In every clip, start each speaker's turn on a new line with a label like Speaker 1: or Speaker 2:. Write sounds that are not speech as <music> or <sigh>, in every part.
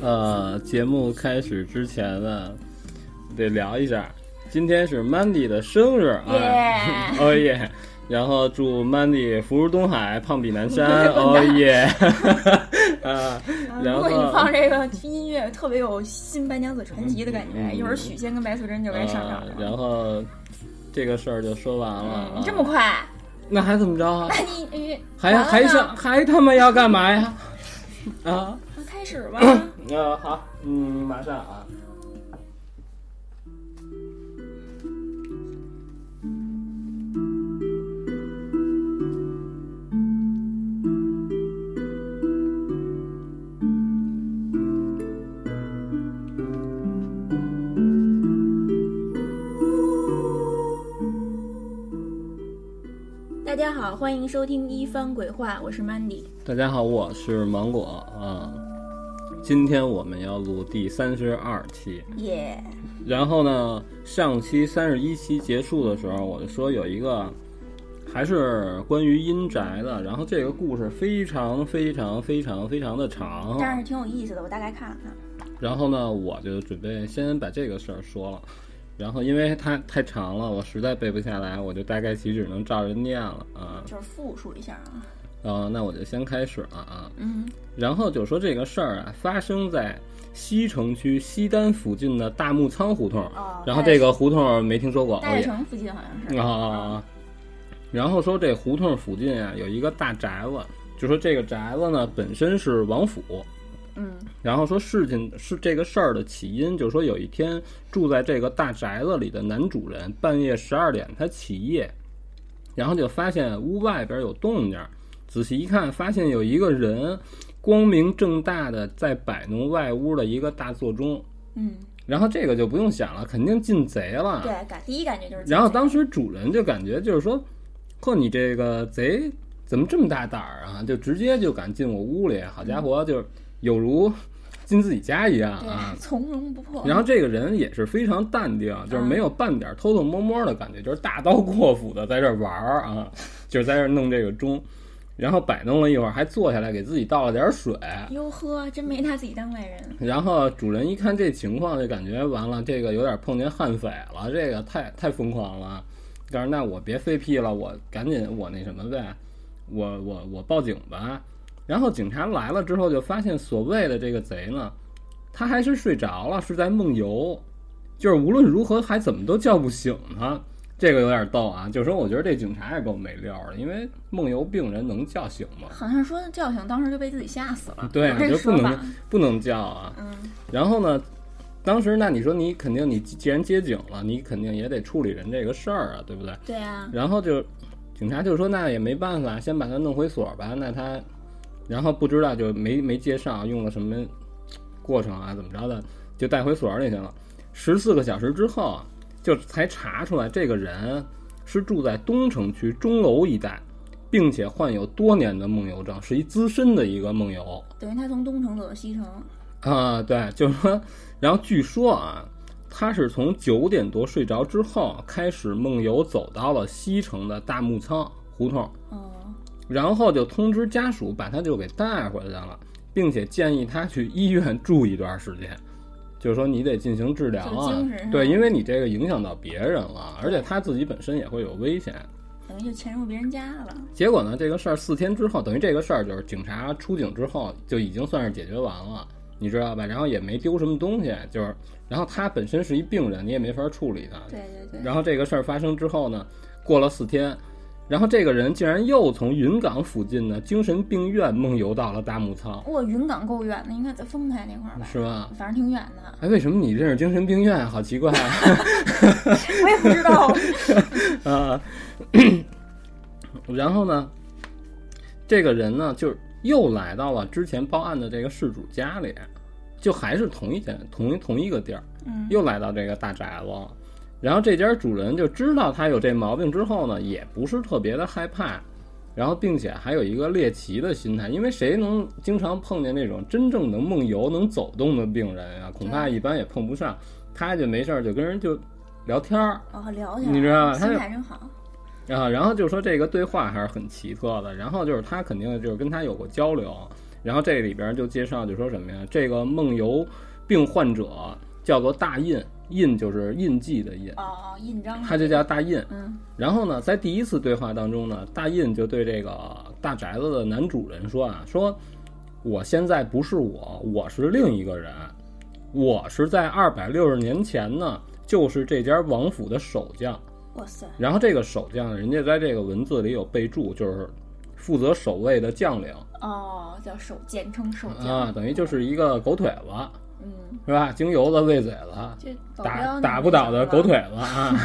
Speaker 1: 呃，节目开始之前呢，得聊一下，今天是 Mandy 的生日啊， <laughs> 哦耶！然后祝 Mandy 福如东海，胖比南
Speaker 2: <laughs>
Speaker 1: 山，哦耶！啊，然
Speaker 2: 如
Speaker 1: 后
Speaker 2: 果你放这个音乐，特别有《新白娘子传奇》的感
Speaker 1: 嗯
Speaker 2: 觉，一会儿许仙跟白素贞就该上场
Speaker 1: 呃
Speaker 2: 了。嗯
Speaker 1: 然后这个事儿就说完了啊。
Speaker 2: 你这么快？
Speaker 1: 那还怎么着啊
Speaker 2: 那？你你
Speaker 1: <laughs> 还
Speaker 2: 完了
Speaker 1: 还
Speaker 2: 呢
Speaker 1: 想还他妈要干嘛呀？啊？
Speaker 2: 那开
Speaker 1: <laughs>
Speaker 2: 始吧？
Speaker 1: 呃，好，嗯，马上啊。
Speaker 2: 大家好，欢迎收听《一番鬼话》，我是 Mandy。
Speaker 1: 大家好，我是芒果啊。今天我们要录第三十二期，
Speaker 2: 耶、
Speaker 1: 然后呢，上期三十一期结束的时候，我就说有一个还是关于阴宅的，然后这个故事非常非常非常非常的长啊，
Speaker 2: 但是挺有意思的，我大概看了看。
Speaker 1: 然后呢，我就准备先把这个事儿说了，然后因为它太长了，我实在背不下来，我就大概其只能照着念了啊。
Speaker 2: 就是复述一下啊，
Speaker 1: 啊，那我就先开始了啊。
Speaker 2: 嗯，
Speaker 1: 然后就说这个事儿啊，发生在西城区西单附近的大木仓胡同。
Speaker 2: 哦
Speaker 1: 然后这个胡同没听说过，
Speaker 2: 大悦
Speaker 1: 哦
Speaker 2: 城附近好像是
Speaker 1: 也啊啊啊啊。然后说这胡同附近啊有一个大宅子，就说这个宅子呢本身是王府，
Speaker 2: 嗯
Speaker 1: 然后说事情是这个事儿的起因，就是说有一天住在这个大宅子里的男主人半夜十二点他起夜，然后就发现屋外边有动静儿，仔细一看发现有一个人光明正大的在摆弄外屋的一个大座钟，
Speaker 2: 嗯，
Speaker 1: 然后这个就不用想了，肯定进贼了。
Speaker 2: 对，感第一感觉就是。
Speaker 1: 然后当时主人就感觉就是说，呵，你这个贼怎么这么大胆儿啊？就直接就敢进我屋里，好家伙，就是有如进自己家一样啊
Speaker 2: 对，。从容不迫。
Speaker 1: 然后这个人也是非常淡定，啊就是没有半点偷偷摸摸的感觉，就是大刀阔斧的在这玩儿啊，就是在这弄这个钟，然后摆弄了一会儿，还坐下来给自己倒了点水。
Speaker 2: 哟呵，真没拿自己当外人。
Speaker 1: 然后主人一看这情况，就感觉完了，这个有点碰见悍匪了，这个太太疯狂了。但是那我别废屁了，我赶紧我那什么呗，我我我报警吧。然后警察来了之后，就发现所谓的这个贼呢，他还是睡着了，是在梦游，就是无论如何还怎么都叫不醒他。这个有点逗啊，就是说我觉得这警察也够没溜儿的，因为梦游病人能叫醒吗？
Speaker 2: 好像说叫醒，当时就被自己吓死了。
Speaker 1: 对啊，
Speaker 2: 这
Speaker 1: 就不
Speaker 2: 说法
Speaker 1: 能，不能叫啊。
Speaker 2: 嗯，
Speaker 1: 然后呢，当时那你说你肯定你既既然接警了，你肯定也得处理人这个事儿啊，对不对？
Speaker 2: 对啊，
Speaker 1: 然后就警察就说那也没办法，先把他弄回所吧。那他，然后不知道就没没介绍用了什么过程啊，怎么着的，就带回所里去了。十四个小时之后啊，就才查出来这个人是住在东城区钟楼一带，并且患有多年的梦游症，是一资深的一个梦游。
Speaker 2: 等于他从东城走到西城，
Speaker 1: 啊，对，就是说，然后据说啊，他是从九点多睡着之后啊开始梦游，走到了西城的大木仓胡同，
Speaker 2: 哦，
Speaker 1: 然后就通知家属把他就给带回来了，并且建议他去医院住一段时间，就是说你得进行治疗
Speaker 2: 就
Speaker 1: 啊
Speaker 2: 精神，上
Speaker 1: 对，因为你这个影响到别人了，而且他自己本身也会有危险。
Speaker 2: 等于就潜入别人家了。
Speaker 1: 结果呢，这个事儿四天之后，等于这个事儿就是警察出警之后就已经算是解决完了，你知道吧？然后也没丢什么东西，就是，然后他本身是一病人，你也没法处理他。
Speaker 2: 对对对，
Speaker 1: 然后这个事儿发生之后呢，过了四天，然后这个人竟然又从云岗附近的精神病院梦游到了大木仓，
Speaker 2: 哇，哦云岗够远的，应该在丰台那块儿吧？
Speaker 1: 是吧？
Speaker 2: 反正挺远的，
Speaker 1: 哎，为什么你认识精神病院？好奇怪啊！
Speaker 2: <laughs> 我也不知道。 <laughs>
Speaker 1: 啊， <coughs> 然后呢，这个人呢，就又来到了之前报案的这个事主家里，就还是同一间同一同一个地儿，
Speaker 2: 嗯，
Speaker 1: 又来到这个大宅子了。然后这家主人就知道他有这毛病之后呢，也不是特别的害怕，然后并且还有一个猎奇的心态，因为谁能经常碰见那种真正能梦游、能走动的病人啊？恐怕一般也碰不上。他就没事儿就跟人就聊天儿，
Speaker 2: 哦，聊起来，
Speaker 1: 你知道吧他
Speaker 2: 心态真好。
Speaker 1: 啊，然后就说这个对话还是很奇特的，然后就是他肯定就是跟他有过交流，然后这里边就介绍就说什么呀？这个梦游病患者叫做大印，印就是印记的印，
Speaker 2: 哦哦，印章，
Speaker 1: 他就叫大印。
Speaker 2: 嗯
Speaker 1: 然后呢，在第一次对话当中呢，大印就对这个大宅子的男主人说啊，说我现在不是我，我是另一个人，我是在二百六十年前呢，就是这家王府的守将。
Speaker 2: 哇塞，
Speaker 1: 然后这个守将，人家在这个文字里有备注，就是负责守卫的将领
Speaker 2: 哦，叫手，简称手将
Speaker 1: 啊，等于就是一个狗腿子，
Speaker 2: 嗯，
Speaker 1: 是吧？精油子、喂嘴子，
Speaker 2: 这保镖
Speaker 1: 打
Speaker 2: 你
Speaker 1: 打不倒的
Speaker 2: 怎么
Speaker 1: 狗
Speaker 2: 了，
Speaker 1: 腿子
Speaker 2: <laughs>
Speaker 1: 啊，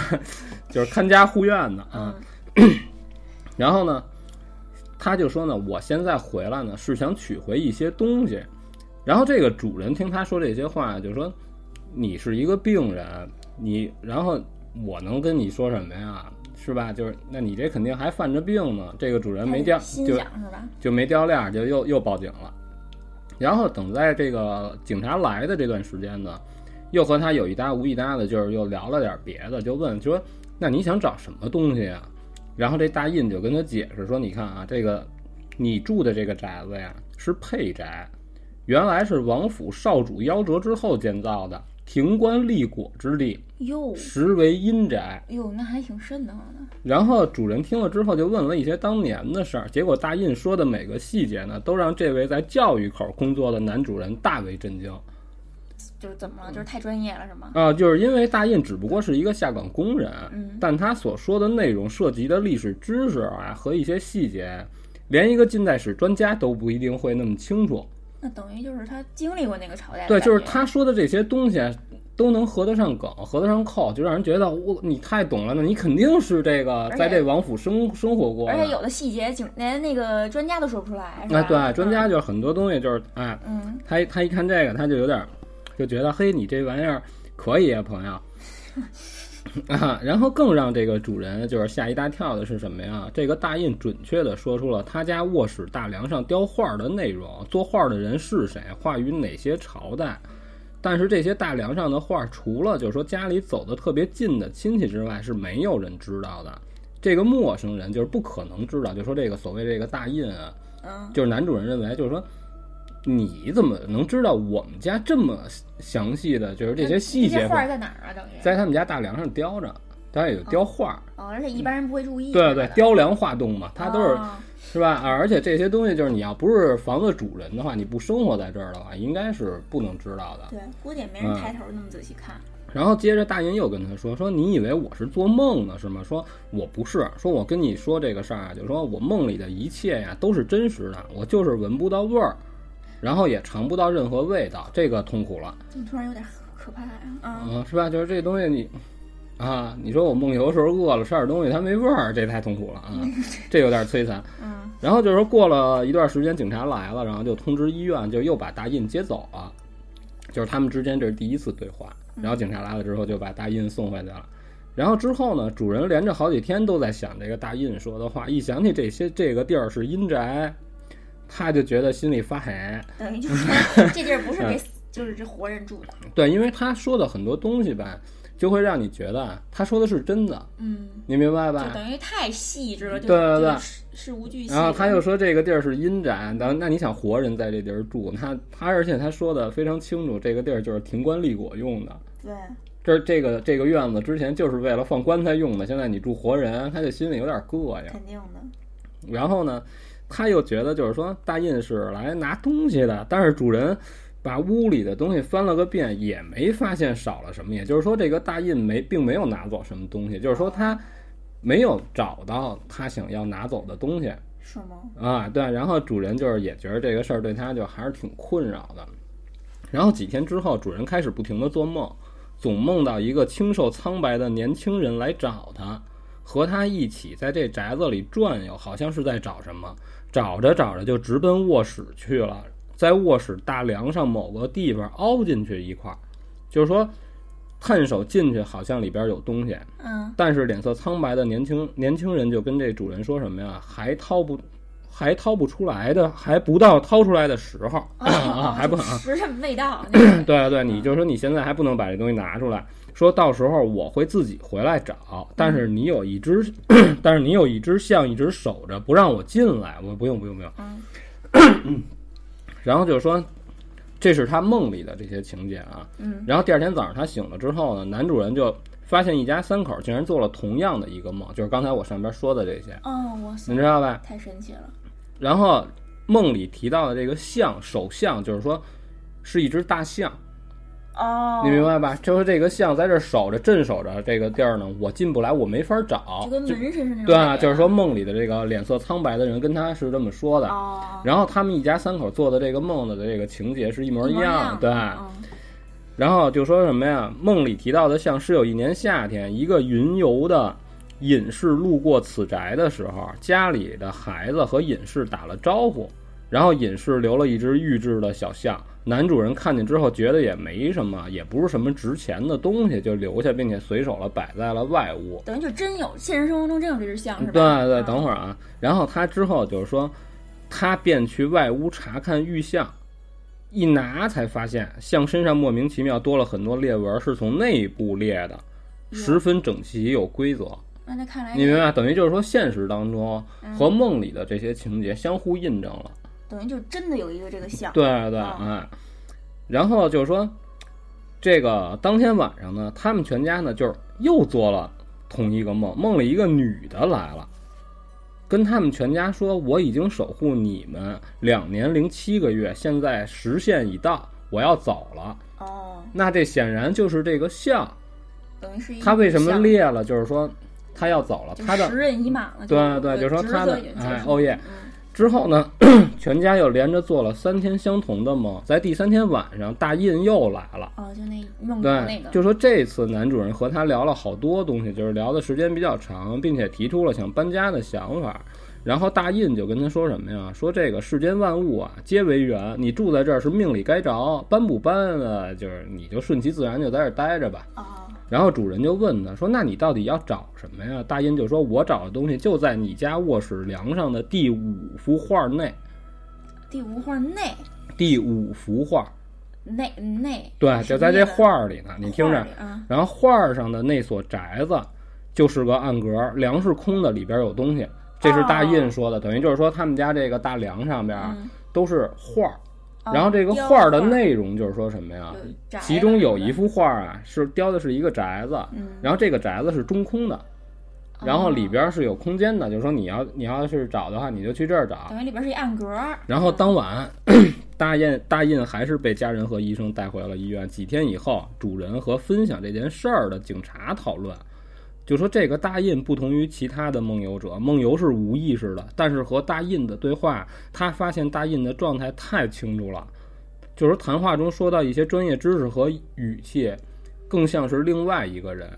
Speaker 1: 就是看家护院的啊。
Speaker 2: 嗯
Speaker 1: <coughs> 然后呢，他就说呢，我现在回来呢是想取回一些东西。然后这个主人听他说这些话，就说你是一个病人，你然后我能跟你说什么呀？是吧？就是那你这肯定还犯着病呢。这个主人没掉
Speaker 2: 看哎心
Speaker 1: 就
Speaker 2: 想是吧？
Speaker 1: 就没掉链儿，就又又报警了。然后等在这个警察来的这段时间呢，又和他有一搭无一搭的，就是又聊了点别的，就问说：“那你想找什么东西呀、然后这大印就跟他解释说：“你看啊，这个你住的这个宅子呀是配宅，原来是王府少主夭折之后建造的，停官立果之地，
Speaker 2: 哟
Speaker 1: 实为阴宅。
Speaker 2: 哟，那还挺瘆得慌的。
Speaker 1: 然后主人听了之后就问了一些当年的事儿，结果大印说的每个细节呢，都让这位在教育口工作的男主人大为震惊
Speaker 2: 就是怎么了？就是太专业了是吗？
Speaker 1: 啊！就是因为大印只不过是一个下岗工人，
Speaker 2: 嗯
Speaker 1: 但他所说的内容涉及的历史知识啊和一些细节，连一个近代史专家都不一定会那么清楚。
Speaker 2: 那等于就是他经历过那个朝代的
Speaker 1: 对，
Speaker 2: 感觉，
Speaker 1: 就是他说的这些东西啊都能合得上梗，合得上扣，就让人觉得我你太懂了，那你肯定是这个
Speaker 2: 而
Speaker 1: 在
Speaker 2: 且
Speaker 1: 这王府生生活过的。
Speaker 2: 而且有的细节，警连那个专家都说不出来，是吧？
Speaker 1: 哎，对，专家就是很多东西就是哎，
Speaker 2: 嗯，
Speaker 1: 他一他一看这个，他就有点儿就觉得，嘿，你这玩意儿可以啊，朋友。啊，然后更让这个主人就是吓一大跳的是什么呀？这个大印准确的说出了他家卧室大梁上雕画的内容，作画的人是谁，画于哪些朝代。但是这些大梁上的画，除了就是说家里走的特别近的亲戚之外，是没有人知道的。这个陌生人就是不可能知道，就说这个所谓这个大印啊，
Speaker 2: 嗯嗯，
Speaker 1: 就是男主人认为，就是说，你怎么能知道我们家这么详细的，就是这些细
Speaker 2: 呃这
Speaker 1: 节
Speaker 2: 些？画儿在哪儿啊？等于
Speaker 1: 在他们家大梁上雕着，他也有雕画，
Speaker 2: 哦，而且一般人不会注意
Speaker 1: 对
Speaker 2: 这个
Speaker 1: 对
Speaker 2: 的，
Speaker 1: 对，雕梁画栋嘛，他都是、
Speaker 2: 哦
Speaker 1: 是吧？啊而且这些东西就是你要不是房子主人的话，你不生活在这儿的话，应该是不能知道的。
Speaker 2: 对，估计也没
Speaker 1: 嗯
Speaker 2: 人抬头那么仔细看。
Speaker 1: 然后接着大银又跟他说：“说你以为我是做梦呢是吗？说我不是，说我跟你说这个事儿啊，就是说我梦里的一切呀都是真实的，我就是闻不到味儿，然后也尝不到任何味道，这个痛苦了，
Speaker 2: 怎么突然有点可怕呀？啊，
Speaker 1: 嗯，是吧？就是这东西你啊，你说我梦游的时候饿了吃点东西它没味儿，这太痛苦了啊，这有点摧残。
Speaker 2: 嗯，
Speaker 1: <laughs> 然后就是说过了一段时间，警察来了，然后就通知医院，就又把大印接走了。就是他们之间这是第一次对话，
Speaker 2: 嗯
Speaker 1: 然后警察来了之后就把大印送回去了。然后之后呢，主人连着好几天都在想这个大印说的话，一想起这些这个地儿是阴宅，他就觉得心里发寒。
Speaker 2: 等
Speaker 1: <laughs>
Speaker 2: 于就是说这地儿不是
Speaker 1: 嗯
Speaker 2: 给死就是这活人住的。
Speaker 1: 对，因为他说的很多东西吧，就会让你觉得啊他说的是真的，
Speaker 2: 嗯，
Speaker 1: 你明白吧？
Speaker 2: 就等于太细致了，就
Speaker 1: 对对对
Speaker 2: 就是事事无巨细。
Speaker 1: 然后他又说这个地儿是阴宅，那那你想活人在这地儿住，他他而且他说的非常清楚，这个地儿就是停棺立椁用的，
Speaker 2: 对，
Speaker 1: 这这个这个院子之前就是为了放棺材用的，现在你住活人，他就心里有点膈应。
Speaker 2: 肯定的。
Speaker 1: 然后呢，他又觉得就是说大印是来拿东西的，但是主人把屋里的东西翻了个遍，也没发现少了什么，也就是说这个大印没并没有拿走什么东西，就是说他没有找到他想要拿走的东西。
Speaker 2: 是吗？
Speaker 1: 啊，对，然后主人就是也觉得这个事儿对他就还是挺困扰的。然后几天之后，主人开始不停的做梦，总梦到一个清瘦苍白的年轻人来找他，和他一起在这宅子里转悠，好像是在找什么。找着找着就直奔卧室去了，在卧室大梁上某个地方凹进去一块儿，就是说探手进去，好像里边有东西。
Speaker 2: 嗯，
Speaker 1: 但是脸色苍白的年轻年轻人就跟这主人说什么呀？还掏不，还掏不出来的，还不到掏出来的时候
Speaker 2: 嗯
Speaker 1: <laughs>
Speaker 2: 哦
Speaker 1: 啊，还不啊，
Speaker 2: 吃什么味道？那
Speaker 1: <laughs>
Speaker 2: 个
Speaker 1: 对对，你就说你现在还不能把这东西拿出来，说到时候我会自己回来找，但
Speaker 2: 嗯
Speaker 1: 是你有一只， <clears throat> 但是你有一只象一直守着不让我进来，我不用不用不用。
Speaker 2: 嗯
Speaker 1: <clears throat> 然后就是说，这是他梦里的这些情节啊。
Speaker 2: 嗯
Speaker 1: 然后第二天早上他醒了之后呢，男主人就发现一家三口竟然做了同样的一个梦，就是刚才我上边说的这些，
Speaker 2: 哦，哇塞
Speaker 1: 你，知道吧？
Speaker 2: 太神奇了。
Speaker 1: 然后梦里提到的这个象，首象就是说是一只大象，
Speaker 2: 哦，
Speaker 1: 你明白吧？就是这个象在这儿守着镇守着这个地儿呢，我进不来，我没法找
Speaker 2: 就。跟门神似的那种感觉。
Speaker 1: 对啊，就是说梦里的这个脸色苍白的人跟他是这么说的。
Speaker 2: 哦，
Speaker 1: 然后他们一家三口做的这个梦的这个情节是一模一样，对。
Speaker 2: 嗯
Speaker 1: 然后就说什么呀？梦里提到的像是有一年夏天，一个云游的隐士路过此宅的时候，家里的孩子和隐士打了招呼，然后隐士留了一只玉制的小象。男主人看见之后觉得也没什么，也不是什么值钱的东西，就留下，并且随手了摆在了外屋。
Speaker 2: 等于就真有现实生活中真有这只象是吧？
Speaker 1: 对对，
Speaker 2: 嗯
Speaker 1: 等会儿啊。然后他之后就是说，他便去外屋查看玉像，一拿才发现象身上莫名其妙多了很多裂纹，是从内部裂的，
Speaker 2: 哟
Speaker 1: 十分整齐有规则。
Speaker 2: 那他看来
Speaker 1: 你明白吗？等于就是说，现实当中
Speaker 2: 嗯
Speaker 1: 和梦里的这些情节相互印证了。
Speaker 2: 等于就真的有一个这个像。
Speaker 1: 对对，
Speaker 2: 哦
Speaker 1: 哎，然后就是说，这个当天晚上呢，他们全家呢就是又做了同一个梦，梦里一个女的来了，跟他们全家说：“我已经守护你们两年零七个月，现在时限已到，我要走了。
Speaker 2: 哦”，
Speaker 1: 那这显然就是这个象，
Speaker 2: 等于是一个
Speaker 1: 他为什么
Speaker 2: 像
Speaker 1: 裂了？就是说他要走了，
Speaker 2: 就
Speaker 1: 他的
Speaker 2: 时任已满了。
Speaker 1: 对对，就
Speaker 2: 就
Speaker 1: 说他的哎，欧耶。
Speaker 2: 嗯
Speaker 1: 之后呢， <coughs> 全家又连着做了三天相同的梦，在第三天晚上，大印又来了。
Speaker 2: 哦，就那梦
Speaker 1: 对，
Speaker 2: 中那个。
Speaker 1: 就说这次男主人和他聊了好多东西，就是聊的时间比较长，并且提出了想搬家的想法。然后大印就跟他说什么呀？说这个世间万物啊，皆为缘，你住在这儿是命里该着，搬不搬啊，就是你就顺其自然，就在这儿待着吧。
Speaker 2: 哦，
Speaker 1: 然后主人就问他说：“那你到底要找什么呀？”大印就说：“我找的东西就在你家卧室梁上的第五幅画内。”
Speaker 2: 第五画内
Speaker 1: 第五幅画，
Speaker 2: 内内。
Speaker 1: 对，
Speaker 2: 是
Speaker 1: 就在这
Speaker 2: 那个
Speaker 1: 画儿里呢。你听着
Speaker 2: 画，里啊，
Speaker 1: 然后画儿上的那所宅子就是个暗格，梁是空的，里边有东西。这是大印说的，等于就是说他们家这个大梁上边
Speaker 2: 嗯
Speaker 1: 都是画儿。
Speaker 2: 哦
Speaker 1: 啊然后这个
Speaker 2: 雕
Speaker 1: 画儿的内容就是说什么呀
Speaker 2: 有？宅
Speaker 1: 其中有
Speaker 2: 的
Speaker 1: 一幅画儿啊，是雕的是一个宅子，
Speaker 2: 嗯
Speaker 1: 然后这个宅子是中空的，然后里边是有空间的，就是说你要你要是找的话，你就去这儿找。
Speaker 2: 等于里边是一暗格儿，
Speaker 1: 然后当晚，大印大印还是被家人和医生带回了医院。几天以后，主人和分享这件事儿的警察讨论，就说这个大印不同于其他的梦游者，梦游是无意识的，但是和大印的对话，他发现大印的状态太清楚了，就是谈话中说到一些专业知识和语气，更像是另外一个人。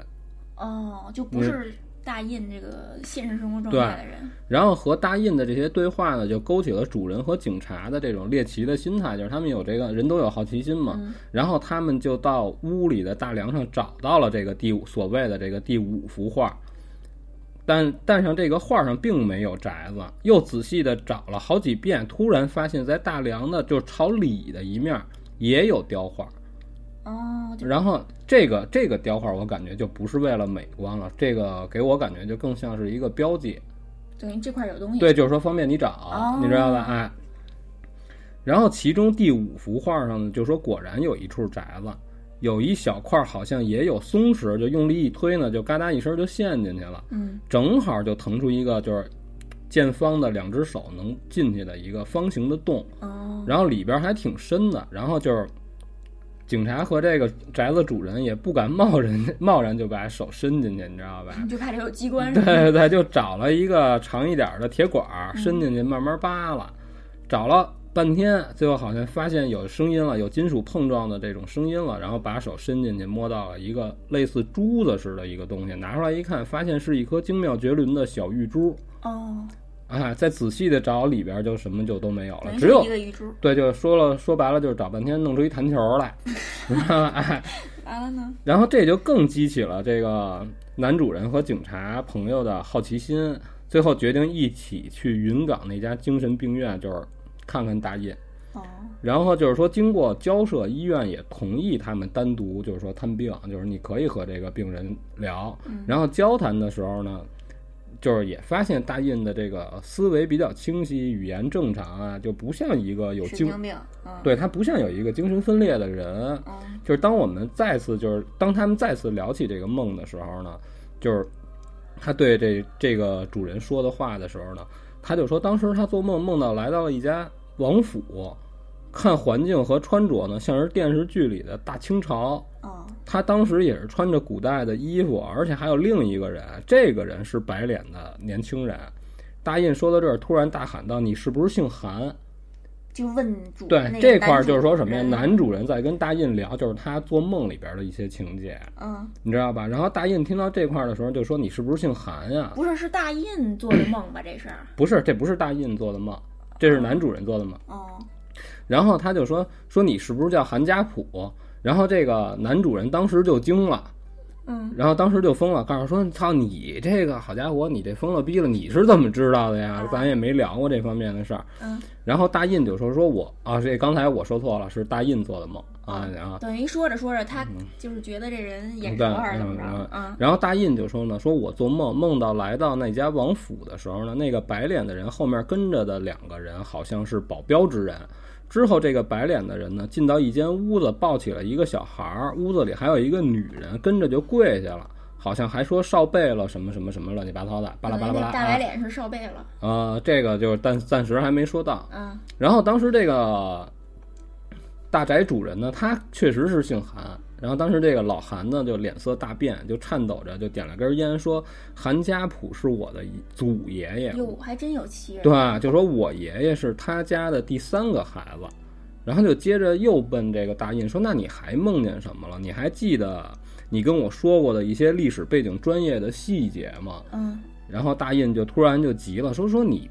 Speaker 2: 哦，就不是大印这个现实生活状态的人。
Speaker 1: 然后和大印的这些对话呢，就勾起了主人和警察的这种猎奇的心态，就是他们有这个人都有好奇心嘛。
Speaker 2: 嗯
Speaker 1: 然后他们就到屋里的大梁上找到了这个第五所谓的这个第五幅画，但但上这个画上并没有宅子，又仔细的找了好几遍，突然发现，在大梁的就是朝里的一面也有雕画。
Speaker 2: 哦，就
Speaker 1: 然后这个这个雕画，我感觉就不是为了美观了，这个给我感觉就更像是一个标记。
Speaker 2: 等于这块儿有东西。
Speaker 1: 对，就是说方便你找，
Speaker 2: 哦
Speaker 1: 你知道吧？哎，然后其中第五幅画上呢，就说果然有一处宅子，有一小块好像也有松石，就用力一推呢，就嘎哒一声就陷进去了，
Speaker 2: 嗯，
Speaker 1: 正好就腾出一个就是见方的两只手能进去的一个方形的洞，
Speaker 2: 哦，
Speaker 1: 然后里边还挺深的，然后就是。警察和这个宅子主人也不敢贸然贸然就把手伸进去，你知道吧？
Speaker 2: 你就怕这有机关是
Speaker 1: <laughs>
Speaker 2: 吧？
Speaker 1: 对
Speaker 2: <laughs>
Speaker 1: 对对，就找了一个长一点儿的铁管儿
Speaker 2: 嗯
Speaker 1: 伸进去，慢慢扒拉，找了半天，最后好像发现有声音了，有金属碰撞的这种声音了，然后把手伸进去，摸到了一个类似珠子似的一个东西，拿出来一看，发现是一颗精妙绝伦的小玉珠。
Speaker 2: 哦，
Speaker 1: 啊，再仔细的找里边儿就什么就都没有了
Speaker 2: 等，于
Speaker 1: 只
Speaker 2: 是
Speaker 1: 有
Speaker 2: 一个遗珠。
Speaker 1: 对，就是说了说白了就是找半天弄出一弹球儿来，哎，
Speaker 2: 完了呢，
Speaker 1: 然后这就更激起了这个男主人和警察朋友的好奇心，最后决定一起去云冈那家精神病院，就是看看大印。
Speaker 2: 哦，
Speaker 1: 然后就是说，经过交涉，医院也同意他们单独就
Speaker 3: 嗯
Speaker 1: 是说探病，就是你可以和这个病人聊。然后交谈的时候呢，就是也发现大印的这个思维比较清晰，语言正常啊，就不像一个有
Speaker 3: 神
Speaker 1: 精
Speaker 3: 经病，嗯，
Speaker 1: 对他不像有一个精神分裂的人。
Speaker 3: 嗯，
Speaker 1: 就是当我们再次就是当他们再次聊起这个梦的时候呢，就是他对这这个主人说的话的时候呢，他就说当时他做梦梦到来到了一家王府，看环境和穿着呢像是电视剧里的大清朝。
Speaker 2: 哦
Speaker 3: 嗯，
Speaker 1: 他当时也是穿着古代的衣服，而且还有另一个人，这个人是白脸的年轻人。大印说到这儿，突然大喊道：“你是不是姓韩？”
Speaker 3: 就问主
Speaker 1: 对
Speaker 3: 那个
Speaker 1: 这
Speaker 3: 男
Speaker 1: 块儿就是
Speaker 3: 主
Speaker 1: 说什么呀？
Speaker 3: 人
Speaker 1: 男主人在跟大印聊，就是他做梦里边的一些情节，
Speaker 3: 嗯，
Speaker 1: 你知道吧？然后大印听到这块儿的时候，就说：“你是不是姓韩呀、
Speaker 2: 不是，是大印做的梦吧？这是，
Speaker 1: 不是，这不是大印做的梦，这是男主人做的梦。
Speaker 3: 哦，
Speaker 1: 然后他就说：“说你是不是叫韩家普？”然后这个男主人当时就惊了，
Speaker 2: 嗯，
Speaker 1: 然后当时就疯了，告诉说：“操你这个好家伙，你这疯了逼了，你是怎么知道的
Speaker 3: 嗯
Speaker 1: 呀？咱也没聊过这方面的事儿。”
Speaker 2: 嗯。
Speaker 1: 然后大印就说：“说我啊，这刚才我说错了，是大印做的梦
Speaker 3: 嗯
Speaker 1: 啊。”然后
Speaker 2: 等于说着说着，他就是觉得这人眼熟还是怎么着
Speaker 1: 嗯？
Speaker 2: 啊？
Speaker 1: 然后大印就说呢，说我做梦梦到来到那家王府的时候呢，那个白脸的人后面跟着的两个人好像是保镖之人。之后，这个白脸的人呢，进到一间屋子，抱起了一个小孩儿，屋子里还有一个女人，跟着就跪下了，好像还说少贝了什么什么什么乱七八糟的，巴拉巴拉巴拉
Speaker 2: 那嗯大白
Speaker 1: 啊。
Speaker 2: 脸是少贝了，
Speaker 1: 呃，这个就是暂暂时还没说到。
Speaker 2: 嗯
Speaker 1: 然后当时这个大宅主人呢，他确实是姓韩。然后当时这个老韩呢，就脸色大变，就颤抖着就点了根烟，说：“韩家普是我的一祖爷爷，
Speaker 2: 哟，还真有其人。
Speaker 1: 对，就说我爷爷是他家的第三个孩子。”然后就接着又问这个大印说：“那你还梦见什么了？你还记得你跟我说过的一些历史背景专业的细节吗？”
Speaker 2: 嗯，
Speaker 1: 然后大印就突然就急了，说说你，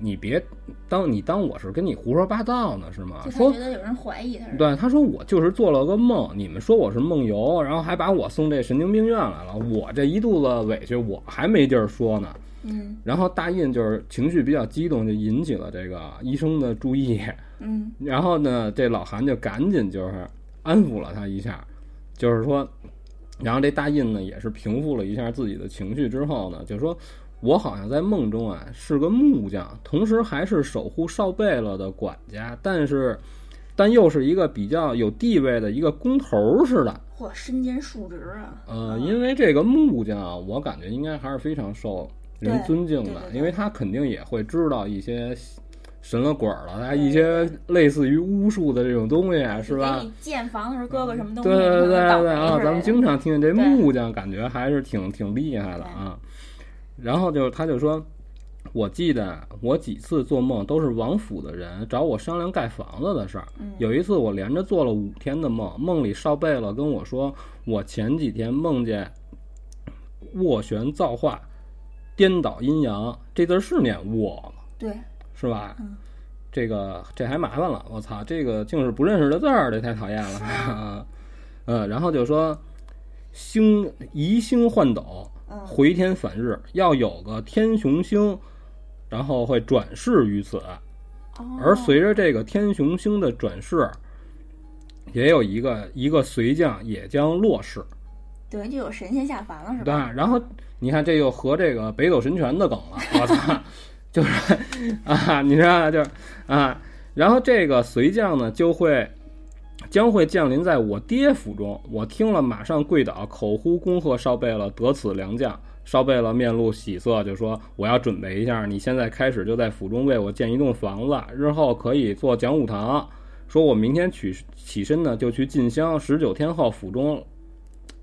Speaker 1: 你别当你当我是跟你胡说八道呢是吗
Speaker 2: 就？他
Speaker 1: 说
Speaker 2: 觉得有人怀疑他是
Speaker 1: 对，他说我就是做了个梦，你们说我是梦游，然后还把我送这神经病院来了，我这一肚子委屈我还没地儿说呢。
Speaker 2: 嗯
Speaker 1: 然后大印就是情绪比较激动，就引起了这个医生的注意。
Speaker 2: 嗯
Speaker 1: 然后呢，这老韩就赶紧就是安抚了他一下，就是说，然后这大印呢也是平复了一下自己的情绪之后呢，就说我好像在梦中啊是个木匠，同时还是守护少贝勒的管家，但是但又是一个比较有地位的一个工头似的。
Speaker 2: 嚯，身兼数职啊！
Speaker 1: 呃，
Speaker 2: 嗯
Speaker 1: 因为这个木匠啊，我感觉应该还是非常受人
Speaker 2: 对
Speaker 1: 尊敬
Speaker 2: 对
Speaker 1: 的
Speaker 2: 对，对
Speaker 1: 因为他肯定也会知道一些神了鬼儿了，他一
Speaker 2: 对
Speaker 1: 些类似于巫术的这种东西，啊是吧
Speaker 2: 给？你建房的时候，哥哥什么东西，
Speaker 1: 对对对
Speaker 2: 倒霉
Speaker 1: 对啊！
Speaker 2: 似的
Speaker 1: 咱们经常听见这
Speaker 2: 对
Speaker 1: 木匠，感觉还是挺挺厉害的啊。然后就他就说，我记得我几次做梦都是王府的人找我商量盖房子的事儿。
Speaker 2: 嗯
Speaker 1: 有一次我连着做了五天的梦，梦里少贝勒跟我说，我前几天梦见斡旋造化，颠倒阴阳，这字儿是念斡吗？
Speaker 3: 对，
Speaker 1: 是吧？
Speaker 2: 嗯
Speaker 1: 这个这还麻烦了，我操，这个竟是不认识的字儿，这太讨厌了。 <laughs> 啊嗯，然后就说星移星换斗，
Speaker 3: 嗯，
Speaker 1: 回天返日，要有个天雄星，然后会转世于此。
Speaker 2: 哦
Speaker 1: 而随着这个天雄星的转世，也有一个一个随将也将落世。
Speaker 3: 等于就有神仙下凡了是
Speaker 1: 对
Speaker 3: 吧？，
Speaker 1: 然后你看这又和这个北斗神拳的梗了，我操，就是啊，你知道吧就是啊，然后这个随将呢就会将会降临在我爹府中，我听了马上跪倒，口呼恭贺少贝勒得此良将。少贝勒面露喜色，就说：“我要准备一下，你现在开始就在府中为我建一栋房子，日后可以做讲武堂。说我明天起起身呢，就去进香。十九天后，府中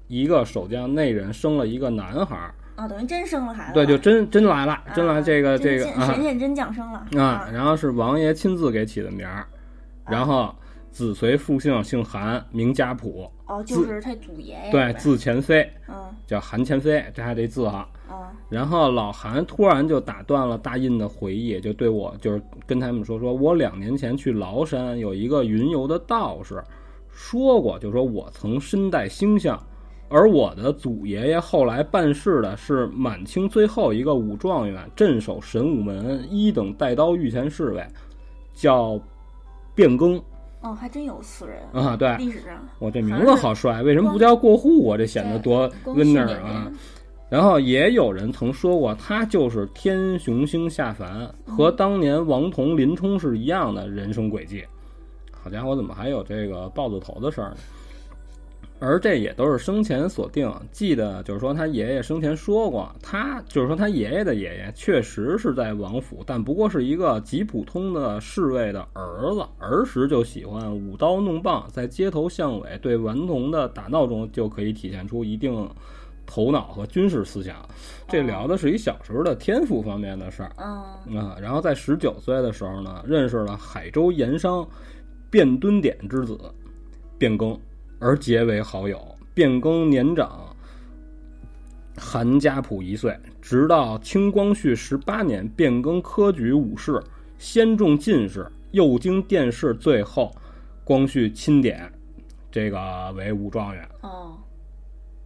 Speaker 1: 一个守将内人生了一个男孩儿，
Speaker 3: 啊，等于真生了孩子
Speaker 1: 对，
Speaker 3: 了，
Speaker 1: 就真真来了，真来
Speaker 3: 啊
Speaker 1: 这个
Speaker 3: 真
Speaker 1: 这个
Speaker 3: 真
Speaker 1: 啊
Speaker 3: 神仙真降生了
Speaker 1: 啊，，然后是王爷亲自给起的名儿，
Speaker 3: 啊
Speaker 1: 然后子随父姓，姓韩，名家谱，
Speaker 3: 哦，就是他祖爷爷
Speaker 1: 对，
Speaker 3: 呗
Speaker 1: 字前飞，
Speaker 3: 嗯
Speaker 1: 叫韩前飞，这还得字哈。
Speaker 3: 嗯
Speaker 1: 然后老韩突然就打断了大印的回忆，就对我就是跟他们说，说我两年前去崂山有一个云游的道士说过，就说我曾身带星象，而我的祖爷爷后来办事的是满清最后一个武状元，镇守神武门一等带刀御前侍卫，叫卞庚
Speaker 3: 哦，还真有此人，
Speaker 1: 啊，对。
Speaker 3: 历史上
Speaker 1: 我这名字好帅，为什么不叫过户啊？这显得多
Speaker 2: 光绪
Speaker 1: winner
Speaker 2: 年
Speaker 1: 啊！
Speaker 2: 间，
Speaker 1: 然后也有人曾说过，他就是天雄星下凡，和当年王彤、林冲是一样的人生轨迹。好家伙，怎么还有这个豹子头的事儿呢？而这也都是生前锁定，记得就是说他爷爷生前说过，他就是说他爷爷的爷爷确实是在王府，但不过是一个极普通的侍卫的儿子，儿时就喜欢舞刀弄棒，在街头巷尾对顽童的打闹中就可以体现出一定头脑和军事思想。这聊的是一小时候的天赋方面的事儿。
Speaker 3: 嗯，
Speaker 1: 啊、然后在十九岁的时候呢，认识了海州盐商卞敦典之子卞庚，而结为好友。卞庚年长韩家普一岁，直到清光绪十八年，卞庚科举五试，先中进士，又经殿试，最后光绪钦点，这个为武状元。
Speaker 3: 哦，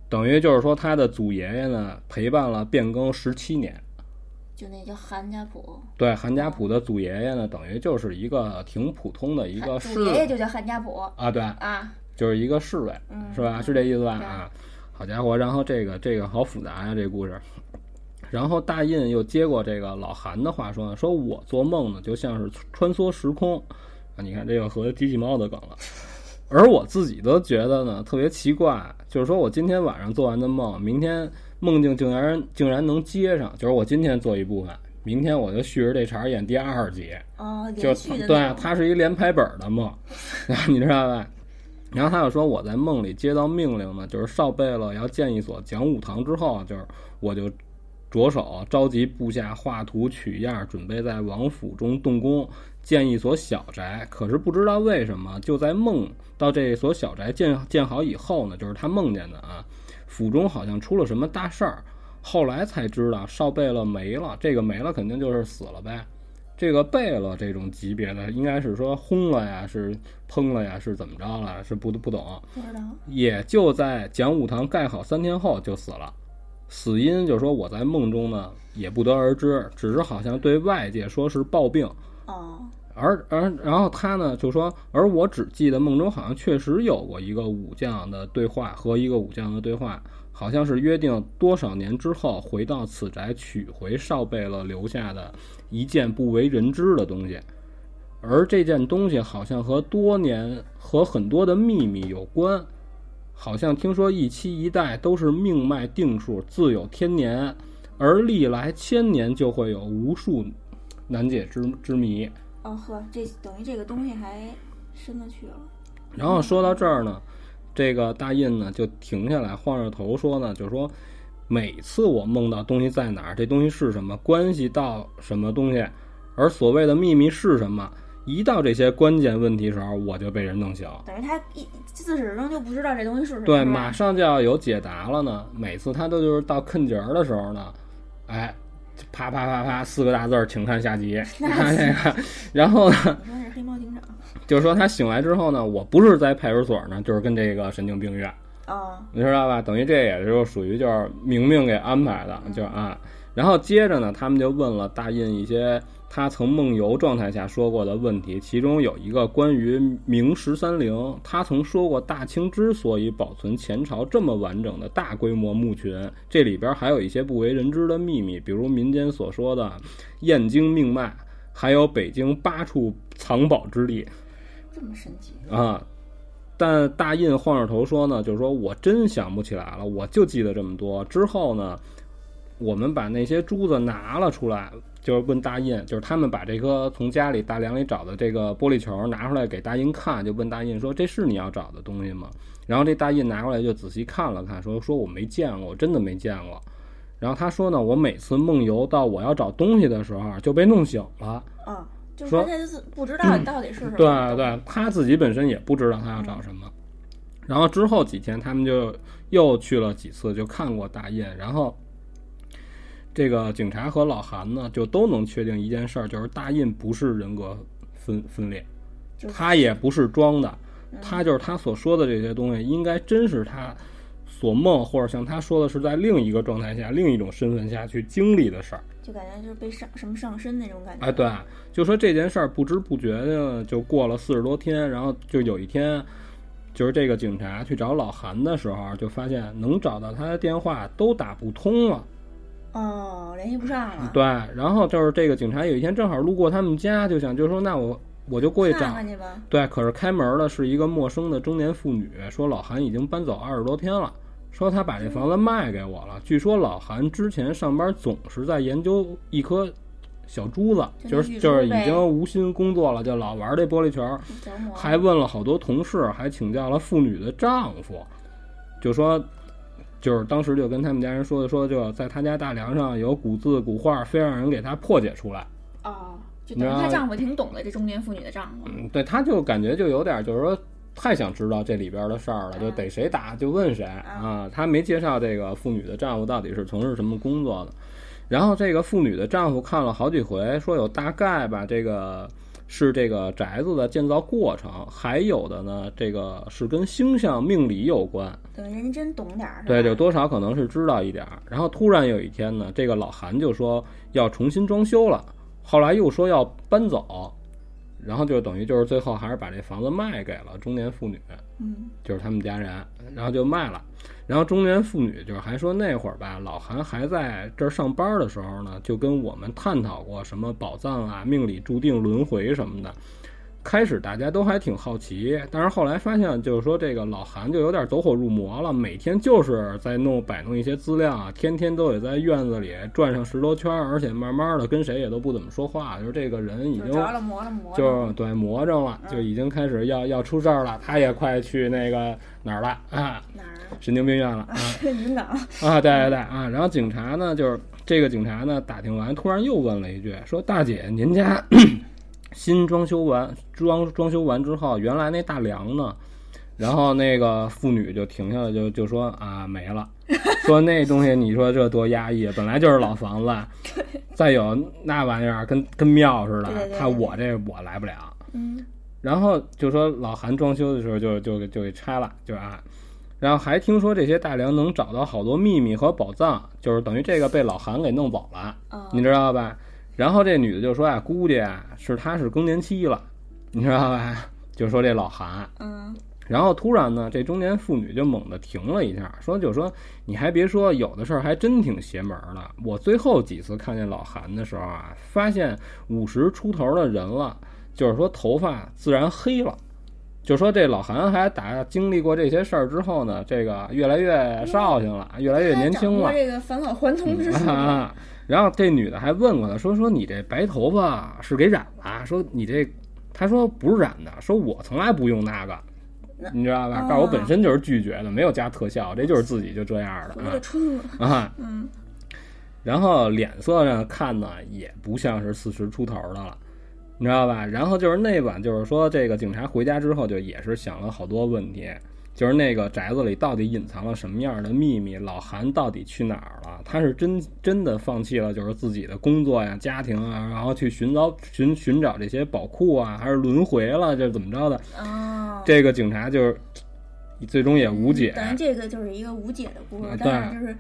Speaker 1: 等于就是说，他的祖爷爷呢陪伴了卞庚十七年。
Speaker 3: 就那叫韩家普，
Speaker 1: 对，韩家普的祖爷爷呢，等于就是一个挺普通的一个
Speaker 3: 韩
Speaker 1: 侍
Speaker 3: 祖爷爷
Speaker 1: 卫
Speaker 3: 就叫韩家普
Speaker 1: 啊，对，
Speaker 3: 啊，
Speaker 1: 就是一个侍卫，
Speaker 3: 嗯
Speaker 1: 是吧？是这意思吧？
Speaker 3: 对
Speaker 1: 啊，好家伙，然后这个这个好复杂呀、这故事。然后大印又接过这个老韩的话说呢，说我做梦呢就像是穿梭时空啊，你看这又和机器猫的梗了。而我自己都觉得呢特别奇怪，就是说我今天晚上做完的梦，明天梦境竟然竟然能接上，就是我今天做一部分，明天我就续着这茬儿演第二集。
Speaker 3: 哦，
Speaker 1: 就
Speaker 3: 连
Speaker 1: 是
Speaker 3: 续的
Speaker 1: 对啊
Speaker 3: 那，种，
Speaker 1: 它是一连拍本儿的梦， <laughs> 然后你知道吧？然后他又说，我在梦里接到命令呢，就是少贝勒要建一所讲武堂之后，就是我就着手召集部下画图取样，准备在王府中动工建一所小宅。可是不知道为什么，就在梦到这所小宅建建好以后呢，就是他梦见的啊，府中好像出了什么大事儿。后来才知道少贝勒没了，这个没了肯定就是死了呗。这个贝勒这种级别的，应该是说轰了呀，是烹了呀，是怎么着了？是不不懂。
Speaker 3: 不知道，
Speaker 1: 也就在讲武堂盖好三天后就死了。死因就是说我在梦中呢也不得而知，只是好像对外界说是暴病，
Speaker 3: 哦，
Speaker 1: 而而然后他呢就说，而我只记得梦中好像确实有过一个武将的对话和一个武将的对话，好像是约定多少年之后回到此宅取回少贝勒留下的一件不为人知的东西，而这件东西好像和多年和很多的秘密有关，好像听说一期一代都是命脉定数，自有天年，而历来千年就会有无数难解之之谜。
Speaker 3: 哦呵，这等于这个东西还深的去了，
Speaker 1: 然后说到这儿呢，这个大印呢就停下来，晃着头说呢，就说每次我梦到东西在哪儿，这东西是什么，关系到什么东西，而所谓的秘密是什么，一到这些关键问题时候，我就被人弄醒。
Speaker 3: 等于他一自始至终就不知道这东西是什么，
Speaker 1: 对，
Speaker 3: 是吧
Speaker 1: 马上就要有解答了呢。每次他都就是到坑节儿的时候呢，哎，啪啪啪啪四个大字儿，请看下
Speaker 3: <laughs>
Speaker 1: 集。他这个，然后呢，
Speaker 3: 你说是黑猫警长，
Speaker 1: 就是说他醒来之后呢，我不是在派出所呢，就是跟这个神经病院。
Speaker 3: 哦，
Speaker 1: 你知道吧？等于这也就是属于就是明命给安排的，就是啊。然后接着呢，他们就问了大印一些他曾梦游状态下说过的问题，其中有一个关于明十三陵，他曾说过大清之所以保存前朝这么完整的大规模墓群，这里边还有一些不为人知的秘密，比如民间所说的燕京命脉，还有北京八处藏宝之地。
Speaker 3: 这么神奇，
Speaker 1: 啊。但大印晃着头说呢，就是说我真想不起来了，我就记得这么多。之后呢，我们把那些珠子拿了出来，就是问大印，就是他们把这颗从家里大梁里找的这个玻璃球拿出来给大印看，就问大印说：“这是你要找的东西吗？”然后这大印拿过来就仔细看了看，说：“说我没见过，我真的没见过。”然后他说呢，我每次梦游到我要找东西的时候啊就被弄醒了。
Speaker 3: 哦，就是
Speaker 1: 说嗯
Speaker 3: 说他就是不知道到底是什么，嗯
Speaker 1: 对啊对，他自己本身也不知道他要找什么。然后之后几天，他们就又去了几次，就看过大印。然后这个警察和老韩呢，就都能确定一件事儿，就是大印不是人格分分裂，
Speaker 3: 就是嗯
Speaker 1: 他也不是装的，他就是他所说的这些东西，应该真是他所梦，或者像他说的是在另一个状态下、另一种身份下去经历的事儿。
Speaker 3: 就感觉就是被上什么上身那种感觉，
Speaker 1: 哎，对，就说这件事儿不知不觉的就过了四十多天，然后就有一天，就是这个警察去找老韩的时候，啊就发现能找到他的电话都打不通了。
Speaker 2: 哦，联系不上了。
Speaker 1: 对，然后就是这个警察有一天正好路过他们家，就想就说那我我就过去
Speaker 2: 看
Speaker 1: 找。
Speaker 2: 看去吧。
Speaker 1: 对，可是开门的是一个陌生的中年妇女，说老韩已经搬走二十多天了，说他把这房
Speaker 2: 嗯
Speaker 1: 子卖给我了。据说老韩之前上班总是在研究一颗小珠子，就
Speaker 2: 就那玉
Speaker 1: 是就是
Speaker 2: 珠
Speaker 1: 已
Speaker 2: 呗哦
Speaker 1: 经无心工作了，就老玩这玻璃球儿。
Speaker 2: 折磨。
Speaker 1: 还问了好多同事，还请教了妇女的丈夫，就说，就是当时就跟他们家人说的，说就在他家大梁上有古字古画，非让人给他破解出来。
Speaker 2: 哦，就等于
Speaker 1: 然
Speaker 2: 她
Speaker 1: 后
Speaker 2: 丈夫挺懂的，这中年妇女的丈夫。
Speaker 1: 嗯，对，他就感觉就有点就是说太想知道这里边的事儿了，就逮谁打就问谁啊。他没介绍这个妇女的丈夫到底是从事什么工作的。然后这个妇女的丈夫看了好几回，说有大概吧，这个是这个宅子的建造过程，还有的呢，这个是跟星象命理有关，
Speaker 2: 等于人家真懂点儿，是吧
Speaker 1: 对，就多少可能是知道一点儿。然后突然有一天呢，这个老韩就说要重新装修了，后来又说要搬走，然后就等于就是最后还是把这房子卖给了中年妇女，
Speaker 3: 嗯，
Speaker 1: 就是他们家人，然后就卖了。然后中年妇女就是还说那会儿吧，老韩还在这儿上班的时候呢，就跟我们探讨过什么宝藏啊、命里注定、轮回什么的。开始大家都还挺好奇，但是后来发现，就是说这个老韩就有点走火入魔了，每天就是在弄摆弄一些资料啊，天天都得在院子里转上十多圈儿，而且慢慢的跟谁也都不怎么说话，就是这个人已
Speaker 2: 就
Speaker 1: 经
Speaker 2: 着了魔了魔了。嗯
Speaker 1: 就是对魔怔了，就已经开始要要出事儿了，他也快去那个哪儿了啊，
Speaker 2: 哪儿啊？ <laughs>
Speaker 1: 神经病院了啊
Speaker 2: 云港。 <laughs>
Speaker 1: 啊，对对对啊，然后警察呢，就是这个警察呢打听完，突然又问了一句，说大姐您家 <clears throat> 新装修完装装修完之后，原来那大梁呢？然后那个妇女就停下来就，就说啊没
Speaker 2: <laughs>
Speaker 1: 了，说那东西你说这多压抑，啊本来就是老房
Speaker 2: <laughs>
Speaker 1: 子，再有那玩意儿跟跟庙似的
Speaker 2: 对对，对
Speaker 1: 他
Speaker 2: 对
Speaker 1: 我这我来不了。
Speaker 2: 嗯，
Speaker 1: 然后就说老韩装修的时候就就就给拆了，就啊，然后还听说这些大梁能找到好多秘密和宝藏，就是等于这个被老韩给弄走了，
Speaker 3: 哦，
Speaker 1: 你知道吧？然后这女的就说啊，估计啊是她是更年期了，你知道吧？就说这老韩，
Speaker 3: 嗯，
Speaker 1: 然后突然呢，这中年妇女就猛地停了一下，说就说你还别说，有的事儿还真挺邪门儿的。我最后几次看见老韩的时候啊，发现五十出头的人了，就是说头发自然黑了。就说这老韩还打经历过这些事儿之后呢，这个越来越绍兴了，越来越年轻了
Speaker 2: 她掌握。这个返老还童之术。 <laughs>
Speaker 1: 啊。 <laughs> 然后这女的还问过他，说说你这白头发是给染了？啊说你这，他说不是染的，说我从来不用那个，你知道吧？告诉我本身就是拒绝的，没有加特效，这就是自己就这样
Speaker 2: 我的
Speaker 1: 的
Speaker 2: 春了，
Speaker 1: 啊啊。
Speaker 2: 嗯，
Speaker 1: 然后脸色上看呢，也不像是四十出头的了，你知道吧？然后就是那晚，就是说这个警察回家之后，就也是想了好多问题，就是那个宅子里到底隐藏了什么样的秘密？老韩到底去哪儿了？他是真真的放弃了，就是自己的工作呀、家庭啊，然后去寻找寻寻找这些宝库啊，还是轮回了？这怎么着的？
Speaker 2: 哦，
Speaker 1: 这个警察就是最终也无解。
Speaker 3: 嗯等于这个就是一个无解的故事
Speaker 1: 嗯，
Speaker 3: 但是就是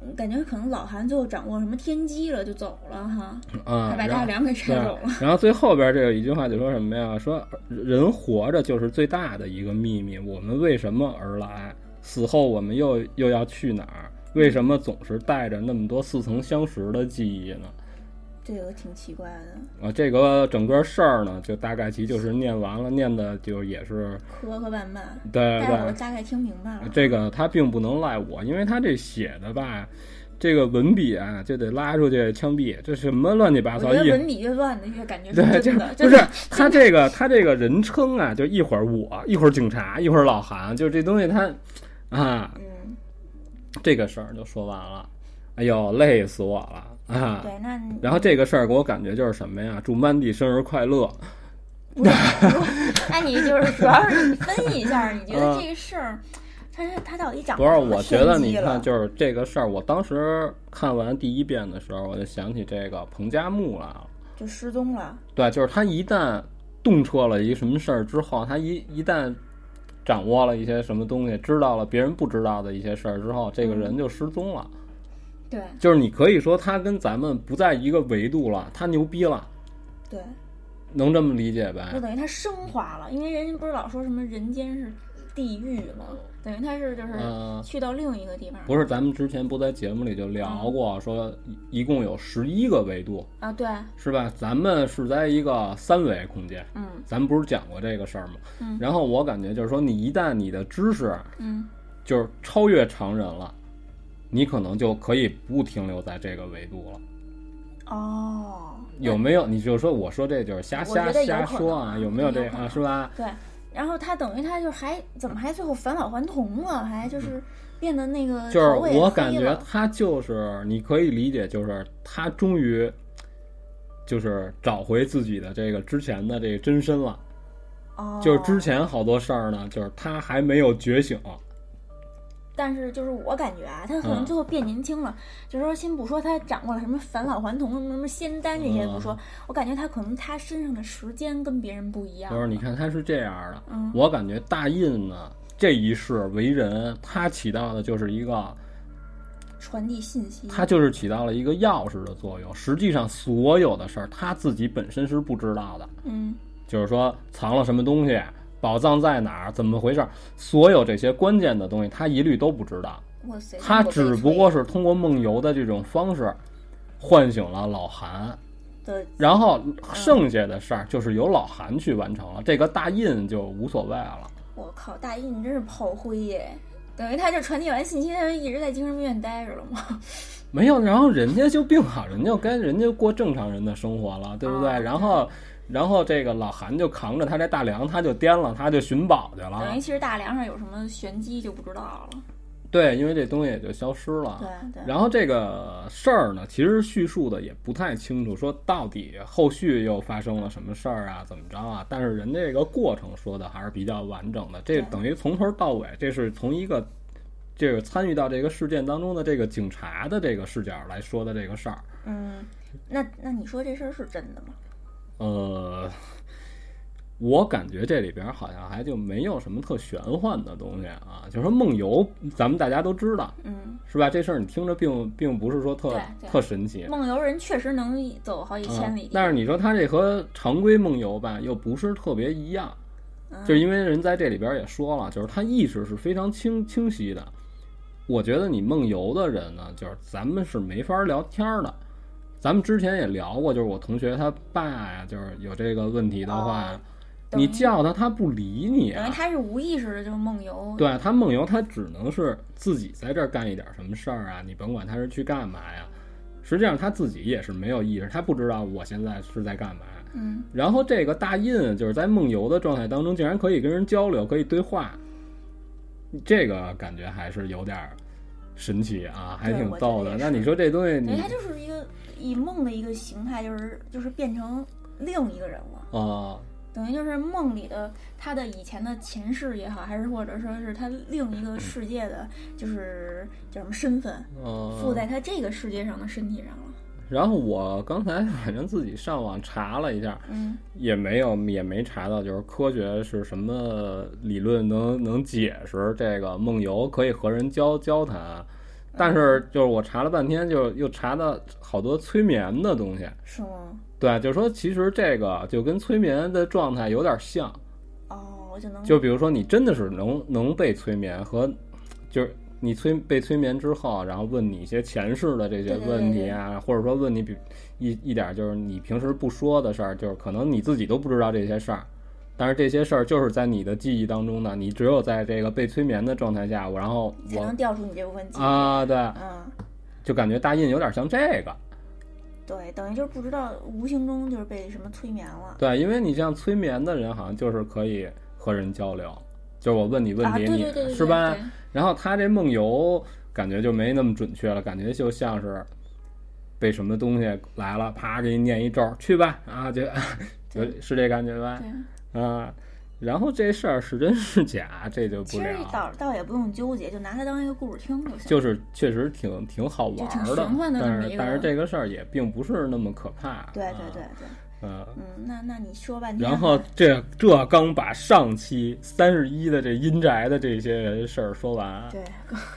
Speaker 3: 嗯感觉可能老韩最后掌握什么天机了，就走了哈，
Speaker 1: 啊，
Speaker 3: 还把
Speaker 1: 然后
Speaker 3: 大梁给 <laughs>
Speaker 1: 对
Speaker 3: 拆走了。
Speaker 1: 然后最后边这有一句话就说什么呀？说人活着就是最大的一个秘密，我们为什么而来？死后我们又又要去哪儿？为什么总是带着那么多似曾相识的记忆呢？
Speaker 3: 这个挺奇怪的，
Speaker 1: 啊，这个整个事儿呢，就大概其就是念完了，念的就也是
Speaker 3: 磕磕绊绊，
Speaker 1: 对
Speaker 3: 但是我
Speaker 1: 对，啊
Speaker 3: 大概听明白了。
Speaker 1: 这个他并不能赖我，因为他这写的吧，这个文笔啊就得拉出去枪毙，这什么乱七八
Speaker 3: 我
Speaker 1: 糟，
Speaker 3: 觉得
Speaker 1: 一
Speaker 3: 文笔越乱的越感 <laughs> 觉
Speaker 1: <laughs> 对，
Speaker 3: 是
Speaker 1: 就
Speaker 3: 真
Speaker 1: 是
Speaker 3: 的，
Speaker 1: 不
Speaker 3: 真
Speaker 1: 是
Speaker 3: 的
Speaker 1: 他这个他这个人称啊，就一会儿我，一会儿警察，一会儿老韩，就这东西他啊，
Speaker 3: 嗯，
Speaker 1: 这个事儿就说完了。哎呦，累死我了啊！
Speaker 3: 对，那你
Speaker 1: 然后这个事儿给我感觉就是什么呀？祝曼蒂生日快乐！
Speaker 3: 那你就是主要是你分析一下，你觉得
Speaker 1: 嗯
Speaker 3: 这个事儿，它是它到底掌
Speaker 1: 不
Speaker 3: 握
Speaker 1: 是，
Speaker 3: 什么
Speaker 1: 我觉得
Speaker 3: 天机
Speaker 1: 你
Speaker 3: 了
Speaker 1: 看，就是这个事儿，我当时看完第一遍的时候，我就想起这个彭加木来了。
Speaker 3: 就失踪了。
Speaker 1: 对，就是他一旦动彻了一个什么事儿之后，他一一旦掌握了一些什么东西，知道了别人不知道的一些事儿之后，这个人就失踪了。
Speaker 3: 对
Speaker 1: 就是你可以说他跟咱们不在一个维度了，他牛逼了，
Speaker 3: 对，
Speaker 1: 能这么理解
Speaker 3: 就
Speaker 1: 呗？
Speaker 3: 等于它升华了，因为人家不是老说什么人间是
Speaker 2: 地狱嘛，等于他是就是
Speaker 1: 嗯
Speaker 2: 去到另一个地方。
Speaker 1: 不是，咱们之前不在节目里就聊过，说一共有十一个维度，
Speaker 2: 啊，对，
Speaker 1: 是吧？咱们是在一个三维空间，
Speaker 2: 嗯
Speaker 1: 咱们不是讲过这个事儿吗？
Speaker 2: 嗯
Speaker 1: 然后我感觉就是说，你一旦你的知识
Speaker 2: 嗯
Speaker 1: 就是超越常人了，你可能就可以不停留在这个维度了。
Speaker 2: 哦，
Speaker 1: 有没有？你就说，我说这就是瞎
Speaker 2: 我
Speaker 1: 瞎
Speaker 2: 觉得有
Speaker 1: 瞎
Speaker 2: 可
Speaker 1: 说
Speaker 2: 能
Speaker 1: 啊，
Speaker 2: 啊
Speaker 1: 有没有这
Speaker 2: 有
Speaker 1: 个
Speaker 2: 可
Speaker 1: 啊？
Speaker 2: 能
Speaker 1: 是吧？
Speaker 2: 对，然后他等于他就还怎么还最后返老还童了，还就是变得那个
Speaker 1: 嗯就是
Speaker 2: 头也黑
Speaker 1: 我感觉
Speaker 2: 了
Speaker 1: 他就是，你可以理解，就是他终于就是找回自己的这个之前的这个真身了。
Speaker 2: 哦，
Speaker 1: 就是之，前好多事儿呢，就是他还没有觉醒。
Speaker 2: 但是就是我感觉啊，他可
Speaker 1: 嗯
Speaker 2: 能最后变年轻了，就是说先不说他掌握了什么返老还童、什么什么仙丹这些不
Speaker 1: 嗯
Speaker 2: 说，我感觉他可能他身上的时间跟别人不一样
Speaker 1: 就，是你看他是这样的，
Speaker 2: 嗯
Speaker 1: 我感觉大印呢这一世为人，他起到的就是一个，
Speaker 2: 传递信息，
Speaker 1: 他就是起到了一个钥匙的作用。实际上所有的事儿他自己本身是不知道的，
Speaker 2: 嗯
Speaker 1: 就是说藏了什么东西，宝藏在哪儿，怎么回事儿，所有这些关键的东西他一律都不知道。
Speaker 2: 哇塞，
Speaker 1: 他
Speaker 2: 这么
Speaker 1: 只
Speaker 2: 悲
Speaker 1: 不过
Speaker 2: 催
Speaker 1: 是通过梦游的这种方式唤醒了老韩，
Speaker 2: 的
Speaker 1: 然后剩下的事儿就是由老韩去完成了，这个大印就无所谓了。
Speaker 2: 我靠，大一你真是炮灰耶！等于他这传递完信息，他就一直在精神病院待着了
Speaker 1: <laughs>
Speaker 2: 嘛。
Speaker 1: 没有，然后人家就病好，人家该人家过正常人的生活了，对不对？
Speaker 2: 哦
Speaker 1: 然后，然后这个老韩就扛着他这大梁，他就颠了，他就寻宝去了
Speaker 2: 等于。其实大梁上有什么玄机就不知道了。
Speaker 1: 对，因为这东西也就消失了。
Speaker 2: 对对，
Speaker 1: 然后这个事儿呢，其实叙述的也不太清楚，说到底后续又发生了什么事儿啊，怎么着啊？但是人这个过程说的还是比较完整的，这
Speaker 2: 对
Speaker 1: 等于从头到尾，这是从一个这个参与到这个事件当中的这个警察的这个视角来说的这个事儿。
Speaker 2: 嗯，那那你说这事儿是真的吗？
Speaker 1: 呃，我感觉这里边儿好像还就没有什么特玄幻的东西啊，就是说梦游，咱们大家都知道。
Speaker 2: 嗯，
Speaker 1: 是吧？这事儿你听着并并不是说特
Speaker 2: 对对
Speaker 1: 特神奇，
Speaker 2: 梦游人确实能走好几千里
Speaker 1: 嗯
Speaker 2: 地。
Speaker 1: 但是你说他这和常规梦游吧，又不是特别一样，
Speaker 2: 嗯
Speaker 1: 就因为人在这里边也说了，就是他意识是非常清清晰的。我觉得你梦游的人呢，就是咱们是没法聊天的。咱们之前也聊过，就是我同学他爸呀，就是有这个问题的话，
Speaker 2: 哦
Speaker 1: 你叫他他不理你、
Speaker 2: 等于
Speaker 1: 啊，
Speaker 2: 他是无意识的，就是梦游。
Speaker 1: 对他梦游，他只能是自己在这儿干一点什么事儿啊，你甭管他是去干嘛呀。实际上他自己也是没有意识，他不知道我现在是在干嘛。
Speaker 2: 嗯，
Speaker 1: 然后这个大印就是在梦游的状态当中，竟然可以跟人交流，可以对话，这个感觉还是有点儿神奇啊，还
Speaker 2: 对
Speaker 1: 挺
Speaker 2: 我觉得
Speaker 1: 逗的。
Speaker 2: 也
Speaker 1: 那
Speaker 2: 是
Speaker 1: 你说这东西
Speaker 2: 嗯等于
Speaker 1: 你
Speaker 2: 他就是一个以梦的一个形态，就是就是变成另一个人了。
Speaker 1: 啊，
Speaker 2: 等于就是梦里的他的以前的前世也好，还是或者说是他另一个世界的，就是叫什么身份，
Speaker 1: 嗯
Speaker 2: 附在他这个世界上的身体上了。
Speaker 1: 然后我刚才 <laughs> 反正自己上网查了一下，
Speaker 2: 嗯，
Speaker 1: 也没有也没查到，就是科学是什么理论能能解释这个梦游可以和人交交谈，但是就是我查了半天，就又查到好多催眠的东西。
Speaker 2: 是吗？
Speaker 1: 对，就是说其实这个就跟催眠的状态有点像，
Speaker 2: 哦，我就能
Speaker 1: 就比如说你真的是能能被催眠和，就是你催被催眠之后，然后问你一些前世的这些
Speaker 2: 对对对
Speaker 1: 问题啊，或者说问你比一一点就是你平时不说的事儿，就是可能你自己都不知道这些事儿，但是这些事儿就是在你的记忆当中呢，你只有在这个被催眠的状态下，我然后
Speaker 2: 才能
Speaker 1: 我
Speaker 2: 调出你这部分记忆。
Speaker 1: 啊，对，
Speaker 2: 嗯，
Speaker 1: 就感觉大印有点像这个。
Speaker 2: 对，等于就是不知道，无形中就是被什么催眠了。
Speaker 1: 对，因为你像催眠的人，好像就是可以和人交流，就是我问你问
Speaker 2: 啊，
Speaker 1: 题，
Speaker 2: 对
Speaker 1: 你
Speaker 2: 对对对，
Speaker 1: 是吧
Speaker 2: 对？？
Speaker 1: 然后他这梦游感觉就没那么准确了，感觉就像是被什么东西来了，啪给你念一咒，去吧啊，就 <laughs> 就是这感觉吧
Speaker 2: 对，
Speaker 1: 啊。然后这事儿是真是假， <laughs> 这就不
Speaker 2: 其实
Speaker 1: 聊了，
Speaker 2: 倒倒也不用纠结，就拿它当一个故事听就行。
Speaker 1: 就是确实挺挺好玩
Speaker 2: 就
Speaker 1: 儿
Speaker 2: 挺
Speaker 1: 的
Speaker 2: 玄，幻的这
Speaker 1: 但
Speaker 2: 么
Speaker 1: 是
Speaker 2: 一个
Speaker 1: 但是这个事儿也并不是那么可怕，
Speaker 2: 对对
Speaker 1: 啊
Speaker 2: 对，对，
Speaker 1: 嗯。
Speaker 2: 嗯，那那你说半天，
Speaker 1: 然后这这刚把上期三十一的这阴宅的这些事儿说完，
Speaker 2: 对，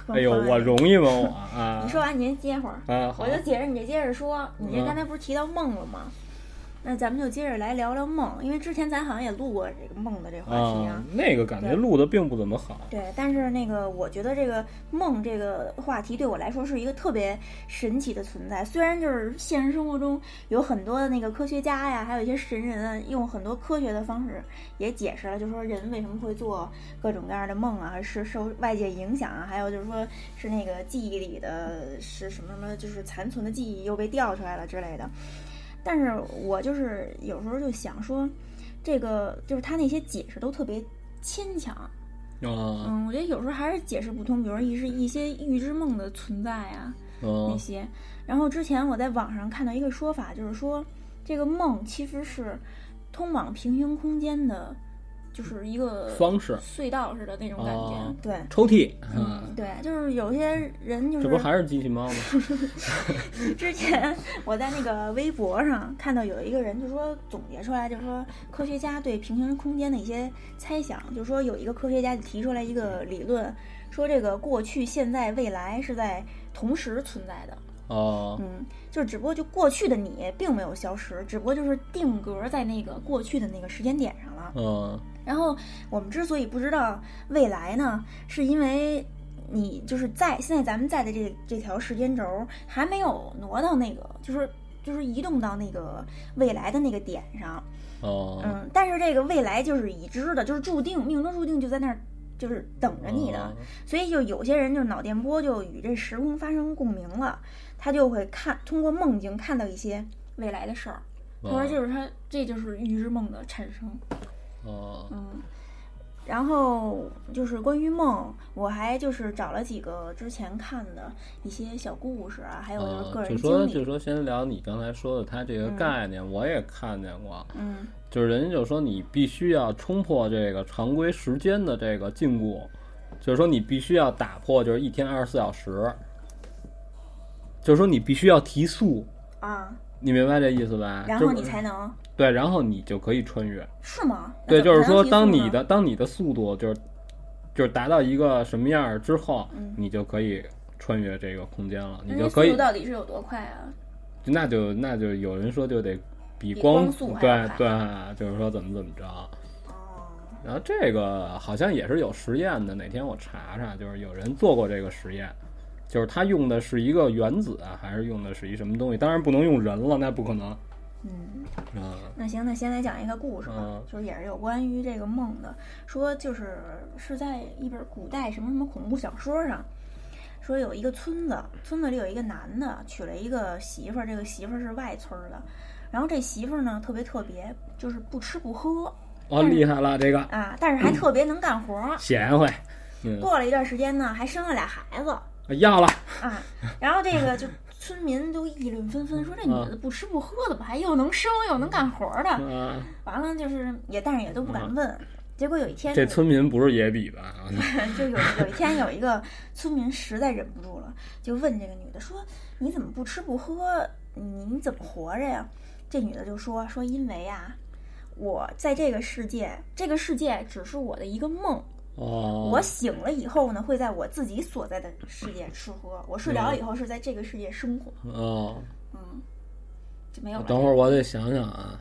Speaker 1: 哎
Speaker 2: <laughs>
Speaker 1: 呦，我容易吗我啊？
Speaker 2: 你说完您歇会儿。
Speaker 1: 啊，好
Speaker 2: 我就接着你接着说，你
Speaker 1: 嗯
Speaker 2: 这刚才不是提到梦了吗？那咱们就接着来聊聊梦，因为之前咱好像也录过这个梦的这个话题
Speaker 1: 啊，那个感觉录的并不怎么好。
Speaker 2: 对，但是那个我觉得这个梦这个话题对我来说是一个特别神奇的存在。虽然就是现实生活中有很多的那个科学家呀，还有一些神人啊，用很多科学的方式也解释了，就说人为什么会做各种各样的梦啊，是受外界影响啊，还有就是说是那个记忆里的是什么什么，就是残存的记忆又被调出来了之类的。但是我就是有时候就想说，这个就是他那些解释都特别牵强。
Speaker 1: 啊，
Speaker 2: 嗯，我觉得有时候还是解释不通，比如说一是一些预知梦的存在啊那
Speaker 1: 嗯
Speaker 2: 些。然后之前我在网上看到一个说法，就是说这个梦其实是通往平行空间的，就是一个
Speaker 1: 方式
Speaker 2: 隧道似的那种感觉。
Speaker 1: 哦
Speaker 2: 对
Speaker 1: 抽屉啊，
Speaker 2: 对，就是有些人就
Speaker 1: 这不还是机器
Speaker 2: <laughs>
Speaker 1: 猫吗？
Speaker 2: 之前我在那个微博上看到有一个人就说总结出来，就是说科学家对平行空间的一些猜想，就是说有一个科学家提出来一个理论，说这个过去、现在、未来是在同时存在的。
Speaker 1: 哦，
Speaker 2: 嗯，就是只不过就过去的你并没有消失，只不过就是定格在那个过去的那个时间点上了。
Speaker 1: 嗯
Speaker 2: 然后我们之所以不知道未来呢，是因为你就是在现在咱们在的这这条时间轴还没有挪到那个，就是就是移动到那个未来的那个点上。
Speaker 1: 哦，
Speaker 2: 嗯，但是这个未来就是已知的，就是注定命中注定就在那儿，就是等着你
Speaker 1: 哦啊
Speaker 2: 的。所以就有些人就是脑电波就与这时空发生共鸣了，他就会看通过梦境看到一些未来的事儿。他
Speaker 1: 哦
Speaker 2: 说就是他这就是预知梦的产生。
Speaker 1: 哦，
Speaker 2: 嗯，然后就是关于梦，我还就是找了几个之前看的一些小故事啊，还有就是个
Speaker 1: 啊，
Speaker 2: 人
Speaker 1: 就
Speaker 2: 经
Speaker 1: 说
Speaker 2: 历。
Speaker 1: 就说先聊你刚才说的它这个概念，我也看见过，
Speaker 2: 嗯
Speaker 1: 就是人家就说你必须要冲破这个常规时间的这个禁锢，就是说你必须要打破就是一天二十四小时，就是说你必须要提速，
Speaker 2: 啊，
Speaker 1: 你明白这意思吧？
Speaker 2: 然
Speaker 1: 就
Speaker 2: 后你才能
Speaker 1: 对，然后你就可以穿越。
Speaker 2: 是吗？那
Speaker 1: 对，
Speaker 2: 怎
Speaker 1: 就
Speaker 2: 么
Speaker 1: 是
Speaker 2: 才能
Speaker 1: 说，
Speaker 2: 提
Speaker 1: 当
Speaker 2: 速
Speaker 1: 你
Speaker 2: 呢
Speaker 1: 的当你的速度就是就是达到一个什么样儿之后，你就可以穿越这个空间了，
Speaker 2: 嗯那
Speaker 1: 你
Speaker 2: 这
Speaker 1: 就可
Speaker 2: 嗯速
Speaker 1: 以
Speaker 2: 度，到底是有多快啊？
Speaker 1: 那就那就有人说就得比
Speaker 2: 比
Speaker 1: 光
Speaker 2: 光速还要
Speaker 1: 对
Speaker 2: 快
Speaker 1: 对，就是说怎么怎么着。
Speaker 2: 哦，
Speaker 1: 然后这个好像也是有实验的，哪天我查查，就是有人做过这个实验，就是他用的是一个原子啊，还是用的是一什么东西？当然不能用人了，那不可能。
Speaker 2: 嗯，
Speaker 1: 啊
Speaker 2: 那行，那先来讲一个故事吧，
Speaker 1: 嗯
Speaker 2: 就是也是有关于这个梦的，说就是是在一本古代什么什么恐怖小说上，说有一个村子，村子里有一个男的娶了一个媳妇儿，这个媳妇儿是外村儿的，然后这媳妇儿呢特别特别，就是不吃不喝
Speaker 1: 哦，厉害了，这个
Speaker 2: 啊，但是还特别能干活儿。
Speaker 1: 贤惠，嗯，
Speaker 2: 过了一段时间呢，还生了俩孩子
Speaker 1: 要了，
Speaker 2: 啊，然后这个就村民都议论纷纷，说这女的不吃不喝的吧，还又能生又能干活儿的，
Speaker 1: 啊，
Speaker 2: 完了就是也，但是也都不敢问。结果有一天，
Speaker 1: 嗯
Speaker 2: <laughs>
Speaker 1: 这村民不是野比吧？
Speaker 2: 就有有一天有一个村民实在忍不住了，就问这个女的说：“你怎么不吃不喝？你怎么活着呀？”这女的就说：“说因为啊，我在这个世界，这个世界只是我的一个梦。
Speaker 1: <laughs> 哦，
Speaker 2: 我醒了以后呢，会在我自己所在的世界吃喝；我睡着了以
Speaker 1: 嗯
Speaker 2: 后，是在这个世界生活。
Speaker 1: 哦，
Speaker 2: 嗯，就没有了。
Speaker 1: 等会儿我得想想啊。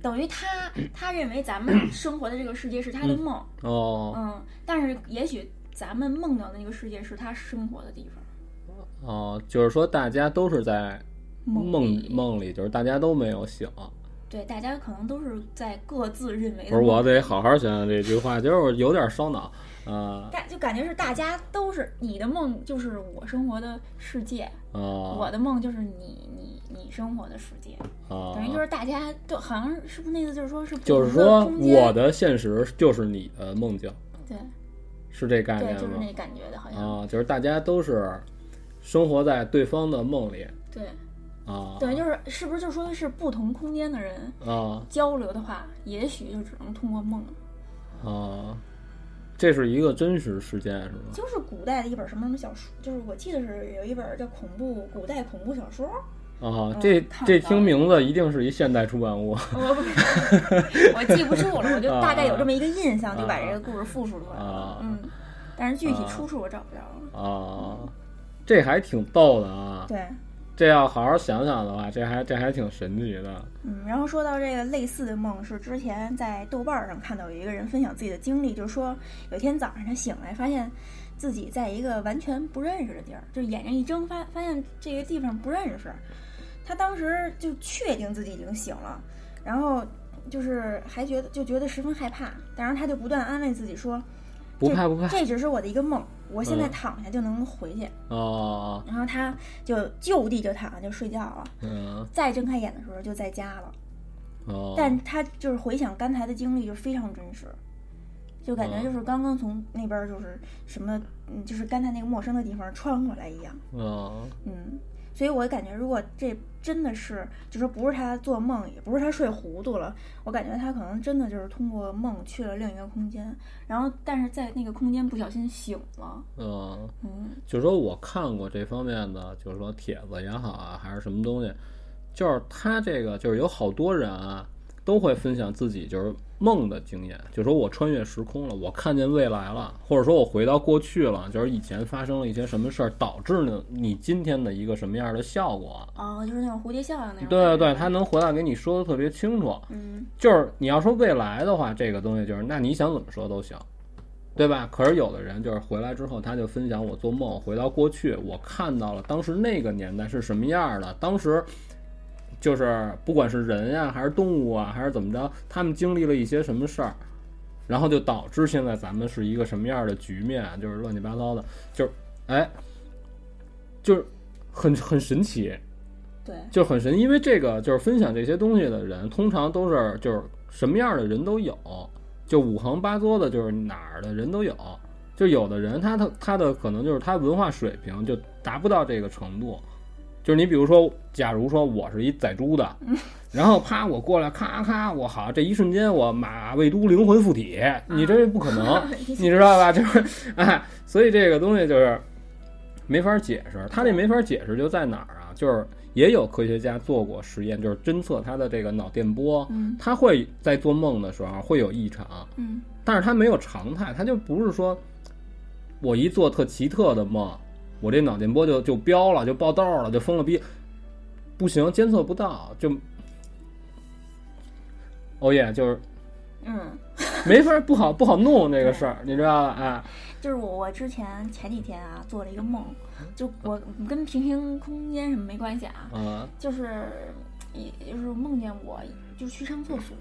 Speaker 2: 等于他他认为
Speaker 1: <clears throat>
Speaker 2: 咱们生活的这个世界是他
Speaker 1: 嗯
Speaker 2: 的梦。”
Speaker 1: 哦
Speaker 2: 嗯，但是也许咱们梦到的那个世界是他生活的地方，
Speaker 1: 哦，就是说大家都是在
Speaker 2: 梦
Speaker 1: 梦梦里，就是大家都没有醒。
Speaker 2: 对，大家可能都是在各自认为的
Speaker 1: 不是，我
Speaker 2: 梦，
Speaker 1: 得好好想想这句话，就是有点烧脑啊
Speaker 2: 大就感觉是大家都是你的梦就是我生活的世界，我
Speaker 1: 啊
Speaker 2: 的梦就是你你你生活的世界，
Speaker 1: 啊！
Speaker 2: 等于就是大家都好像是是不是那个就是说是不
Speaker 1: 就是
Speaker 2: 同的
Speaker 1: 说，
Speaker 2: 空间
Speaker 1: 我的现实就是你的梦境，
Speaker 2: 对
Speaker 1: 是这概
Speaker 2: 对
Speaker 1: 念
Speaker 2: 就是
Speaker 1: 吗？
Speaker 2: 那感觉的好像、
Speaker 1: 啊，就是大家都是生活在对方的梦里
Speaker 2: 对，
Speaker 1: 啊
Speaker 2: 等于就是是不是就说是不同空间的人
Speaker 1: 啊
Speaker 2: 交流的话，也许就只能通过梦了。
Speaker 1: 啊！这是一个真实事件是吗？
Speaker 2: 就是古代的一本什么什么小说，就是我记得是有一本叫恐怖古代恐怖小
Speaker 1: <laughs>
Speaker 2: 说，
Speaker 1: 啊，
Speaker 2: 嗯
Speaker 1: 这
Speaker 2: 看
Speaker 1: 这
Speaker 2: 到
Speaker 1: 听
Speaker 2: 了
Speaker 1: 名字一定是一现代出版物。
Speaker 2: 我不我记不住了，我就大概有这么一个印象，就把这个故事复述出来
Speaker 1: 啊
Speaker 2: 了。嗯，但是具体出处我找不着了。
Speaker 1: 啊，这还挺逗的啊！
Speaker 2: 对，
Speaker 1: 这要好好想想的话，这还这还挺神奇的。
Speaker 2: 嗯，然后说到这个类似的梦，是之前在豆瓣上看到有一个人分享自己的经历，就是说有天早上他醒来，发现自己在一个完全不认识的地儿，就眼睛一睁发发现这个地方不认识，他当时就确定自己已经醒了，然后就是还觉得就觉得十分害怕，但是他就不断安慰自己说，
Speaker 1: 不怕不怕
Speaker 2: 这只是我的一个梦，我现在
Speaker 1: 嗯
Speaker 2: 躺下就能回去。
Speaker 1: 哦，
Speaker 2: 然后他就就地就躺下就睡觉了。
Speaker 1: 嗯
Speaker 2: 再睁开眼的时候就在家了，
Speaker 1: 哦，
Speaker 2: 但他就是回想刚才的经历就非常真实，就感觉
Speaker 1: 嗯
Speaker 2: 就是刚刚从那边就是什么，嗯，就是刚才那个陌生的地方穿过来一样，
Speaker 1: 哦，
Speaker 2: 嗯，所以我感觉如果这真的是，就说不是他做梦，也不是他睡糊涂了，我感觉他可能真的就是通过梦去了另一个空间，然后但是在那个空间不小心醒了，
Speaker 1: 嗯，
Speaker 2: 嗯
Speaker 1: 就是说我看过这方面的，就是说帖子也好啊，还是什么东西，就是他这个就是有好多人啊，都会分享自己就是梦的经验，就说我穿越时空了，我看见未来了，或者说我回到过去了，就是以前发生了一些什么事儿，导致呢你今天的一个什么样的效果。啊
Speaker 2: 哦，就是那种蝴蝶效应那种，
Speaker 1: 对对对，他，能回来给你说的特别清楚。
Speaker 2: 嗯
Speaker 1: 就是你要说未来的话，这个东西就是，那你想怎么说都行，对吧？可是有的人就是回来之后，他就分享我做梦回到过去，我看到了当时那个年代是什么样的，当时就是不管是人呀、还是动物啊，还是怎么着，他们经历了一些什么事儿，然后就导致现在咱们是一个什么样的局面，就是乱七八糟的，就是哎，就是很很神奇，
Speaker 2: 对。
Speaker 1: 就很神，因为这个就是分享这些东西的人，通常都是就是什么样的人都有，就五行八作的，就是哪儿的人都有。就有的人他他他的可能就是他文化水平就达不到这个程度，就是你比如说，假如说我是一宰猪的，然后啪我过来咔咔，我好这一瞬间我马未都灵魂附体，你这不可能，你知道吧？就是哎，所以这个东西就是没法解释。他这没法解释就在哪儿啊？就是也有科学家做过实验，就是侦测他的这个脑电波，
Speaker 2: 嗯
Speaker 1: 他会在做梦的时候啊会有异常，
Speaker 2: 嗯，
Speaker 1: 但是他没有常态，他就不是说我一做特奇特的梦，我这脑电波就就飙了，就爆痘了，就疯了逼，不行，监测不到，就。哦耶，就是
Speaker 2: 嗯，
Speaker 1: 没法儿不好不好弄这个事儿，你知道吧？啊，
Speaker 2: 就是我我之前前几天啊做了一个梦，就我跟平行空间什么没关系啊，
Speaker 1: 嗯
Speaker 2: 就是也就是梦见我就去上厕所。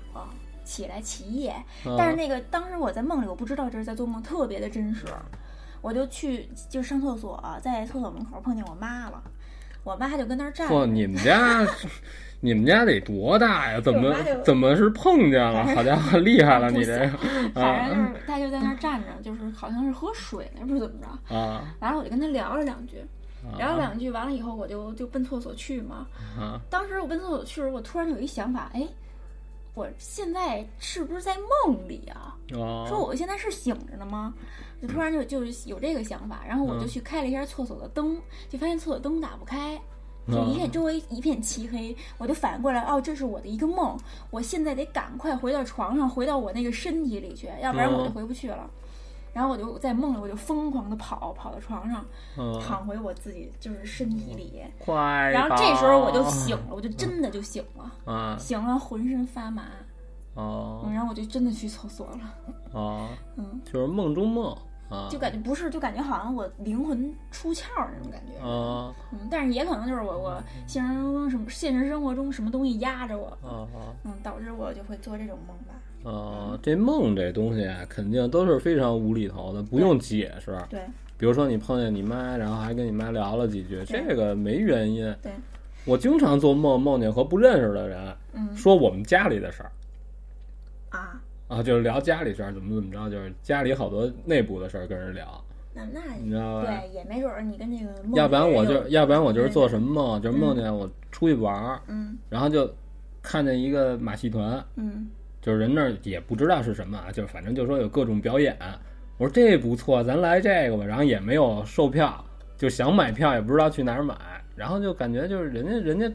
Speaker 2: 起来起夜，
Speaker 1: 嗯
Speaker 2: 但是那个当时我在梦里，我不知道这是在做梦，特别的真实。我就去就上厕所、啊在厕所门口碰见我妈了，我妈就跟那儿站
Speaker 1: 哇，
Speaker 2: 着，
Speaker 1: 你们家，你们家得多大呀？怎么
Speaker 2: 我妈就
Speaker 1: 怎么是碰见了？好家伙，厉害
Speaker 2: <laughs>
Speaker 1: 了你这个
Speaker 2: 反
Speaker 1: 啊
Speaker 2: 正就是她就在那儿站着，就是好像是喝水呢，不是怎么着。
Speaker 1: 啊！
Speaker 2: 完了我就跟她聊了两句，聊了
Speaker 1: 啊
Speaker 2: 两句，完了以后我就就奔厕所去嘛。
Speaker 1: 啊
Speaker 2: 当时我奔厕所去的时候，我突然有一想法，哎，我现在是不是在梦里啊？说
Speaker 1: 哦
Speaker 2: 我现在是醒着呢吗？就突然就就有这个想法，然后我就
Speaker 1: 嗯
Speaker 2: 去开了一下厕所的灯，就发现厕所灯打不开，就
Speaker 1: 嗯
Speaker 2: 一片周围一片漆黑，我就反应过来，哦，这是我的一个梦，我现在得赶快回到床上，回到我那个身体里去，要不然我就
Speaker 1: 嗯
Speaker 2: 回不去了。然后我就在梦里，我就疯狂的跑，跑到床上，
Speaker 1: 嗯，
Speaker 2: 躺回我自己就是身体里。
Speaker 1: 快！
Speaker 2: 然后这时候我就醒了，
Speaker 1: 嗯
Speaker 2: 我就真的就醒了，
Speaker 1: 啊
Speaker 2: 醒了浑身发麻，嗯，
Speaker 1: 哦
Speaker 2: 然后我就真的去厕所了，
Speaker 1: 哦，
Speaker 2: 嗯，
Speaker 1: 就是梦中梦啊，
Speaker 2: 就感觉不是，就感觉好像我灵魂出窍那种感觉，
Speaker 1: 啊
Speaker 2: 嗯，但是也可能就是我我
Speaker 1: 嗯
Speaker 2: 现实中什么现实生活中什么东西压着我，
Speaker 1: 啊啊
Speaker 2: 嗯，导致我就会做这种梦吧，
Speaker 1: 啊！这梦这东西啊，肯定都是非常无厘头的，不用解释。
Speaker 2: 对
Speaker 1: 比如说你碰见你妈，然后还跟你妈聊了几句，这个没原因。
Speaker 2: 对，
Speaker 1: 我经常做梦，梦见和不认识的人
Speaker 2: 嗯
Speaker 1: 说我们家里的事儿
Speaker 2: 啊，
Speaker 1: 啊，就是聊家里事儿，怎么怎么着，就是家里好多内部的事儿跟人聊，
Speaker 2: 那那
Speaker 1: 你知道吧？
Speaker 2: 哎对也没准儿你跟这个梦，
Speaker 1: 嗯要不然我就，要不然我就是做
Speaker 2: 么，
Speaker 1: 什么梦，就是梦见我出去玩儿，
Speaker 2: 嗯
Speaker 1: 然后就看见一个马戏团，
Speaker 2: 嗯
Speaker 1: 就是人那儿也不知道是什么啊，就是反正就说有各种表演。我说这不错，咱来这个吧。然后也没有售票，就想买票也不知道去哪儿买。然后就感觉就是人家人家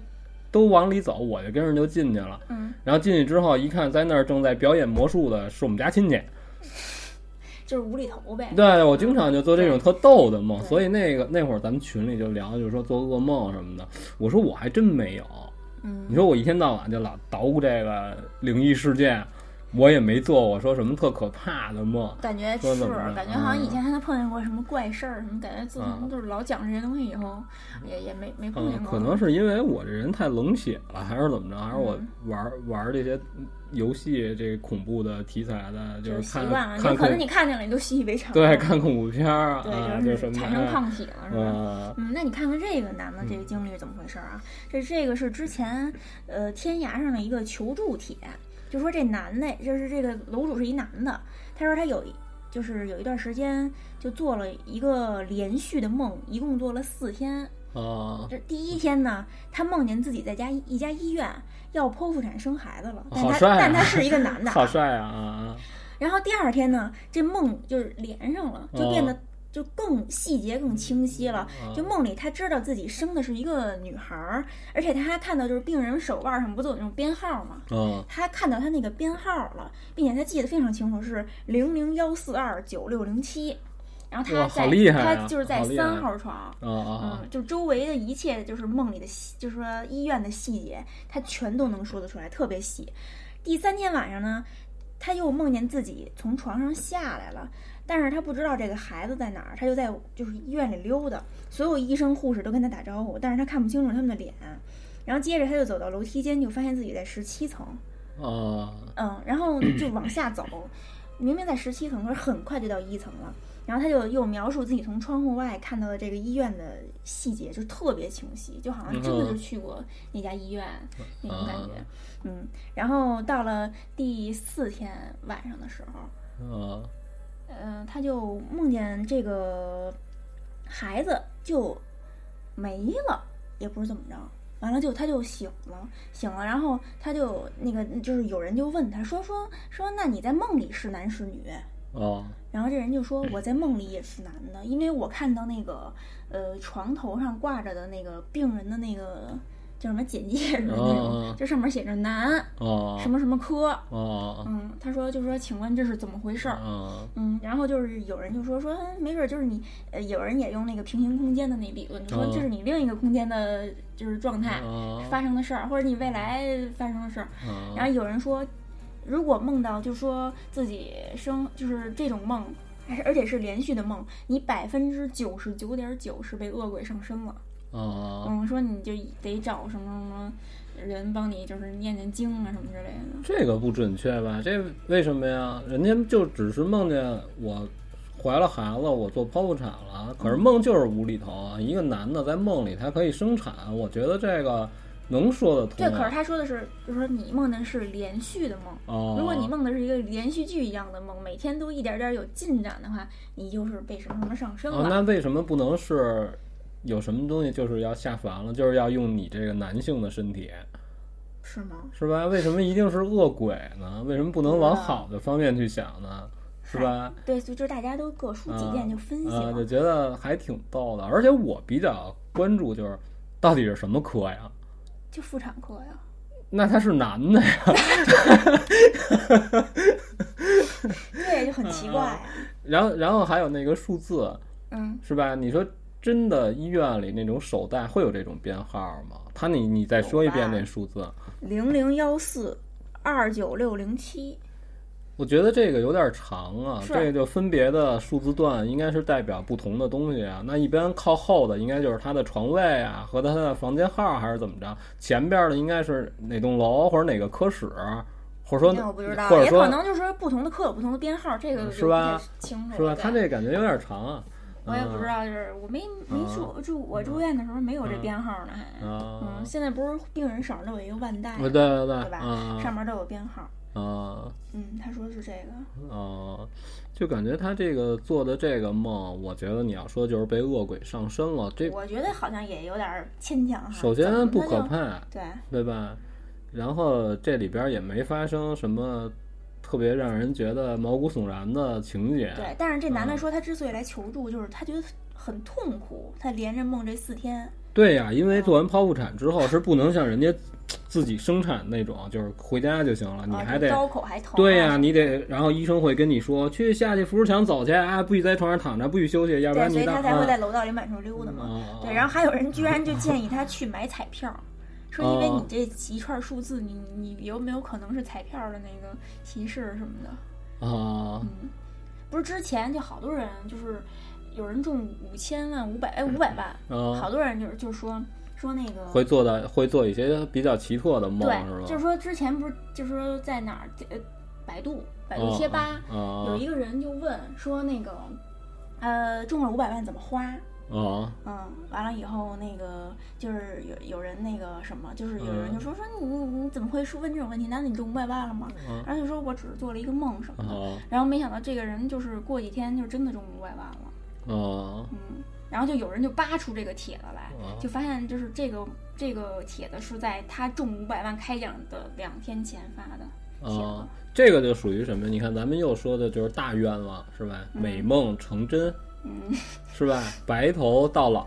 Speaker 1: 都往里走，我就跟着就进去了。
Speaker 2: 嗯，
Speaker 1: 然后进去之后一看，在那儿正在表演魔术的是我们家亲戚，
Speaker 2: 就是无厘头呗。
Speaker 1: 对，我经常就做这种特逗的梦，
Speaker 2: 对
Speaker 1: 所以那个那会儿咱们群里就聊，就是说做噩梦什么的。我说我还真没有，你
Speaker 2: 嗯，
Speaker 1: 说我一天到晚就老捣鼓这个灵异事件，我也没做过说什么特可怕的梦。
Speaker 2: 感觉
Speaker 1: 说
Speaker 2: 是
Speaker 1: 怎么着，
Speaker 2: 感觉好像以
Speaker 1: 嗯
Speaker 2: 前还碰见过什么怪事儿什么，感觉自
Speaker 1: 嗯
Speaker 2: 从就是老讲这些东西以后，也也没没碰见
Speaker 1: 嗯，
Speaker 2: 过。
Speaker 1: 可能是因为我这人太冷血了，还是怎么着？还是
Speaker 2: 嗯
Speaker 1: 我玩、玩这些游戏这恐怖的题材的，
Speaker 2: 就是习
Speaker 1: 看
Speaker 2: 惯了，
Speaker 1: 看
Speaker 2: 有可能
Speaker 1: 恐
Speaker 2: 你看见了，你就习以为常了。
Speaker 1: 对看恐怖片儿啊，
Speaker 2: 对，就
Speaker 1: 什么
Speaker 2: 是产生抗体了，是吧？
Speaker 1: 嗯
Speaker 2: 嗯，那你看看这个男的这个经历是怎么回事儿啊？这这个是之前呃天涯上的一个求助帖，就说这男的，就是这个楼主是一男的，他说他有一就是有一段时间就做了一个连续的梦，一共做了四天。
Speaker 1: 啊，
Speaker 2: 这第一天呢，他梦见自己在家一家医院要剖腹产生孩子了，但
Speaker 1: 好
Speaker 2: 他、
Speaker 1: 帅啊
Speaker 2: 但他是一个男的
Speaker 1: <laughs>
Speaker 2: 啊，
Speaker 1: 好帅啊啊！
Speaker 2: 然后第二天呢，这梦就是连上
Speaker 1: 嗯
Speaker 2: 了，就变得就更细节更清晰了。
Speaker 1: 啊
Speaker 2: 就梦里他知道自己生的是一个女孩儿，而且他还看到就是病人手腕上不都有那种编号吗？
Speaker 1: 嗯
Speaker 2: 他看到他那个编号了，并且他记得非常清楚是零零幺四二九六零七。然后
Speaker 1: 哇
Speaker 2: 他
Speaker 1: 好
Speaker 2: 在
Speaker 1: 厉害啊
Speaker 2: 他就是在
Speaker 1: 好厉害
Speaker 2: 三号床。
Speaker 1: 啊啊
Speaker 2: 嗯，就周围的一切，就是梦里的细，就是说医院的细节，他全都能说得出来，特别细。第三天晚上呢，他又梦见自己从床上下来了，但是他不知道这个孩子在哪儿，他就在就是医院里溜达，所有医生护士都跟他打招呼，但是他看不清楚他们的脸。然后接着他就走到楼梯间，就发现自己在十七层，
Speaker 1: 啊！
Speaker 2: 嗯，然后就往下走，明明在十七层，可是很快就到一层了。然后他就又描述自己从窗户外看到的这个医院的细节，就特别清晰，就好像真的就
Speaker 1: 嗯
Speaker 2: 去过那家医院、那种感觉
Speaker 1: 啊。
Speaker 2: 嗯，然后到了第四天晚上的时候，
Speaker 1: 啊
Speaker 2: 呃，他就梦见这个孩子就没了，也不是怎么着。完了就他就醒了，醒了，然后他就那个就是有人就问他说说说那你在梦里是男是女？
Speaker 1: 啊
Speaker 2: 然后这人就说我在梦里也是男的，因为我看到那个呃床头上挂着的那个病人的那个叫什么简介什么那
Speaker 1: 哦
Speaker 2: 种，这上面写着男
Speaker 1: 啊
Speaker 2: 什么什么科，
Speaker 1: 啊
Speaker 2: 嗯，他说就说请问这是怎么回事儿？
Speaker 1: 啊！
Speaker 2: 嗯，然后就是有人就说说，嗯没准儿就是你，呃，有人也用那个平行空间的那理论，就说
Speaker 1: 嗯
Speaker 2: 这是你另一个空间的，就是状态
Speaker 1: 嗯
Speaker 2: 发生的事儿，或者你未来发生的事儿。然
Speaker 1: 啊
Speaker 2: 后有人说，如果梦到就说自己生就是这种梦，还是而且是连续的梦，你百分之九十九点九是被恶鬼上身了。
Speaker 1: 啊！
Speaker 2: 嗯，说你就得找什么什么人帮你，就是念念经啊什么之类的。
Speaker 1: 这个不准确吧？这为什么呀？人家就只是梦见我怀了孩子，我做剖腹产了，可是梦就是无厘头啊！一个男的在梦里他可以生产，我觉得这个能说得通
Speaker 2: 对，
Speaker 1: 啊。
Speaker 2: 可是他说的是，就是说你梦的是连续的梦。
Speaker 1: 哦，
Speaker 2: 如果你梦的是一个连续剧一样的梦，每天都一点点儿有进展的话，你就是被什么什么上升
Speaker 1: 啊，
Speaker 2: 了。
Speaker 1: 那为什么不能是有什么东西就是要下凡了，就是要用你这个男性的身体，
Speaker 2: 是吗？
Speaker 1: 是吧？为什么一定是恶鬼呢？为什么不能往
Speaker 2: 不知道
Speaker 1: 好的方面去想呢？是吧？
Speaker 2: 对，所以就是大家都各抒己见，就分析
Speaker 1: 啊，
Speaker 2: 嘛。
Speaker 1: 就觉得还挺逗的。而且我比较关注就是到底是什么科呀？
Speaker 2: 就妇产科呀，
Speaker 1: 那他是男的呀， <laughs>
Speaker 2: 对，就很奇怪
Speaker 1: 啊
Speaker 2: 呀。
Speaker 1: 然后然后还有那个数字，
Speaker 2: 嗯，
Speaker 1: 是吧？你说真的医院里那种手袋会有这种编号吗？他你你再说一遍
Speaker 2: 有吧
Speaker 1: 那数字。
Speaker 2: 零零幺四二九六零七，
Speaker 1: 我觉得这个有点长啊，
Speaker 2: 是
Speaker 1: 这个就分别的数字段应该是代表不同的东西啊。那一般靠后的应该就是他的床位啊和他的房间号还是怎么着，前边的应该是哪栋楼或者哪个科室，啊或者说
Speaker 2: 那我不知道
Speaker 1: 或，者
Speaker 2: 也可
Speaker 1: 说
Speaker 2: 能就是说不同的科有不同的编号，这
Speaker 1: 嗯
Speaker 2: 个就是
Speaker 1: 吧
Speaker 2: 不太清楚
Speaker 1: 是吧？
Speaker 2: 了。
Speaker 1: 他
Speaker 2: 对
Speaker 1: 这感觉有点长啊。
Speaker 2: 我也不知道，就是我没没住住我住院的时候没有这编号呢，还
Speaker 1: 啊
Speaker 2: 嗯，现在不是病人手上都有一个腕带
Speaker 1: 对，对对
Speaker 2: 对吧上
Speaker 1: 啊
Speaker 2: 面都有编号。
Speaker 1: 啊。
Speaker 2: 嗯，他说是这个，
Speaker 1: 哦，就感觉他这个做的这个梦，我觉得你要说就是被恶鬼上身了。这
Speaker 2: 我觉得好像也有点儿牵强哈。
Speaker 1: 首
Speaker 2: 怎
Speaker 1: 先
Speaker 2: 么
Speaker 1: 不
Speaker 2: 他
Speaker 1: 可哎
Speaker 2: 就。
Speaker 1: 怕，
Speaker 2: 对，
Speaker 1: 对吧？然后这里边也没发生什么特别让人觉得毛骨悚然的情节。
Speaker 2: 对，
Speaker 1: 嗯
Speaker 2: 但是这男的说他之所以来求助，就是他觉得很痛苦，他连着梦这四天，
Speaker 1: 对呀、因为做
Speaker 2: 嗯
Speaker 1: 完剖腹产之后是不能像人家自己生产那种，就是回家就行了，你
Speaker 2: 啊
Speaker 1: 还
Speaker 2: 这
Speaker 1: 得
Speaker 2: 刀口还疼、
Speaker 1: 对呀、，你得，然后医生会跟你说，去下去扶着墙走去啊，不许在床上躺着，不许休息，要不
Speaker 2: 对，
Speaker 1: 然
Speaker 2: 所
Speaker 1: 你
Speaker 2: 以
Speaker 1: 到
Speaker 2: 他才会在
Speaker 1: 啊，
Speaker 2: 楼道里满处溜达嘛。
Speaker 1: 啊
Speaker 2: 对，然后还有人居然就建议他去买彩票，说因为
Speaker 1: 哦
Speaker 2: 你这一串数字，你你有没有可能是彩票的那个提示什么的？
Speaker 1: 啊，
Speaker 2: 嗯，不是之前就好多人就是有人中五千万、五百哎五百万，
Speaker 1: 嗯
Speaker 2: 好多人就是就说说那个
Speaker 1: 会做的会做一些比较奇特的梦，是
Speaker 2: 对，
Speaker 1: 吧？
Speaker 2: 就是说之前不是就是说在哪儿呃百度百度
Speaker 1: 嗯
Speaker 2: 贴吧、
Speaker 1: 啊
Speaker 2: 有一个人就问说那个呃中了五百万怎么花？
Speaker 1: 啊
Speaker 2: 嗯，完了以后，那个就是有有人那个什么，就是有人
Speaker 1: 嗯
Speaker 2: 就说说你你你怎么会说问这种问题？难道你中五百万了吗？
Speaker 1: 嗯
Speaker 2: 然后就说我只是做了一个梦什么的。
Speaker 1: 啊
Speaker 2: 然后没想到这个人就是过几天就真的中五百万了，
Speaker 1: 啊
Speaker 2: 嗯，然后就有人就扒出这个帖子来，
Speaker 1: 嗯
Speaker 2: 就发现就是这个这个帖子是在他中五百万开奖的两天前发的帖
Speaker 1: 啊
Speaker 2: 子，！
Speaker 1: 这个就属于什么？你看咱们又说的就是大愿望，是吧？美梦成真，
Speaker 2: 嗯，
Speaker 1: 是吧？白头到老，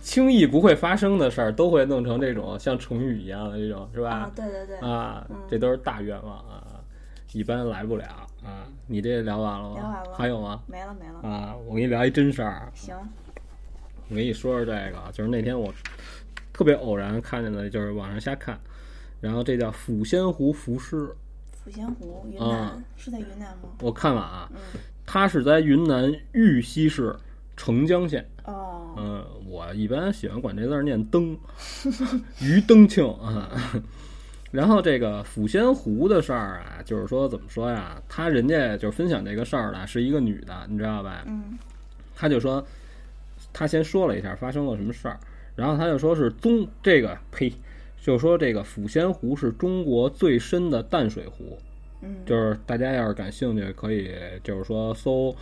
Speaker 1: 轻易不会发生的事儿都会弄成这种像成语一样的这种，是吧？
Speaker 2: 啊，
Speaker 3: 哦
Speaker 2: 对对对，
Speaker 1: 啊，这都是大愿望啊，一般来不了啊。你这聊完了吗？
Speaker 2: 嗯聊完了嗯
Speaker 1: 还有吗？
Speaker 2: 没了没了，
Speaker 1: 啊，我给你聊一真事儿，
Speaker 2: 行，
Speaker 1: 我给你说说这个，就是那天我特别偶然看见的，就是网上瞎看，然后这叫抚仙湖浮尸，
Speaker 2: 抚仙湖云
Speaker 1: 啊
Speaker 2: 南是在云南吗？
Speaker 1: 我看了啊，
Speaker 2: 嗯
Speaker 1: 它是在云南玉溪市澄江县，
Speaker 2: 哦，
Speaker 1: 嗯，我一般喜欢管这字儿念灯， <laughs> 于灯庆啊。 <laughs> 然后这个抚仙湖的事儿啊，就是说怎么说呀？他人家就是分享这个事儿的是一个女的，你知道吧？
Speaker 2: 嗯
Speaker 1: 她就说，她先说了一下发生了什么事儿，然后她就说是中这个呸，就说这个抚仙湖是中国最深的淡水湖，
Speaker 2: 嗯，
Speaker 1: 就是大家要是感兴趣，可以就是说搜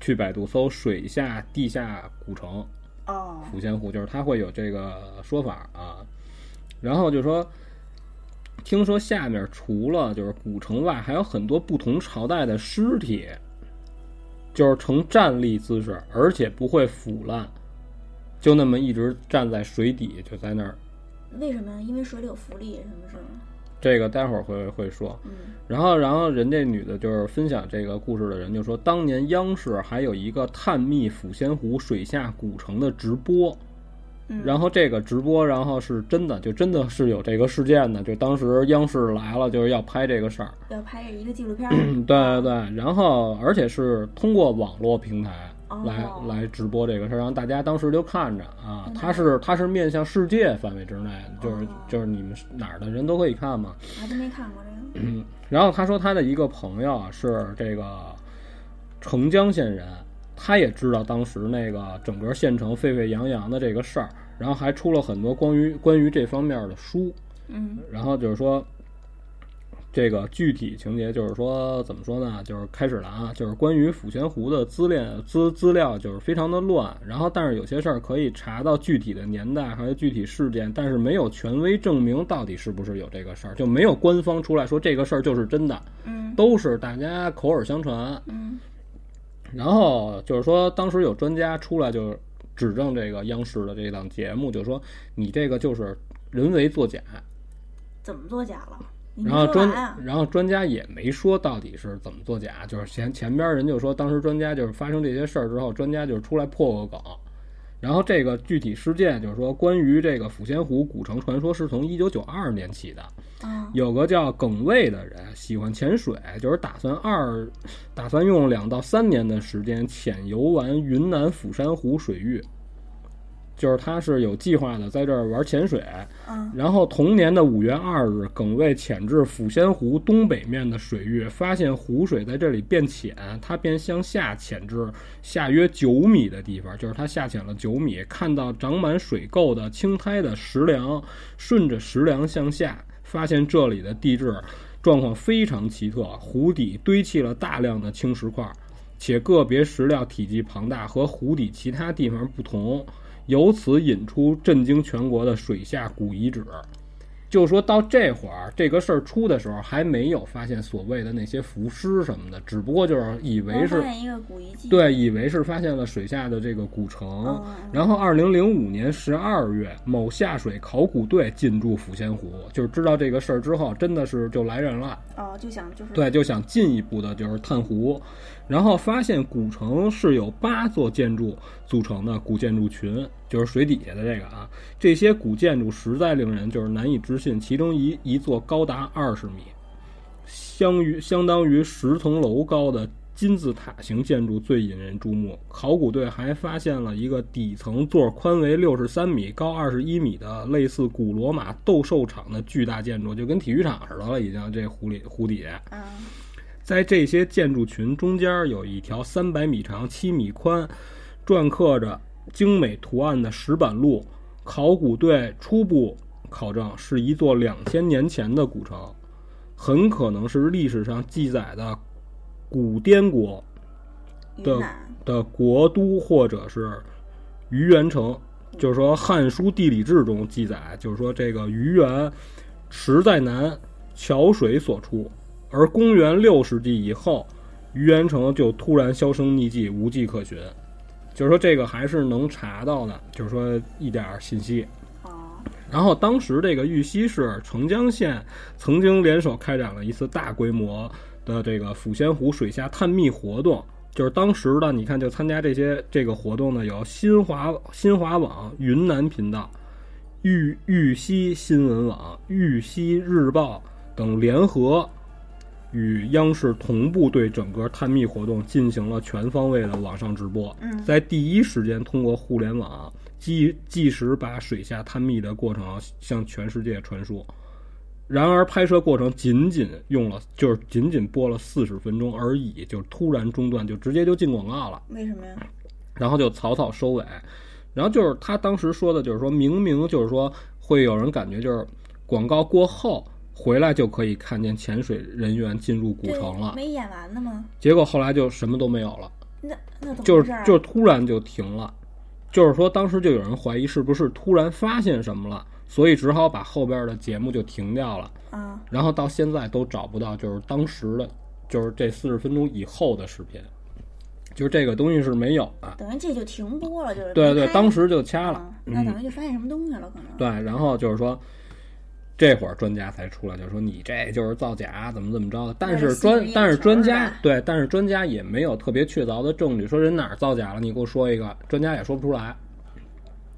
Speaker 1: 去百度搜水下地下古城，
Speaker 2: 哦，
Speaker 1: 抚仙湖，就是它会有这个说法啊。然后就说，听说下面除了就是古城外，还有很多不同朝代的尸体，就是呈站立姿势，而且不会腐烂，就那么一直站在水底，就在那儿。
Speaker 2: 为什么呀？因为水里有浮力，什么是吗？
Speaker 1: 这个待会儿会会说。
Speaker 2: 嗯
Speaker 1: 然后，然后人这女的就是分享这个故事的人就说，当年央视还有一个探秘抚仙湖水下古城的直播，
Speaker 2: 嗯，
Speaker 1: 然后这个直播，然后是真的，就真的是有这个事件的，就当时央视来了，就是要拍这个事儿。
Speaker 2: 要拍这一个纪
Speaker 1: <clears throat>
Speaker 2: 录片儿，
Speaker 1: 嗯，对对对，然后而且是通过网络平台来、
Speaker 2: 哦
Speaker 1: 来直播这个事儿，让大家当时就看着啊
Speaker 2: 嗯，
Speaker 1: 它是它是面向世界范围之内的，就是、
Speaker 2: 哦
Speaker 1: 就是你们哪儿的人都可以看嘛。
Speaker 2: 还真没看过这个。
Speaker 1: 然后他说他的一个朋友啊是这个澄江县人，他也知道当时那个整个县城沸沸扬扬的这个事儿，然后还出了很多关于关于这方面的书。
Speaker 2: 嗯
Speaker 1: 然后就是说，这个具体情节就是说怎么说呢？就是开始了啊，就是关于抚仙湖的资料资资料就是非常的乱，然后但是有些事儿可以查到具体的年代还有具体事件，但是没有权威证明到底是不是有这个事儿，就没有官方出来说这个事儿就是真的，
Speaker 2: 嗯
Speaker 1: 都是大家口耳相传。
Speaker 2: 嗯
Speaker 1: 然后就是说，当时有专家出来就指证这个央视的这档节目，就说你这个就是人为作假。
Speaker 2: 怎么作假了？你没
Speaker 1: 然后
Speaker 2: 说
Speaker 1: 专
Speaker 2: 完啊？
Speaker 1: 然后专家也没说到底是怎么作假，就是前前边人就说，当时专家就是发生这些事儿之后，专家就是出来破个梗。然后这个具体事件就是说，关于这个抚仙湖古城传说是从一九九二年起的，
Speaker 3: 嗯
Speaker 2: 啊
Speaker 1: 有个叫耿卫的人喜欢潜水，就是打算二，打算用两到三年的时间潜游完云南抚山湖水域，就是他是有计划的在这儿玩潜水。
Speaker 2: 嗯
Speaker 1: 然后同年的五月二日，耿卫潜至抚仙湖东北面的水域，发现湖水在这里变浅，他便向下潜至下约九米的地方，就是他下潜了九米，看到长满水垢的青苔的石梁，顺着石梁向下，发现这里的地质状况非常奇特，湖底堆砌了大量的青石块，且个别石料体积庞大，和湖底其他地方不同。由此引出震惊全国的水下古遗址。就说到这会儿，这个事儿出的时候，还没有发现所谓的那些浮尸什么的，只不过就是以为是
Speaker 3: 发现一个古遗迹，
Speaker 1: 对，以为是发现了水下的这个古城
Speaker 3: 哦。
Speaker 1: 然后，二零零五年十二月，某下水考古队进驻抚仙湖，就是知道这个事儿之后，真的是就来人了，
Speaker 3: 哦，就想就是
Speaker 1: 对，就想进一步的就是探湖，然后发现古城是由八座建筑组成的古建筑群，就是水底下的这个啊，这些古建筑实在令人就是难以置信，其中一一座高达二十米，相于相当于十层楼高的金字塔型建筑最引人注目。考古队还发现了一个底层座宽为六十三米、高二十一米的类似古罗马斗兽场的巨大建筑，就跟体育场似的了，已经这湖里湖底下。
Speaker 3: 啊，
Speaker 1: 在这些建筑群中间有一条三百米长、七米宽、篆刻着精美图案的石板路。考古队初步考证是一座两千年前的古城，很可能是历史上记载的古滇国
Speaker 3: 云
Speaker 1: 的
Speaker 3: 南
Speaker 1: 的国都或者是虞园城，就是说《汉书·地理志》中记载，就是说这个虞园池在南，桥水所出，而公元六世纪以后，虞园城就突然销声匿迹，无迹可寻。就是说这个还是能查到的，就是说一点儿信息。
Speaker 3: 哦，
Speaker 1: 然后当时这个玉溪市澄江县曾经联手开展了一次大规模的这个抚仙湖水下探秘活动。就是当时的，你看，就参加这些这个活动的有新华新华网云南频道、玉玉溪新闻网、玉溪日报等联合与央视同步对整个探秘活动进行了全方位的网上直播，
Speaker 3: 嗯
Speaker 1: 在第一时间通过互联网即即时把水下探秘的过程向全世界传输。然而，拍摄过程仅仅用了，就是仅仅播了四十分钟而已，就突然中断，就直接就进广告了。
Speaker 3: 为什么呀？
Speaker 1: 然后就草草收尾。然后就是他当时说的，就是说明明就是说会有人感觉就是广告过后回来就可以看见潜水人员进入古
Speaker 3: 对
Speaker 1: 城了，
Speaker 3: 没演完呢吗？
Speaker 1: 结果后来就什么都没有了，
Speaker 3: 那那怎么
Speaker 1: 就
Speaker 3: 回
Speaker 1: 是
Speaker 3: 事儿啊？
Speaker 1: 就是突然就停了。就是说，当时就有人怀疑是不是突然发现什么了，所以只好把后边的节目就停掉了。
Speaker 3: 啊，
Speaker 1: 然后到现在都找不到，就是当时的，就是这四十分钟以后的视频，就是这个东西是没有的。
Speaker 3: 等于这就停播了，就是
Speaker 1: 对对，
Speaker 3: 拍
Speaker 1: 当时就掐了嗯
Speaker 3: 啊。那等于就发现什么东西了，可能
Speaker 1: 对，然后就是说，这会儿专家才出来，就说你这就是造假，怎么怎么着的。但
Speaker 3: 为
Speaker 1: 是
Speaker 3: 了吸
Speaker 1: 专
Speaker 3: 引
Speaker 1: 但是
Speaker 3: 眼球
Speaker 1: 专
Speaker 3: 是
Speaker 1: 家
Speaker 3: 吧
Speaker 1: 对，但是专家也没有特别确凿的证据，说人哪儿造假了，你给我说一个，专家也说不出来。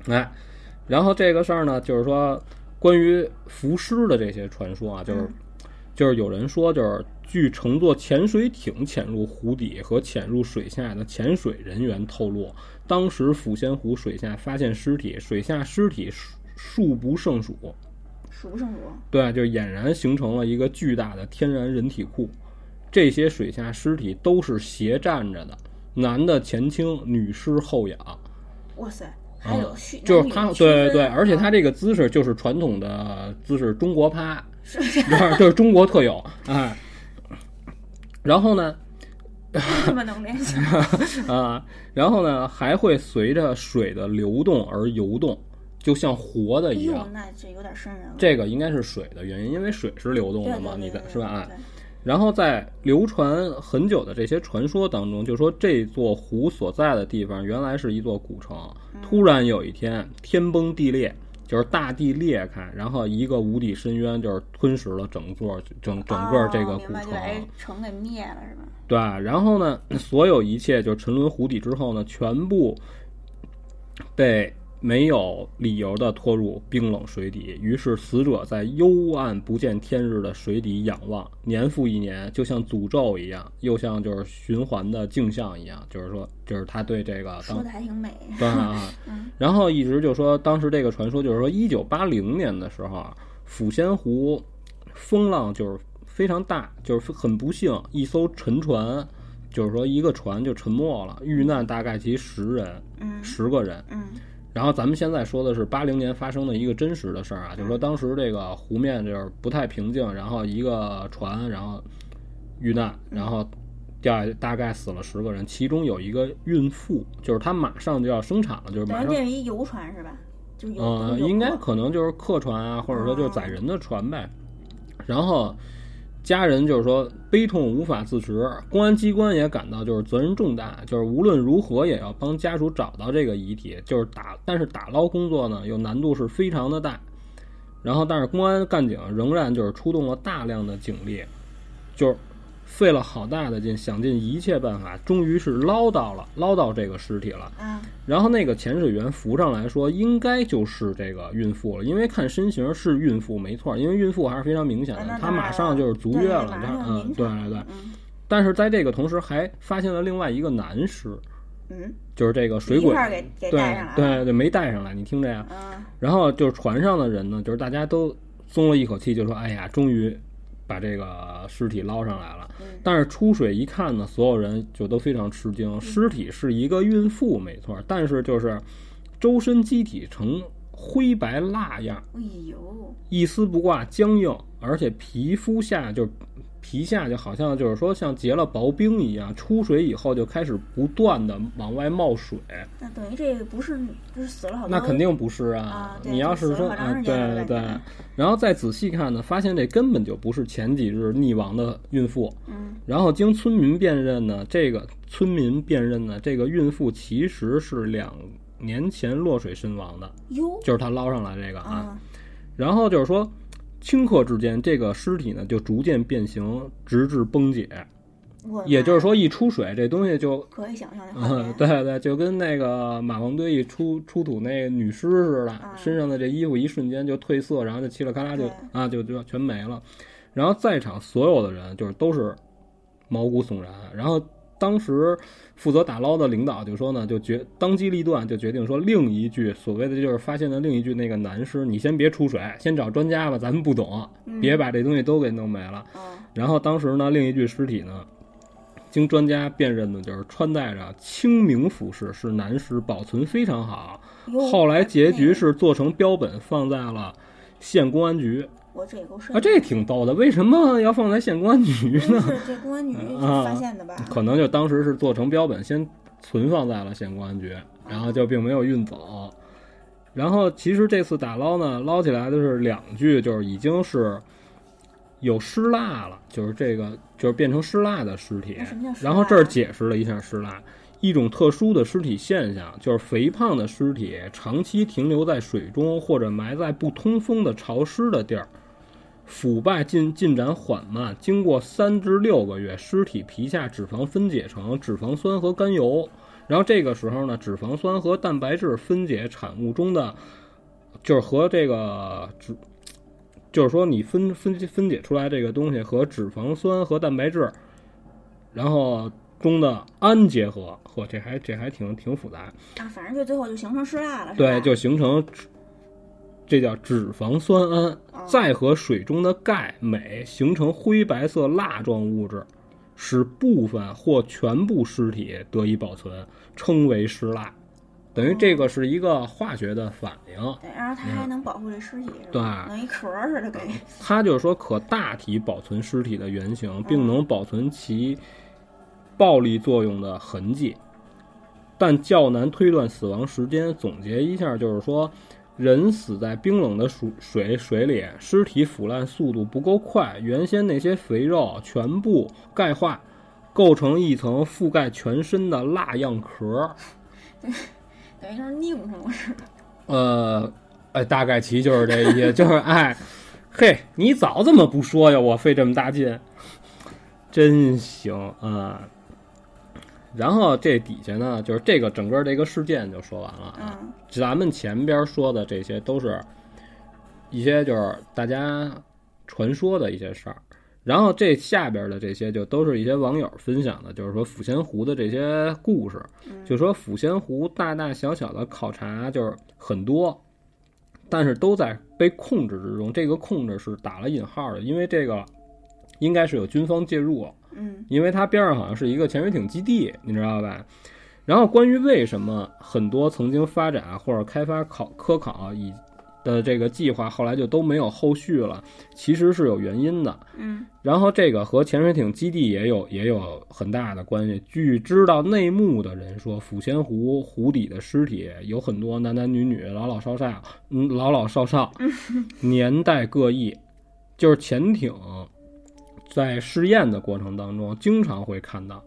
Speaker 1: 哎，然后这个事儿呢，就是说关于浮尸的这些传说啊，就是、就是有人说，就是据乘坐潜水艇潜入湖底和潜入水下的潜水人员透露，当时抚仙湖水下发现尸体，水下尸体数数不胜数，
Speaker 3: 数不胜数。
Speaker 1: 对，啊就俨然形成了一个巨大的天然人体库。这些水下尸体都是斜站着的，男的前倾，女尸后仰。
Speaker 3: 哇塞，还有虚、
Speaker 1: 嗯就是
Speaker 3: 男女
Speaker 1: 他，
Speaker 3: 区
Speaker 1: 对
Speaker 3: 分
Speaker 1: 对，而且
Speaker 3: 啊 <laughs>
Speaker 1: 他这个姿势就是传统的姿势，中国趴，就是就是中国特有，哎。然后呢，
Speaker 3: 这么能联
Speaker 1: <laughs> 哎
Speaker 3: 想，
Speaker 1: 啊，然后呢，还会随着水的流动而游动，就像活的
Speaker 3: 哎
Speaker 1: 一
Speaker 3: 呦，
Speaker 1: 样。
Speaker 3: 那这有点瘆人了。
Speaker 1: 这个应该是水的原因，因为水是流动
Speaker 3: 对
Speaker 1: 的
Speaker 3: 对
Speaker 1: 嘛，
Speaker 3: 对
Speaker 1: 你的
Speaker 3: 对
Speaker 1: 是吧？哎
Speaker 3: 对
Speaker 1: 然后在流传很久的这些传说当中，就说这座湖所在的地方原来是一座古城，
Speaker 3: 嗯
Speaker 1: 突然有一天天崩地裂，就是大地裂开，然后一个无底深渊就是吞噬了整座整整个这个
Speaker 3: 哦
Speaker 1: 古
Speaker 3: 明白，就
Speaker 1: 城。啊
Speaker 3: 把这城给灭了是吧？
Speaker 1: 对，然后呢，所有一切就沉沦湖底之后呢，全部被没有理由的拖入冰冷水底。于是死者在幽暗不见天日的水底仰望，年复一年，就像诅咒一样，又像就是循环的镜像一样。就是说，就是他对这个当
Speaker 3: 说的还挺美。
Speaker 1: <laughs> 对啊，然后一直就说，当时这个传说就是说，一九八零年的时候啊，抚仙湖风浪就是非常大，就是很不幸，一艘沉船，就是说一个船就沉没了，遇难大概其十人，
Speaker 3: 嗯
Speaker 1: 十个人。
Speaker 3: 嗯，
Speaker 1: 然后咱们现在说的是八零年发生的一个真实的事儿啊，就是说当时这个湖面就是不太平静，然后一个船然后遇难，然后掉下去大概死了十个人，其中有一个孕妇，就是她马上就要生产了，就是马
Speaker 3: 等于
Speaker 1: 上
Speaker 3: 这是一游船是吧？
Speaker 2: 就是有、
Speaker 1: 呃，
Speaker 2: 有
Speaker 1: 应该
Speaker 2: 过
Speaker 1: 可能就是客船啊，或者说就是载人的船呗。然后家人就是说悲痛无法自持，公安机关也感到就是责任重大，就是无论如何也要帮家属找到这个遗体。就是打，但是打捞工作呢，又难度是非常的大。然后，但是公安干警仍然就是出动了大量的警力，就是费了好大的劲，想尽一切办法，终于是捞到了，捞到这个尸体了。
Speaker 2: 啊，
Speaker 1: 然后那个潜水员浮上来说，应该就是这个孕妇了，因为看身形是孕妇没错，因为孕妇还是非常明显
Speaker 2: 哎那
Speaker 1: 的，
Speaker 2: 当
Speaker 1: 她
Speaker 2: 然
Speaker 1: 马上就是足
Speaker 2: 对
Speaker 1: 月
Speaker 2: 对
Speaker 1: 了她
Speaker 2: 马，上就
Speaker 1: 嗯，
Speaker 2: 临
Speaker 1: 对
Speaker 2: 产
Speaker 1: 对对。
Speaker 2: 嗯
Speaker 1: 但是在这个同时还发现了另外一个男尸，
Speaker 2: 嗯，
Speaker 1: 就是这个水
Speaker 2: 一
Speaker 1: 鬼
Speaker 2: 块，儿给给
Speaker 1: 对
Speaker 2: 带上来了，
Speaker 1: 对对，没带上来，你听着呀。
Speaker 2: 啊，
Speaker 1: 然后就是船上的人呢，就是大家都松了一口气，就说：“哎呀，终于把这个尸体捞上来了。
Speaker 2: 嗯
Speaker 1: 但是出水一看呢，所有人就都非常吃惊，尸体是一个孕妇，没错，但是就是周身机体呈灰白蜡样，
Speaker 2: 哎呦，
Speaker 1: 一丝不挂，僵硬，而且皮肤下就皮下就好像就是说像结了薄冰一样，出水以后就开始不断的往外冒水。
Speaker 2: 那等于这个不是不是死了好多，
Speaker 1: 那肯定不是
Speaker 2: 啊对
Speaker 1: 你要
Speaker 2: 就是
Speaker 1: 是
Speaker 2: 死
Speaker 1: 说，
Speaker 2: 了好长
Speaker 1: 啊
Speaker 2: 时
Speaker 1: 对
Speaker 2: 间了
Speaker 1: 对
Speaker 2: 感觉
Speaker 1: 然后再仔细看呢，发现这根本就不是前几日溺亡的孕妇。
Speaker 2: 嗯，
Speaker 1: 然后经村民辨认呢，这个村民辨认呢，这个孕妇其实是两年前落水身亡的，
Speaker 2: 哟
Speaker 1: 就是他捞上来这个啊。
Speaker 2: 啊，
Speaker 1: 然后就是说，顷刻之间，这个尸体呢就逐渐变形，直至崩解。
Speaker 2: 哦我的
Speaker 1: 也就是
Speaker 2: 妈
Speaker 1: 说，一出水，这东西就
Speaker 2: 呀可以想象那画
Speaker 1: 嗯
Speaker 2: 面，，
Speaker 1: 对对，就跟那个马王堆一出出土那女尸似的，身上的这衣服一瞬间就褪色，然后就嘁了咔啦就
Speaker 2: 对
Speaker 1: 啊就就全没了。然后在场所有的人就是都是毛骨悚然。然后当时负责打捞的领导就说呢，就决当机立断就决定说，另一具所谓的就是发现的另一具那个男尸，你先别出水，先找专家吧，咱们不懂，别把这东西都给弄没了。
Speaker 2: 啊，
Speaker 1: 然后当时呢，另一具尸体呢，经专家辨认呢，就是穿戴着清明服饰，是男尸，保存非常好。
Speaker 2: 哟
Speaker 1: 后来结
Speaker 2: 那
Speaker 1: 局
Speaker 2: 个
Speaker 1: 是做成标本放在了县公安局
Speaker 2: 我这也够深
Speaker 1: 啊，这挺逗的，为什么要放在县公安局
Speaker 2: 的
Speaker 1: 呢？
Speaker 2: 真是这公安局
Speaker 1: 啊
Speaker 2: 发现的吧？
Speaker 1: <laughs> 可能就当时是做成标本，先存放在了县公安局，然后就并没有运走。然后其实这次打捞呢，捞起来的是两具，就是已经是有尸蜡了，就是这个就是变成尸蜡的尸体
Speaker 2: 那哦什么叫。尸蜡
Speaker 1: 然后这儿解释了一下尸蜡，一种特殊的尸体现象，就是肥胖的尸体长期停留在水中或者埋在不通风的潮湿的地儿。腐败进进展缓慢，经过三至六个月，尸体皮下脂肪分解成脂肪酸和甘油，然后这个时候呢，脂肪酸和蛋白质分解产物中的，就是和这个脂，就是说你分分分解出来这个东西和脂肪酸和蛋白质，然后中的氨结合，呵，这还这还挺挺复杂，
Speaker 2: 啊，反正就最后就形成尸蜡了，是吧
Speaker 1: 对，就形成脂这叫脂肪酸
Speaker 2: 哦
Speaker 1: 胺，再和水中的钙、镁形成灰白色蜡状物质，使部分或全部尸体得以保存，称为尸蜡。等于这个是一个化学的反应，
Speaker 2: 对，然后它还能保护这尸体，是
Speaker 1: 嗯对嗯
Speaker 2: 吧？弄一壳儿似的给，
Speaker 1: 它就是说可大体保存尸体的原型，并能保存其暴力作用的痕迹，但较难推断死亡时间。总结一下，就是说，人死在冰冷的水水水里，尸体腐烂速度不够快，原先那些肥肉全部钙化，构成一层覆盖全身的蜡样壳。
Speaker 2: 等于就是拧上了似的。
Speaker 1: 呃，哎，大概其就是这意思，就是哎，嘿，你早这么不说呀，我费这么大劲，真行啊。然后这底下呢，就是这个整个这个事件就说完了啊。
Speaker 2: 嗯，
Speaker 1: 咱们前边说的这些都是一些就是大家传说的一些事儿，然后这下边的这些就都是一些网友分享的，就是说抚仙湖的这些故事，就说抚仙湖大大小小的考察就是很多，但是都在被控制之中，这个控制是打了引号的，因为这个应该是有军方介入，啊
Speaker 2: 嗯，
Speaker 1: 因为它边上好像是一个潜水艇基地，你知道吧？然后关于为什么很多曾经发展或者开发考科考以的这个计划后来就都没有后续了，其实是有原因的。
Speaker 2: 嗯
Speaker 1: 然后这个和潜水艇基地也有也有很大的关系。据知道内幕的人说，抚仙湖湖底的尸体有很多男男女女、老老少少，嗯，老老少少，年代各异。就是潜艇在试验的过程当中，经常会看到。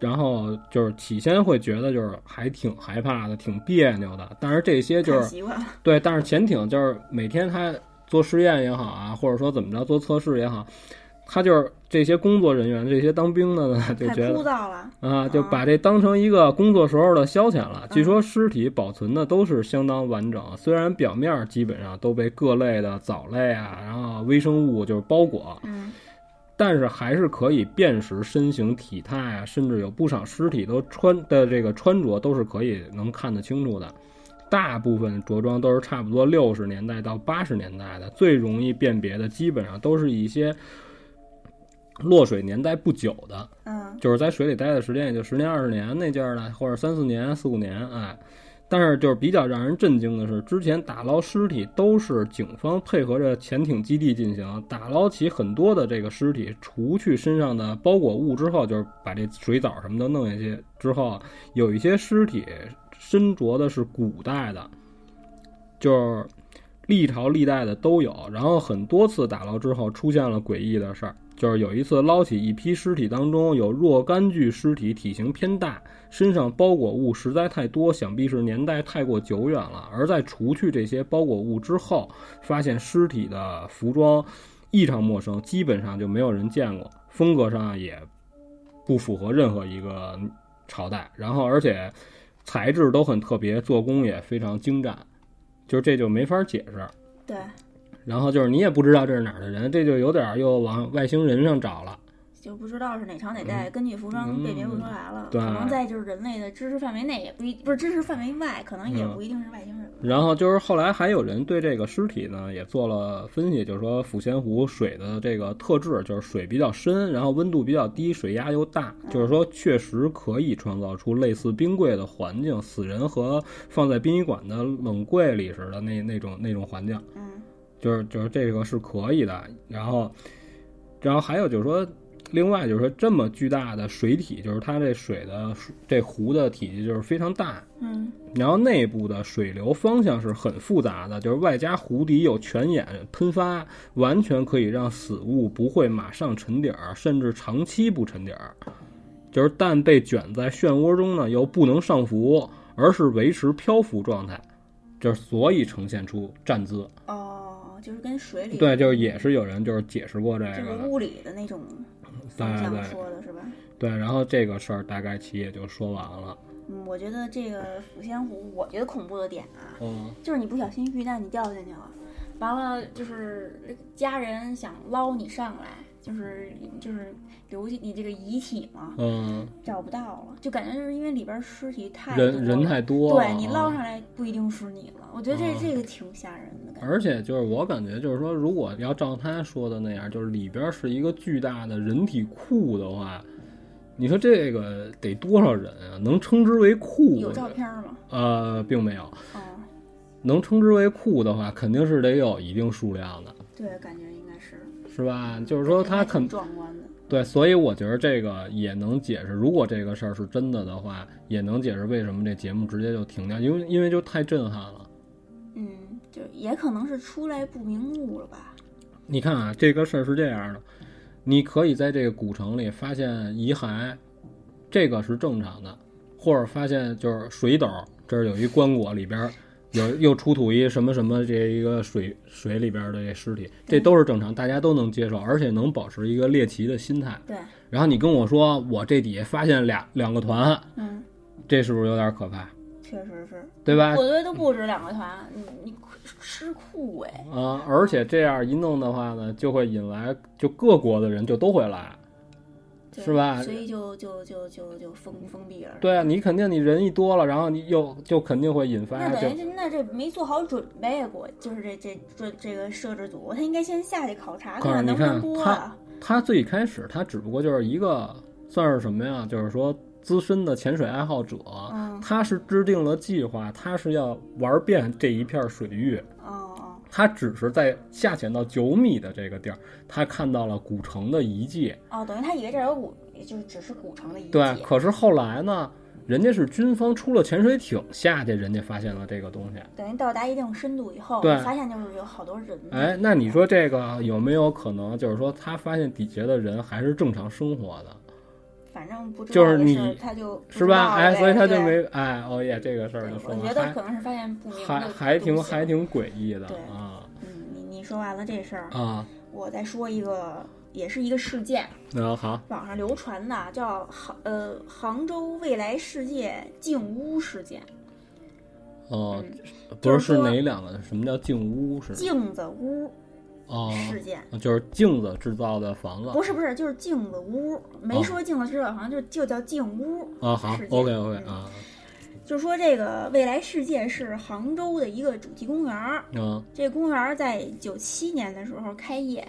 Speaker 1: 然后就是起先会觉得就是还挺害怕的，挺别扭的，但是这些就是
Speaker 2: 看习惯了，
Speaker 1: 对，但是潜艇就是每天它做实验也好啊，或者说怎么着做测试也好，他就是这些工作人员，这些当兵的呢，就
Speaker 2: 太
Speaker 1: 觉
Speaker 2: 枯
Speaker 1: 得
Speaker 2: 燥了。
Speaker 1: 啊，就把这当成一个工作时候的消遣了。
Speaker 2: 嗯
Speaker 1: 据说尸体保存的都是相当完整，虽然表面基本上都被各类的藻类啊，然后微生物就是包裹，
Speaker 2: 嗯，
Speaker 1: 但是还是可以辨识身形体态啊，甚至有不少尸体都穿的这个穿着都是可以能看得清楚的。大部分着装都是差不多六十年代到八十年代的，最容易辨别的基本上都是一些落水年代不久的，
Speaker 2: 嗯，
Speaker 1: 就是在水里待的时间也就十年二十年那劲儿了，或者三四年四五年，哎。但是就是比较让人震惊的是，之前打捞尸体都是警方配合着潜艇基地进行打捞起很多的这个尸体，除去身上的包裹物之后，就是把这水藻什么都弄下去之后，有一些尸体身着的是古代的，就是历朝历代的都有。然后很多次打捞之后，出现了诡异的事儿，就是有一次捞起一批尸体当中有若干具尸体体型偏大，身上包裹物实在太多，想必是年代太过久远了。而在除去这些包裹物之后，发现尸体的服装异常陌生，基本上就没有人见过，风格上也不符合任何一个朝代。然后，而且材质都很特别，做工也非常精湛，就是这就没法解释。
Speaker 2: 对，
Speaker 1: 然后就是你也不知道这是哪儿的人，这就有点儿又往外星人上找了。
Speaker 2: 就不知道是哪朝哪代，根据服装辨别不出来了。
Speaker 1: 嗯对
Speaker 2: 可能在就是人类的知识范围内，也不一不是知识范围外，可能也
Speaker 1: 嗯
Speaker 2: 不一定是外星人。
Speaker 1: 然后就是后来还有人对这个尸体呢也做了分析，就是说抚仙湖水的这个特质，就是水比较深，然后温度比较低，水压又大，就是说确实可以创造出类似冰柜的环境，死人和放在殡仪馆的冷柜里似的那那种那种环境。
Speaker 2: 嗯
Speaker 1: 就是就是这个是可以的。然后，然后还有就是说，另外就是说，这么巨大的水体，就是它这水的这湖的体积就是非常大。
Speaker 2: 嗯
Speaker 1: 然后内部的水流方向是很复杂的，就是外加湖底有泉眼喷发，完全可以让死物不会马上沉底儿，甚至长期不沉底儿。就是但被卷在漩涡中呢，又不能上浮，而是维持漂浮状态，就是所以呈现出站姿。
Speaker 2: 哦，就是跟水里
Speaker 1: 对，就是也是有人就是解释过这
Speaker 2: 就
Speaker 1: 个
Speaker 2: 是
Speaker 1: 的，
Speaker 2: 物理的那种方
Speaker 1: 对
Speaker 2: 向
Speaker 1: 对
Speaker 2: 说的是吧？
Speaker 1: 对。然后这个事儿大概其也就说完了。
Speaker 2: 嗯，我觉得这个抚仙湖，我觉得恐怖的点啊，
Speaker 1: 嗯，
Speaker 2: 就是你不小心遇难，你掉进去了，完了就是家人想捞你上来，就是就是留下你这个遗体嘛，
Speaker 1: 嗯，
Speaker 2: 找不到了，就感觉就是因为里边尸体太多
Speaker 1: 人人
Speaker 2: 了
Speaker 1: 太多了，
Speaker 2: 对你捞上来不一定是你了。我觉得这、
Speaker 1: 啊
Speaker 2: 这个挺吓人的感觉。
Speaker 1: 而且就是我感觉就是说，如果要照他说的那样，就是里边是一个巨大的人体库的话，你说这个得多少人啊？能称之为库？
Speaker 2: 有照片吗？
Speaker 1: 呃，并没有。
Speaker 2: 哦，
Speaker 1: 能称之为库的话，肯定是得有一定数量的，
Speaker 2: 对，感觉应该是。
Speaker 1: 是吧？就是说他
Speaker 2: 还
Speaker 1: 肯
Speaker 2: 挺壮观的。
Speaker 1: 对，所以我觉得这个也能解释，如果这个事儿是真的的话，也能解释为什么这节目直接就停掉，因为因为就太震撼了。
Speaker 2: 嗯，就也可能是出来不明物了吧？
Speaker 1: 你看啊，这个事儿是这样的，你可以在这个古城里发现遗骸，这个是正常的，或者发现就是水斗，这儿有一棺椁里边儿有又出土一什么什么这一个水水里边儿的这尸体，这都是正常，大家都能接受，而且能保持一个猎奇的心态。
Speaker 2: 对，
Speaker 1: 然后你跟我说我这底下发现俩两个团。
Speaker 2: 嗯，
Speaker 1: 这是不是有点可怕，
Speaker 2: 确实是。
Speaker 1: 对吧
Speaker 2: 我？觉得都不止两个团，你你吃库哎，
Speaker 1: 啊，而且这样一弄的话呢，就会引来就各国的人就都会来，
Speaker 2: 对
Speaker 1: 是吧
Speaker 2: 所以就就就就就封封闭了。
Speaker 1: 对啊，你肯定你人一多了，然后你又就肯定会引发
Speaker 2: 那
Speaker 1: 就
Speaker 2: 等于是那这没做好准备过，就是这这这这个摄制组，他应该先下去考察，
Speaker 1: 可是
Speaker 2: 看能不
Speaker 1: 你
Speaker 2: 能
Speaker 1: 看
Speaker 2: 播
Speaker 1: 他
Speaker 2: 啊。
Speaker 1: 他最开始他只不过就是一个算是什么呀？就是说资深的潜水爱好者，
Speaker 2: 嗯
Speaker 1: 他是制定了计划，他是要玩遍这一片水域，
Speaker 2: 哦，
Speaker 1: 他只是在下潜到九米的这个地儿，他看到了古城的遗迹。
Speaker 2: 哦，等于他以为这儿有古，就是只是古城的遗迹。
Speaker 1: 对，可是后来呢，人家是军方出了潜水艇下去，人家发现了这个东西。
Speaker 2: 等于到达一定深度以后，
Speaker 1: 对
Speaker 2: 发现就是有好多人。
Speaker 1: 哎，那你说这个有没有可能，就是说他发现底下的人还是正常生活的，
Speaker 2: 反正不知
Speaker 1: 就
Speaker 2: 道
Speaker 1: 是
Speaker 2: 这
Speaker 1: 你
Speaker 2: 事儿他就不
Speaker 1: 是
Speaker 2: 知
Speaker 1: 吧？
Speaker 2: 道
Speaker 1: 哎，
Speaker 2: 呗
Speaker 1: 所以他就
Speaker 2: 对
Speaker 1: 没哎，哦耶，这个事儿就说
Speaker 2: 我觉
Speaker 1: 完，
Speaker 2: 得
Speaker 1: 还
Speaker 2: 可能是发现不明的
Speaker 1: 还还挺
Speaker 2: 东西
Speaker 1: 还挺诡异的
Speaker 2: 对
Speaker 1: 啊
Speaker 2: 嗯，你你说完了这事儿，
Speaker 1: 啊，
Speaker 2: 我再说一个，也是一个事件，
Speaker 1: 那好，
Speaker 2: 网上流传的叫杭呃杭州未来世界净屋事件，
Speaker 1: 哦
Speaker 2: 嗯，
Speaker 1: 不
Speaker 2: 就是是
Speaker 1: 是
Speaker 2: 说
Speaker 1: 哪两个？什么叫净屋是？
Speaker 2: 镜子屋
Speaker 1: 哦，
Speaker 2: 事件。
Speaker 1: 就是镜子制造的房子
Speaker 2: 不是不是，就是镜子屋，
Speaker 1: 哦
Speaker 2: 没说镜子制造，好像就就叫镜屋。
Speaker 1: 啊。好
Speaker 2: 世界
Speaker 1: ，OK OK
Speaker 2: 嗯
Speaker 1: 啊，
Speaker 2: 就说这个未来世界是杭州的一个主题公园儿，
Speaker 1: 嗯
Speaker 2: 这公园儿在九七年的时候开业，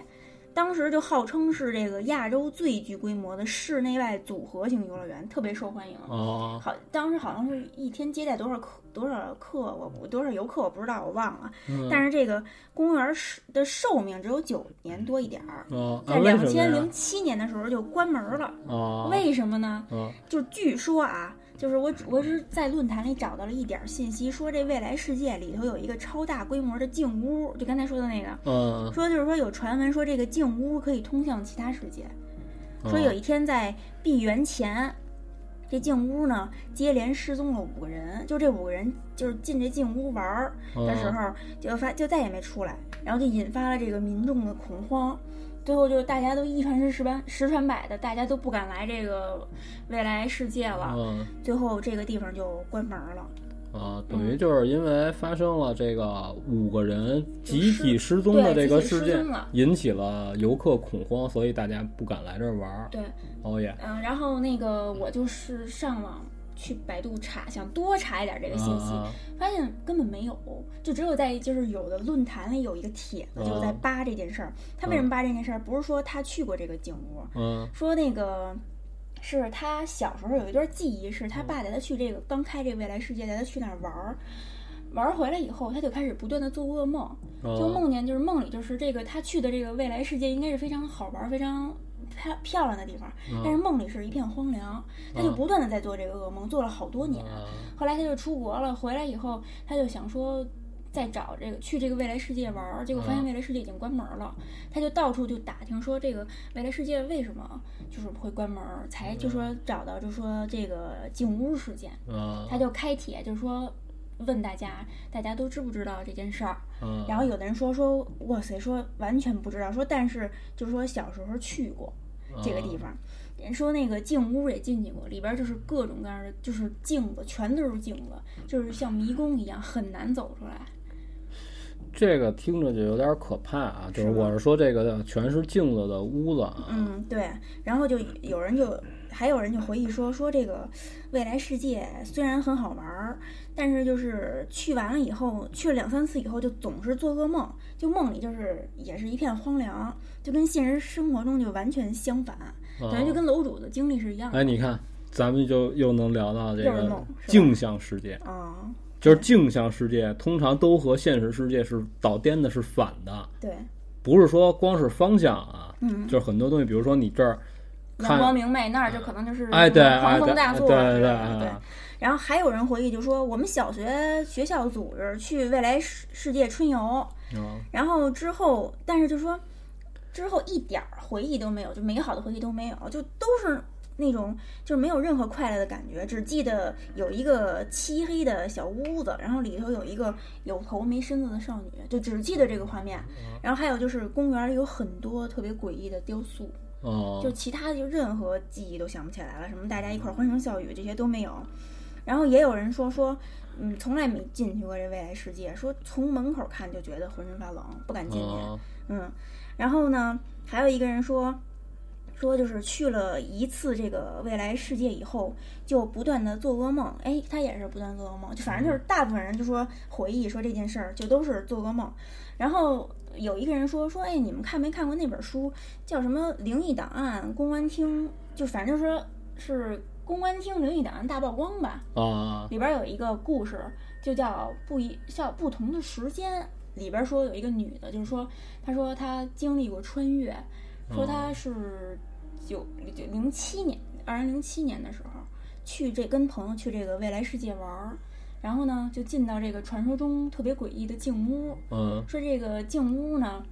Speaker 2: 当时就号称是这个亚洲最具规模的室内外组合型游乐园，特别受欢迎。
Speaker 1: 哦，
Speaker 2: 好，当时好像是一天接待多少客多少客，我我多少游客我不知道，我忘了。
Speaker 1: 嗯
Speaker 2: 但是这个公园儿是的寿命只有九年多一点儿，
Speaker 1: 哦，啊
Speaker 2: 在
Speaker 1: 为什
Speaker 2: 两
Speaker 1: 么
Speaker 2: 千
Speaker 1: 呀
Speaker 2: 零？七年的时候就关门儿了。
Speaker 1: 哦，
Speaker 2: 为什么呢？
Speaker 1: 嗯
Speaker 2: 就据说啊，就是我我是在论坛里找到了一点儿信息，说这未来世界里头有一个超大规模的镜屋，就刚才说的那个，
Speaker 1: 嗯，
Speaker 2: 说就是说有传闻说这个镜屋可以通向其他世界，
Speaker 1: 嗯
Speaker 2: 说有一天在闭园前，这镜屋呢接连失踪了五个人，就这五个人就是进这镜屋玩儿
Speaker 1: 嗯
Speaker 2: 的时候，就发就再也没出来，然后就引发了这个民众的恐慌。最后就是大家都一传十，十传十传百的，大家都不敢来这个未来世界了。
Speaker 1: 嗯
Speaker 2: 最后这个地方就关门了。
Speaker 1: 啊，等
Speaker 2: 嗯
Speaker 1: 于就是因为发生了这个五个人
Speaker 2: 就
Speaker 1: 集
Speaker 2: 失
Speaker 1: 体失踪的
Speaker 2: 对
Speaker 1: 这个
Speaker 2: 集体
Speaker 1: 事
Speaker 2: 失
Speaker 1: 件
Speaker 2: 踪了，
Speaker 1: 引起了游客恐慌，所以大家不敢来这儿玩儿。
Speaker 2: 对，
Speaker 1: 哦耶，
Speaker 2: 嗯，然后那个我就是上网去百度查，想多查一点这个信息，
Speaker 1: 啊
Speaker 2: 发现根本没有，就只有在就是有的论坛里有一个帖子，就是在
Speaker 1: 嗯
Speaker 2: 扒这件事儿。他为什么扒这件事儿？不是说他去过这个景屋，
Speaker 1: 嗯
Speaker 2: 说那个是他小时候有一段记忆，是他爸带他去这个刚开这个未来世界，带他去那儿玩儿。玩儿回来以后，他就开始不断的做噩梦，就
Speaker 1: 嗯
Speaker 2: 梦见就是梦里就是这个他去的这个未来世界应该是非常好玩儿、非常漂漂亮的地方，但是梦里是一片荒凉，他就
Speaker 1: 嗯
Speaker 2: 不断的在做这个噩梦，做了好多年。后来他就出国了，回来以后他就想说再找这个去这个未来世界玩儿，结果发现
Speaker 1: 嗯
Speaker 2: 未来世界已经关门了，他就到处就打听说这个未来世界为什么就是会关门儿，才就说找到就说这个进屋事件，
Speaker 1: 嗯
Speaker 2: 他就开帖就说问大家，大家都知不知道这件事儿？
Speaker 1: 嗯，
Speaker 2: 然后有的人说说哇塞，说完全不知道，说但是就是说小时候去过
Speaker 1: 哦嗯
Speaker 2: 这个地方，人说那个镜屋也进去过，里边就是各种各样的就是镜子，全都是镜子，就是像迷宫一样很难走出来。
Speaker 1: 这个听着就有点可怕啊！就是
Speaker 2: 是吗
Speaker 1: 我是说这个全是镜子的屋子啊，
Speaker 2: 嗯，对。然后就有人就还有人就回忆说说这个未来世界虽然很好玩儿，但是就是去完了以后，去了两三次以后，就总是做噩梦，就梦里就是也是一片荒凉，就跟现实生活中就完全相反，嗯等于就跟楼主的经历是一样的。
Speaker 1: 哦啊哎，你看，咱们就又能聊到这
Speaker 2: 又是梦
Speaker 1: 个
Speaker 2: 是吧
Speaker 1: 镜像世界，
Speaker 2: 啊、
Speaker 1: 就是镜像世界通常都和现实世界是倒颠的，是反的，
Speaker 2: 对，
Speaker 1: 不是说光是方向啊，
Speaker 2: 嗯，
Speaker 1: 就是很多东西，比如说你这儿
Speaker 2: 阳光
Speaker 1: 看，
Speaker 2: 明媚那儿就可能就是
Speaker 1: 哎，
Speaker 2: 什
Speaker 1: 对，
Speaker 2: 么
Speaker 1: 哎，
Speaker 2: 嗯狂
Speaker 1: 对，哎
Speaker 2: 风大
Speaker 1: 对，
Speaker 2: 作啊之类
Speaker 1: 对，
Speaker 2: 的，对
Speaker 1: 哎。
Speaker 2: 然后还有人回忆就说，我们小学学校组织去未来世世界春游，
Speaker 1: 嗯
Speaker 2: 然后之后，但是就说之后一点儿回忆都没有，就美好的回忆都没有，就都是那种就是没有任何快乐的感觉，只记得有一个漆黑的小屋子，然后里头有一个有头没身子的少女，就只记得这个画面。然后还有就是公园里有很多特别诡异的雕塑，就
Speaker 1: 哦，嗯
Speaker 2: 其他的就任何记忆都想不起来了，什么大家一块儿欢声笑语这些都没有。然后也有人说说，嗯，从来没进去过这未来世界，说从门口看就觉得浑身发冷，不敢进去。
Speaker 1: 哦，
Speaker 2: 嗯，然后呢，还有一个人说，说就是去了一次这个未来世界以后，就不断的做噩梦。哎，他也是不断地做噩梦，就反正就是大部分人就说回忆说这件事儿，就都是做噩梦。然后有一个人说说，哎，你们看没看过那本书，叫什么《灵异档案公安厅》？就反正说是公安厅灵异档案大曝光吧。
Speaker 1: 啊，
Speaker 2: 里边有一个故事，就叫不一叫不同的时间。里边说有一个女的，就是说她说她经历过穿越，说她是九九零七年，二零零七年的时候去这跟朋友去这个未来世界玩儿，然后呢就进到这个传说中特别诡异的静屋，
Speaker 1: 嗯
Speaker 2: 说这个静屋呢，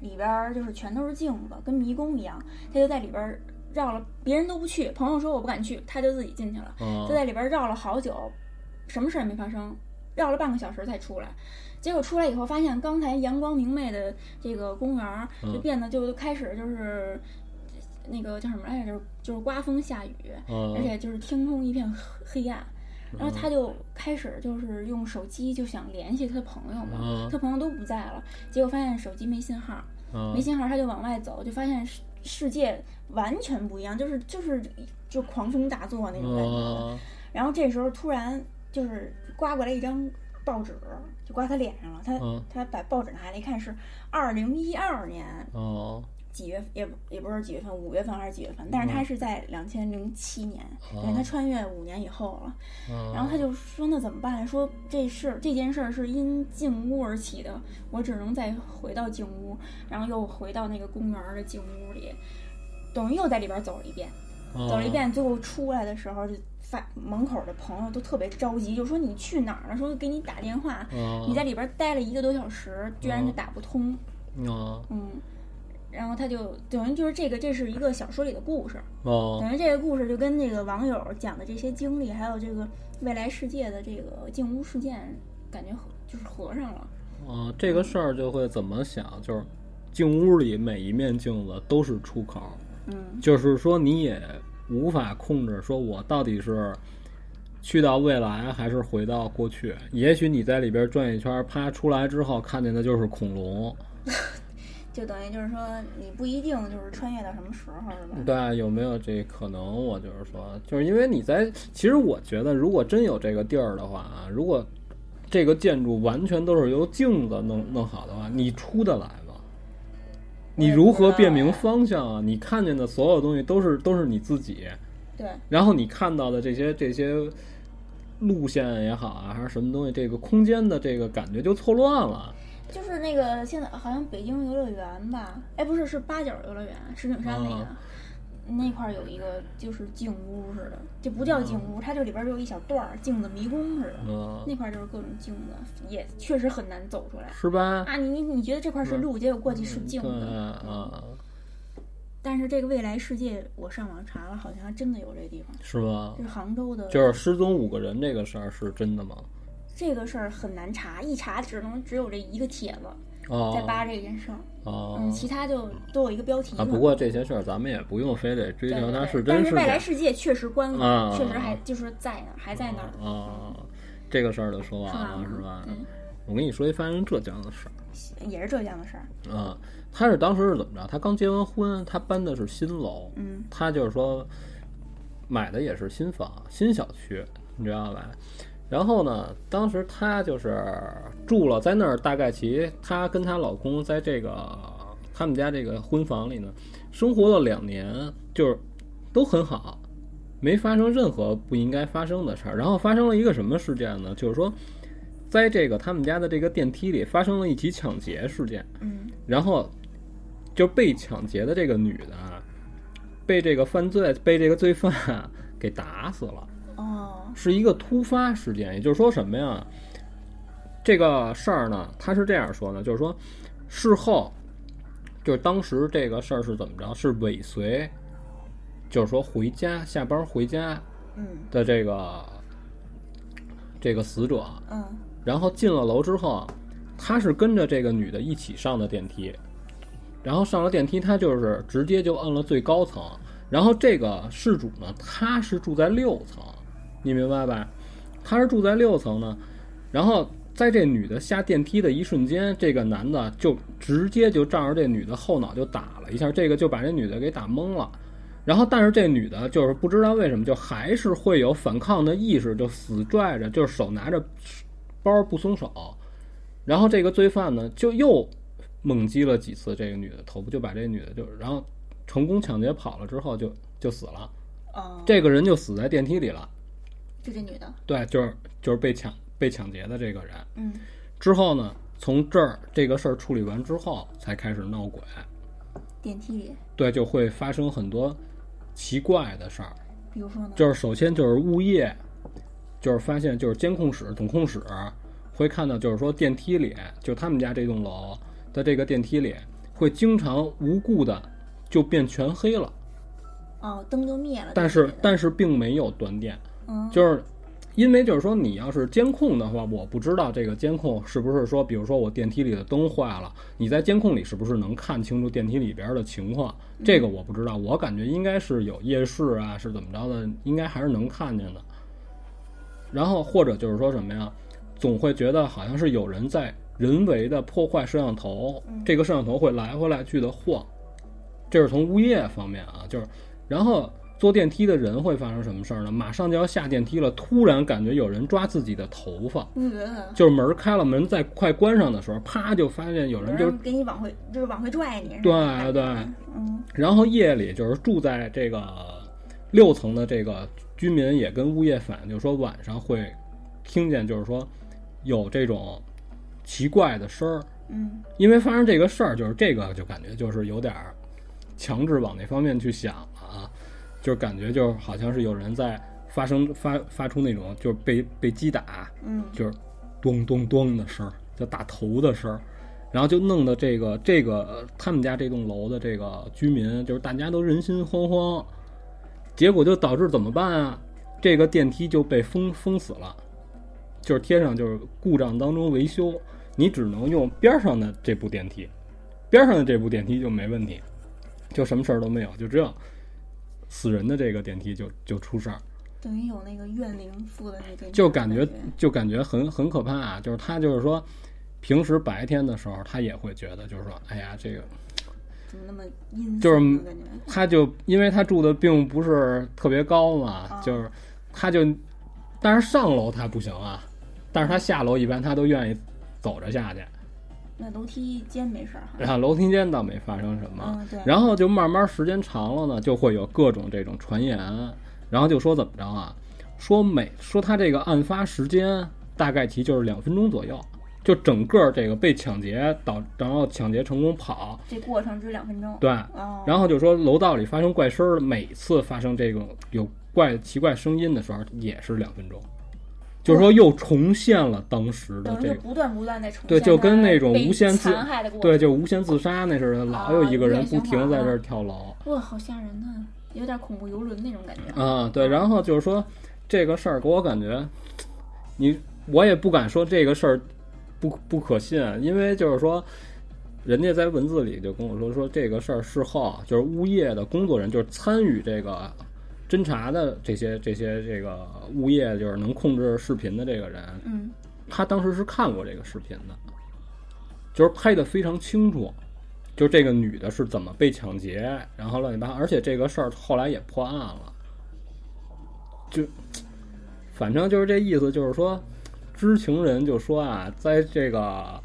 Speaker 2: 里边儿就是全都是镜子，跟迷宫一样。他就在里边儿绕了，别人都不去，朋友说我不敢去，他就自己进去了，就
Speaker 1: 嗯
Speaker 2: 在里边儿绕了好久，什么事儿也没发生，绕了半个小时才出来。结果出来以后，发现刚才阳光明媚的这个公园儿
Speaker 1: 嗯
Speaker 2: 就变得就开始就是那个叫什么来着，就是就是刮风下雨，
Speaker 1: 嗯
Speaker 2: 而且就是天空一片黑黑暗。然后他就开始就是用手机就想联系他的朋友嘛，
Speaker 1: 嗯
Speaker 2: 他朋友都不在了，结果发现手机没信号，没
Speaker 1: 嗯
Speaker 2: 信号他就往外走，就发现世世界完全不一样，就是就是就狂风大作那种感觉。
Speaker 1: 嗯
Speaker 2: 然后这时候突然就是刮过来一张报纸，就刮他脸上了，他
Speaker 1: 嗯
Speaker 2: 他把报纸拿来一看是二零一二年
Speaker 1: 哦
Speaker 2: 几月也不也不是几月份，五月份还是几月份？但是他是在两千零七年，
Speaker 1: 哦
Speaker 2: 等于他穿越五年以后了。
Speaker 1: 嗯，
Speaker 2: 然后他就说：“那怎么办？说这事儿这件事儿是因进屋而起的，我只能再回到进屋，然后又回到那个公园儿的进屋里，等于又在里边儿走了一遍，
Speaker 1: 走
Speaker 2: 走了一遍，最后出来的时候就发门口的朋友都特别着急，就说你去哪儿了？说给你打电话，
Speaker 1: 嗯，
Speaker 2: 你在里边儿待了一个多小时，居然就打不通，
Speaker 1: 哦
Speaker 2: 嗯。”然后他就等于就是这个，这是一个小说里的故事，
Speaker 1: 哦
Speaker 2: 等于这个故事就跟这个网友讲的这些经历，还有这个未来世界的这个进屋事件，感觉合就是合上了。
Speaker 1: 哦，这个事儿就会怎么想？就是进屋里每一面镜子都是出口，
Speaker 2: 嗯
Speaker 1: 就是说你也无法控制，说我到底是去到未来还是回到过去。也许你在里边转一圈，啪出来之后看见的就是恐龙，
Speaker 2: 就等于就是说，你不一定就是穿越到什么时候，是吧？
Speaker 1: 对，啊有没有这可能？我就是说，就是因为你在，其实我觉得，如果真有这个地儿的话啊，如果这个建筑完全都是由镜子弄弄好的话，你出得来吗？你如何辨明方向啊？你看见的所有东西都是都是你自己，
Speaker 2: 对，
Speaker 1: 然后你看到的这些这些路线也好啊，还是什么东西，这个空间的这个感觉就错乱了。
Speaker 2: 就是那个现在好像北京游乐园吧？哎，不是，是八角游乐园，石景山那个。
Speaker 1: 哦
Speaker 2: 那块儿有一个就是镜屋似的，这不叫
Speaker 1: 啊
Speaker 2: 镜屋，它就里边儿有一小段儿镜子迷宫似的，
Speaker 1: 嗯，
Speaker 2: 那块儿就是各种镜子，也确实很难走出来
Speaker 1: 是吧？
Speaker 2: 啊！你你你觉得这块儿是路，结果过去是镜
Speaker 1: 嗯对
Speaker 2: 子，
Speaker 1: 啊，
Speaker 2: 但是这个未来世界，我上网查了，好像还真的有这个地方，
Speaker 1: 是吗
Speaker 2: 就？是杭州的。
Speaker 1: 啊就是失踪五个人这个事儿是真的吗？
Speaker 2: 这个事儿很难查，一查只能只有这一个帖子
Speaker 1: 哦，
Speaker 2: 在扒这件事儿，
Speaker 1: 哦
Speaker 2: 嗯，其他就都有一个标题嘛。
Speaker 1: 啊，不过这些事儿咱们也不用非得追
Speaker 2: 对
Speaker 1: 求
Speaker 2: 对
Speaker 1: 它
Speaker 2: 对，但
Speaker 1: 真
Speaker 2: 是未来
Speaker 1: 假
Speaker 2: 世界确实关了，
Speaker 1: 啊
Speaker 2: 确实还就是在那儿，还在那儿。
Speaker 1: 啊。这个事儿就说完了是
Speaker 2: 说
Speaker 1: 吧
Speaker 2: 完了？
Speaker 1: 我跟你说一发生浙江的事
Speaker 2: 也是浙江的事儿，
Speaker 1: 儿啊，他是当时是怎么着？他刚结完婚，他搬的是新楼，
Speaker 2: 嗯，
Speaker 1: 他就是说买的也是新房、新小区，你知道吧？然后呢，当时她就是住了在那儿，大概其她跟她老公在这个他们家这个婚房里呢，生活了两年，就是都很好，没发生任何不应该发生的事儿。然后发生了一个什么事件呢？就是说，在这个他们家的这个电梯里发生了一起抢劫事件，
Speaker 2: 嗯，
Speaker 1: 然后就被抢劫的这个女的啊，被这个犯罪被这个罪犯啊给打死了。
Speaker 2: 哦，
Speaker 1: 是一个突发事件，也就是说什么呀？这个事儿呢，他是这样说呢，就是说事后，就是当时这个事儿是怎么着？是尾随，就是说回家下班回家
Speaker 2: 嗯
Speaker 1: 的这个这个死者，啊
Speaker 2: 嗯，
Speaker 1: 然后进了楼之后，啊他是跟着这个女的一起上的电梯，然后上了电梯，他就是直接就摁了最高层。然后这个事主呢，他是住在六层，你明白吧？他是住在六层呢，然后在这女的下电梯的一瞬间，这个男的就直接就仗着这女的后脑就打了一下，这个就把这女的给打懵了。然后，但是这女的就是不知道为什么，就还是会有反抗的意识，就死拽着，就是手拿着包不松手。然后这个罪犯呢，就又猛击了几次这个女的头部，就把这女的就然后成功抢劫跑了之后就就死了。
Speaker 2: 哦，
Speaker 1: 这个人就死在电梯里了。
Speaker 2: 就这女的，
Speaker 1: 对，就是就是被抢被抢劫的这个人。
Speaker 2: 嗯
Speaker 1: 之后呢，从这儿这个事儿处理完之后，才开始闹鬼，
Speaker 2: 电梯里，
Speaker 1: 对，就会发生很多奇怪的事儿。
Speaker 2: 比如说呢，
Speaker 1: 就是首先就是物业，就是发现就是监控室、总控室会看到，就是说电梯里，就他们家这栋楼的这个电梯里，会经常无故的就变全黑了，
Speaker 2: 哦，灯就灭了，
Speaker 1: 但是
Speaker 2: 对
Speaker 1: 但是并没有断电，
Speaker 2: 嗯
Speaker 1: 就是因为就是说你要是监控的话，我不知道这个监控是不是说，比如说我电梯里的灯坏了，你在监控里是不是能看清楚电梯里边的情况？这个我不知道，我感觉应该是有夜视啊，是怎么着的，应该还是能看见的。然后或者就是说什么呀，总会觉得好像是有人在人为的破坏摄像头，这个摄像头会来回来去的晃。这是从物业方面啊，就是，然后坐电梯的人会发生什么事儿呢？马上就要下电梯了，突然感觉有人抓自己的头发，
Speaker 2: 嗯，
Speaker 1: 就是门开了，门在快关上的时候，啪就发现有
Speaker 2: 有
Speaker 1: 人就
Speaker 2: 人给你往回，就是往回拽你，是吧
Speaker 1: 对对，
Speaker 2: 嗯
Speaker 1: 然后夜里就是住在这个六层的这个居民也跟物业反映，就是说晚上会听见，就是说有这种奇怪的声儿，
Speaker 2: 嗯，
Speaker 1: 因为发生这个事儿，就是这个就感觉就是有点儿强制往那方面去想了啊，就是感觉就好像是有人在发生发发出那种就是被被击打，
Speaker 2: 嗯，
Speaker 1: 就是咚咚咚的声儿，就打头的声儿，然后就弄得这个这个呃他们家这栋楼的这个居民就是大家都人心惶惶，结果就导致怎么办啊？这个电梯就被封封死了，就是贴上就是故障当中维修，你只能用边儿上的这部电梯，边儿上的这部电梯就没问题，就什么事儿都没有，就只有死人的这个电梯就就出事儿，
Speaker 2: 等于有那个怨灵附的那种，
Speaker 1: 就感觉
Speaker 2: 觉
Speaker 1: 就感觉很很可怕、啊。就是他就是说，平时白天的时候他也会觉得就是说，哎呀这个
Speaker 2: 怎么那么阴森呢，
Speaker 1: 就是嗯
Speaker 2: 感觉，
Speaker 1: 他就因为他住的并不是特别高嘛，就是他就，但是上楼他不行啊，但是他下楼一般他都愿意走着下去，
Speaker 2: 那楼梯间没事儿哈，
Speaker 1: 然后楼梯间倒没发生什么
Speaker 2: 嗯，对
Speaker 1: 然后就慢慢时间长了呢，就会有各种这种传言，然后就说怎么着啊，说每说他这个案发时间大概其就是两分钟左右，就整个这个被抢劫导，然后抢劫成功跑，
Speaker 2: 这过程只有两分钟，
Speaker 1: 对，
Speaker 2: 哦，
Speaker 1: 然后就说楼道里发生怪声儿，每次发生这种有怪奇怪声音的时候，也是两分钟，就是说又重现了当时的
Speaker 2: 等于
Speaker 1: 这
Speaker 2: 就
Speaker 1: 个，
Speaker 2: 不断不断在重现
Speaker 1: 对，就跟那种
Speaker 2: 他被
Speaker 1: 无限自
Speaker 2: 残害的过程，
Speaker 1: 对，就无限自杀那似的，老有一个人不停在这儿跳楼
Speaker 2: 哇，好吓人呐、有点恐怖游轮那种感觉，
Speaker 1: 啊，对，然后就是说这个事儿给我感觉，你我也不敢说这个事儿不不可信，因为就是说。人家在文字里就跟我说说这个事儿事后就是物业的工作人员就是参与这个侦查的这些这些这个物业就是能控制视频的这个人，
Speaker 2: 嗯，
Speaker 1: 他当时是看过这个视频的，就是拍的非常清楚，就是这个女的是怎么被抢劫，然后乱七八糟，而且这个事儿后来也破案了，就反正就是这意思，就是说，知情人就说啊，在这个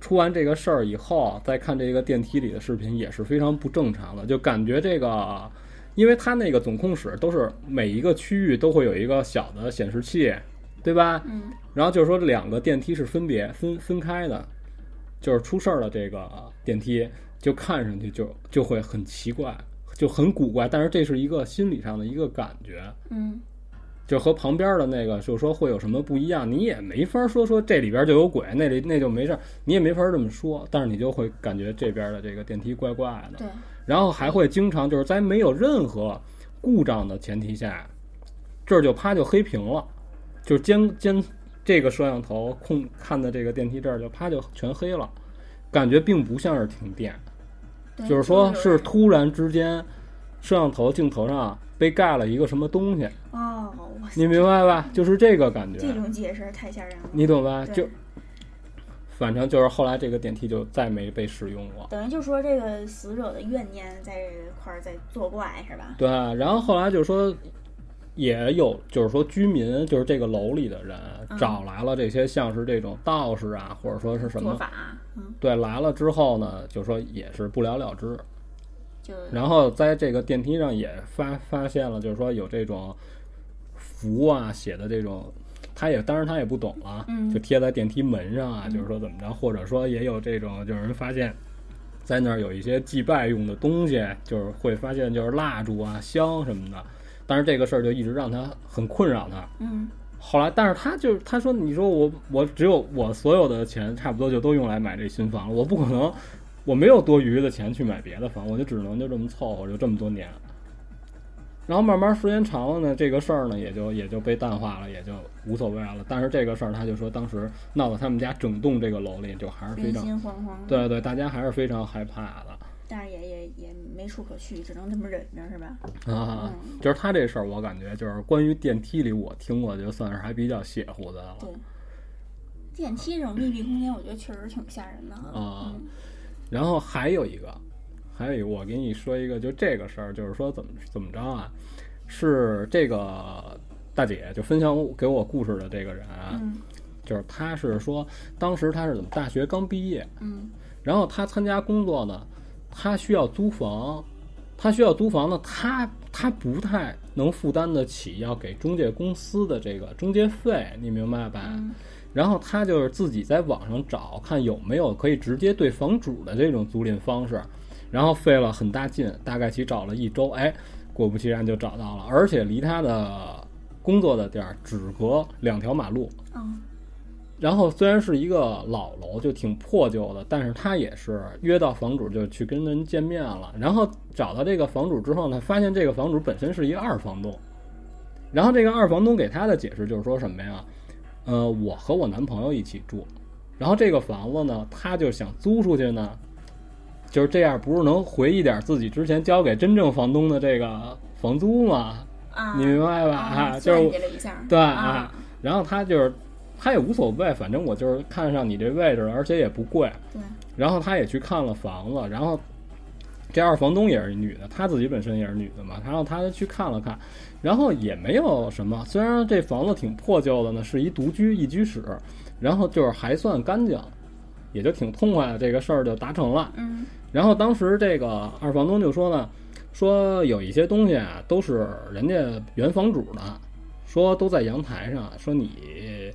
Speaker 1: 出完这个事儿以后，再看这个电梯里的视频也是非常不正常的，就感觉这个。因为他那个总控室都是每一个区域都会有一个小的显示器，对吧？
Speaker 2: 嗯，
Speaker 1: 然后就是说两个电梯是分别分分开的，就是出事儿了这个电梯就看上去就就会很奇怪，就很古怪，但是这是一个心理上的一个感觉，
Speaker 2: 嗯，
Speaker 1: 就和旁边的那个就是说会有什么不一样，你也没法说说这里边就有鬼，那里那就没事儿，你也没法这么说，但是你就会感觉这边的这个电梯怪怪的，
Speaker 2: 对，
Speaker 1: 然后还会经常就是在没有任何故障的前提下，这儿就啪就黑屏了，就是监监这个摄像头控看的这个电梯这儿就啪就全黑了，感觉并不像是停电，
Speaker 2: 对
Speaker 1: 就是说
Speaker 2: 有
Speaker 1: 是
Speaker 2: 点
Speaker 1: 突然之间摄像头镜头上被盖了一个什么东
Speaker 2: <laughs>
Speaker 1: 西，
Speaker 2: 哦，哇塞，
Speaker 1: 你明白吧？就是这个感
Speaker 2: 这
Speaker 1: 觉，
Speaker 2: 种解释太吓人了。
Speaker 1: 你懂吧？
Speaker 2: 对
Speaker 1: 就反正就是后来这个电梯就再没被使用过。
Speaker 2: 等于就说这个死者的怨念在这块儿在作怪是吧？
Speaker 1: 对，然后后来就是说，也有就是说居民，就是这个楼里的人
Speaker 2: 嗯
Speaker 1: 找来了这些像是这种道士啊，或者说是什
Speaker 2: 做
Speaker 1: 么，
Speaker 2: 法，嗯，
Speaker 1: 对，来了之后呢，就说也是不了了之。
Speaker 2: 就
Speaker 1: 然后在这个电梯上也发发现了，就是说有这种符啊写的这种他也当然他也不懂啊，
Speaker 2: 嗯
Speaker 1: 就贴在电梯门上啊，就是说怎么着，或者说也有这种，就是人发现。在那儿有一些祭拜用的东西，就是会发现就是蜡烛啊、香什么的，但是这个事儿就一直让他很困扰他。
Speaker 2: 嗯
Speaker 1: 后来，但是他就是他说，你说我我只有我所有的钱差不多就都用来买这新房了，我不可能我没有多余的钱去买别的房，我就只能就这么凑合，就这么多年。然后慢慢时间长了呢，这个事儿呢也就也就被淡化了，也就无所谓了。但是这个事儿，他就说当时闹到他们家整栋这个楼里，就还是非
Speaker 2: 人
Speaker 1: 常
Speaker 2: 心惶惶，，
Speaker 1: 对对，大家还是非常害怕的。
Speaker 2: 但是也也也没处可去，只能这么忍着是吧？嗯
Speaker 1: 啊，就是他这事儿，我感觉就是关于电梯里，我听过就算是还比较邪乎的了
Speaker 2: 对，电梯这种密闭空间，我觉得确实挺吓人的啊。
Speaker 1: 啊。然后还有一个，还有一个，我给你说一个，就这个事儿，就是说怎么怎么着啊，是这个大姐就分享给我故事的这个人啊，
Speaker 2: 嗯
Speaker 1: 就是她是说当时她是怎么大学刚毕业，
Speaker 2: 嗯
Speaker 1: 然后他参加工作呢，他需要租房，他需要租房呢，他他不太能负担得起要给中介公司的这个中介费，你明白吧？然后他就是自己在网上找，看有没有可以直接对房主的这种租赁方式，然后费了很大劲，大概其找了一周，哎，果不其然就找到了，而且离他的工作的地儿只隔两条马路，
Speaker 2: 嗯
Speaker 1: 然后虽然是一个老楼，就挺破旧的，但是他也是约到房主就去跟人见面了。然后找到这个房主之后呢，发现这个房主本身是一个二房东。然后这个二房东给他的解释就是说什么呀？呃，我和我男朋友一起住，然后这个房子呢，他就想租出去呢，就是这样，不是能回一点自己之前交给真正房东的这个房租吗？
Speaker 2: 啊，
Speaker 1: 你明白吧？
Speaker 2: 啊，
Speaker 1: 就是
Speaker 2: 算计了一下，
Speaker 1: 对
Speaker 2: 啊，
Speaker 1: 然后他就是他也无所谓，反正我就是看上你这位置了，而且也不贵。
Speaker 2: 对，
Speaker 1: 然后他也去看了房子，然后这二房东也是女的，她自己本身也是女的嘛，然后她就去看了看，然后也没有什么，虽然这房子挺破旧的呢，是一独居一居室，然后就是还算干净，也就挺痛快的，这个事儿就达成了。
Speaker 2: 嗯
Speaker 1: 然后当时这个二房东就说呢，说有一些东西啊都是人家原房主的，说都在阳台上，说你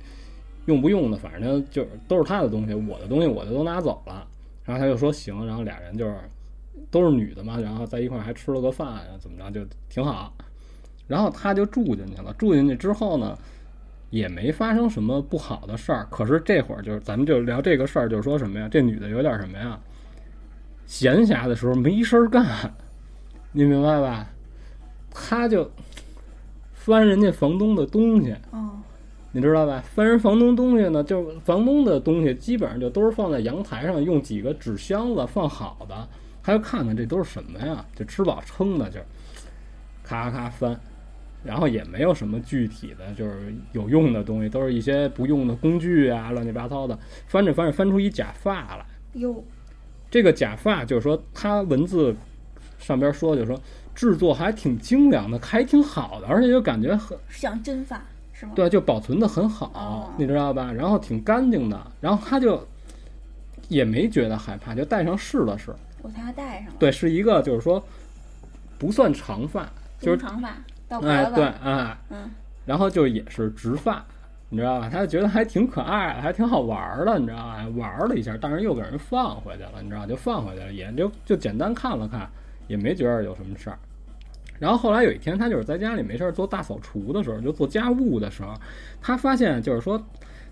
Speaker 1: 用不用的，反正就是都是他的东西，我的东西我就都拿走了。然后他就说行，然后俩人就是都是女的嘛，然后在一块儿还吃了个饭，然后怎么着就挺好。然后他就住进去了，住进去之后呢，也没发生什么不好的事儿。可是这会儿就是咱们就聊这个事儿，就是说什么呀？这女的有点什么呀？闲暇的时候没事儿干，你明白吧？他就翻人家房东的东西，
Speaker 2: 哦，
Speaker 1: 你知道吧？翻人房东东西呢，就是房东的东西，基本上就都是放在阳台上，用几个纸箱子放好的。他就看看这都是什么呀？就吃饱撑的就，咔咔咔翻，然后也没有什么具体的，就是有用的东西，都是一些不用的工具啊，乱七八糟的。翻着翻着，翻出一假发来。
Speaker 2: 哟，
Speaker 1: 这个假发就是说，他文字上边说，就是说制作还挺精良的，还挺好的，而且就感觉很
Speaker 2: 是讲真发是吗？
Speaker 1: 对，就保存的很好，
Speaker 2: 哦
Speaker 1: 你知道吧？然后挺干净的，然后他就也没觉得害怕，就戴上试了试。
Speaker 2: 我给他戴上了，
Speaker 1: 对，是一个就是说不算长发，就
Speaker 2: 中
Speaker 1: 是
Speaker 2: 长发到脖
Speaker 1: 哎
Speaker 2: 子，
Speaker 1: 对哎，
Speaker 2: 嗯，
Speaker 1: 然后就也是直发，你知道吧？他就觉得还挺可爱的，还挺好玩儿的，你知道吧？玩了一下，但是又给人放回去了，你知道，就放回去了，也就就简单看了看，也没觉得有什么事儿。然后后来有一天，他就是在家里没事儿做大扫除的时候，就做家务的时候，他发现就是说，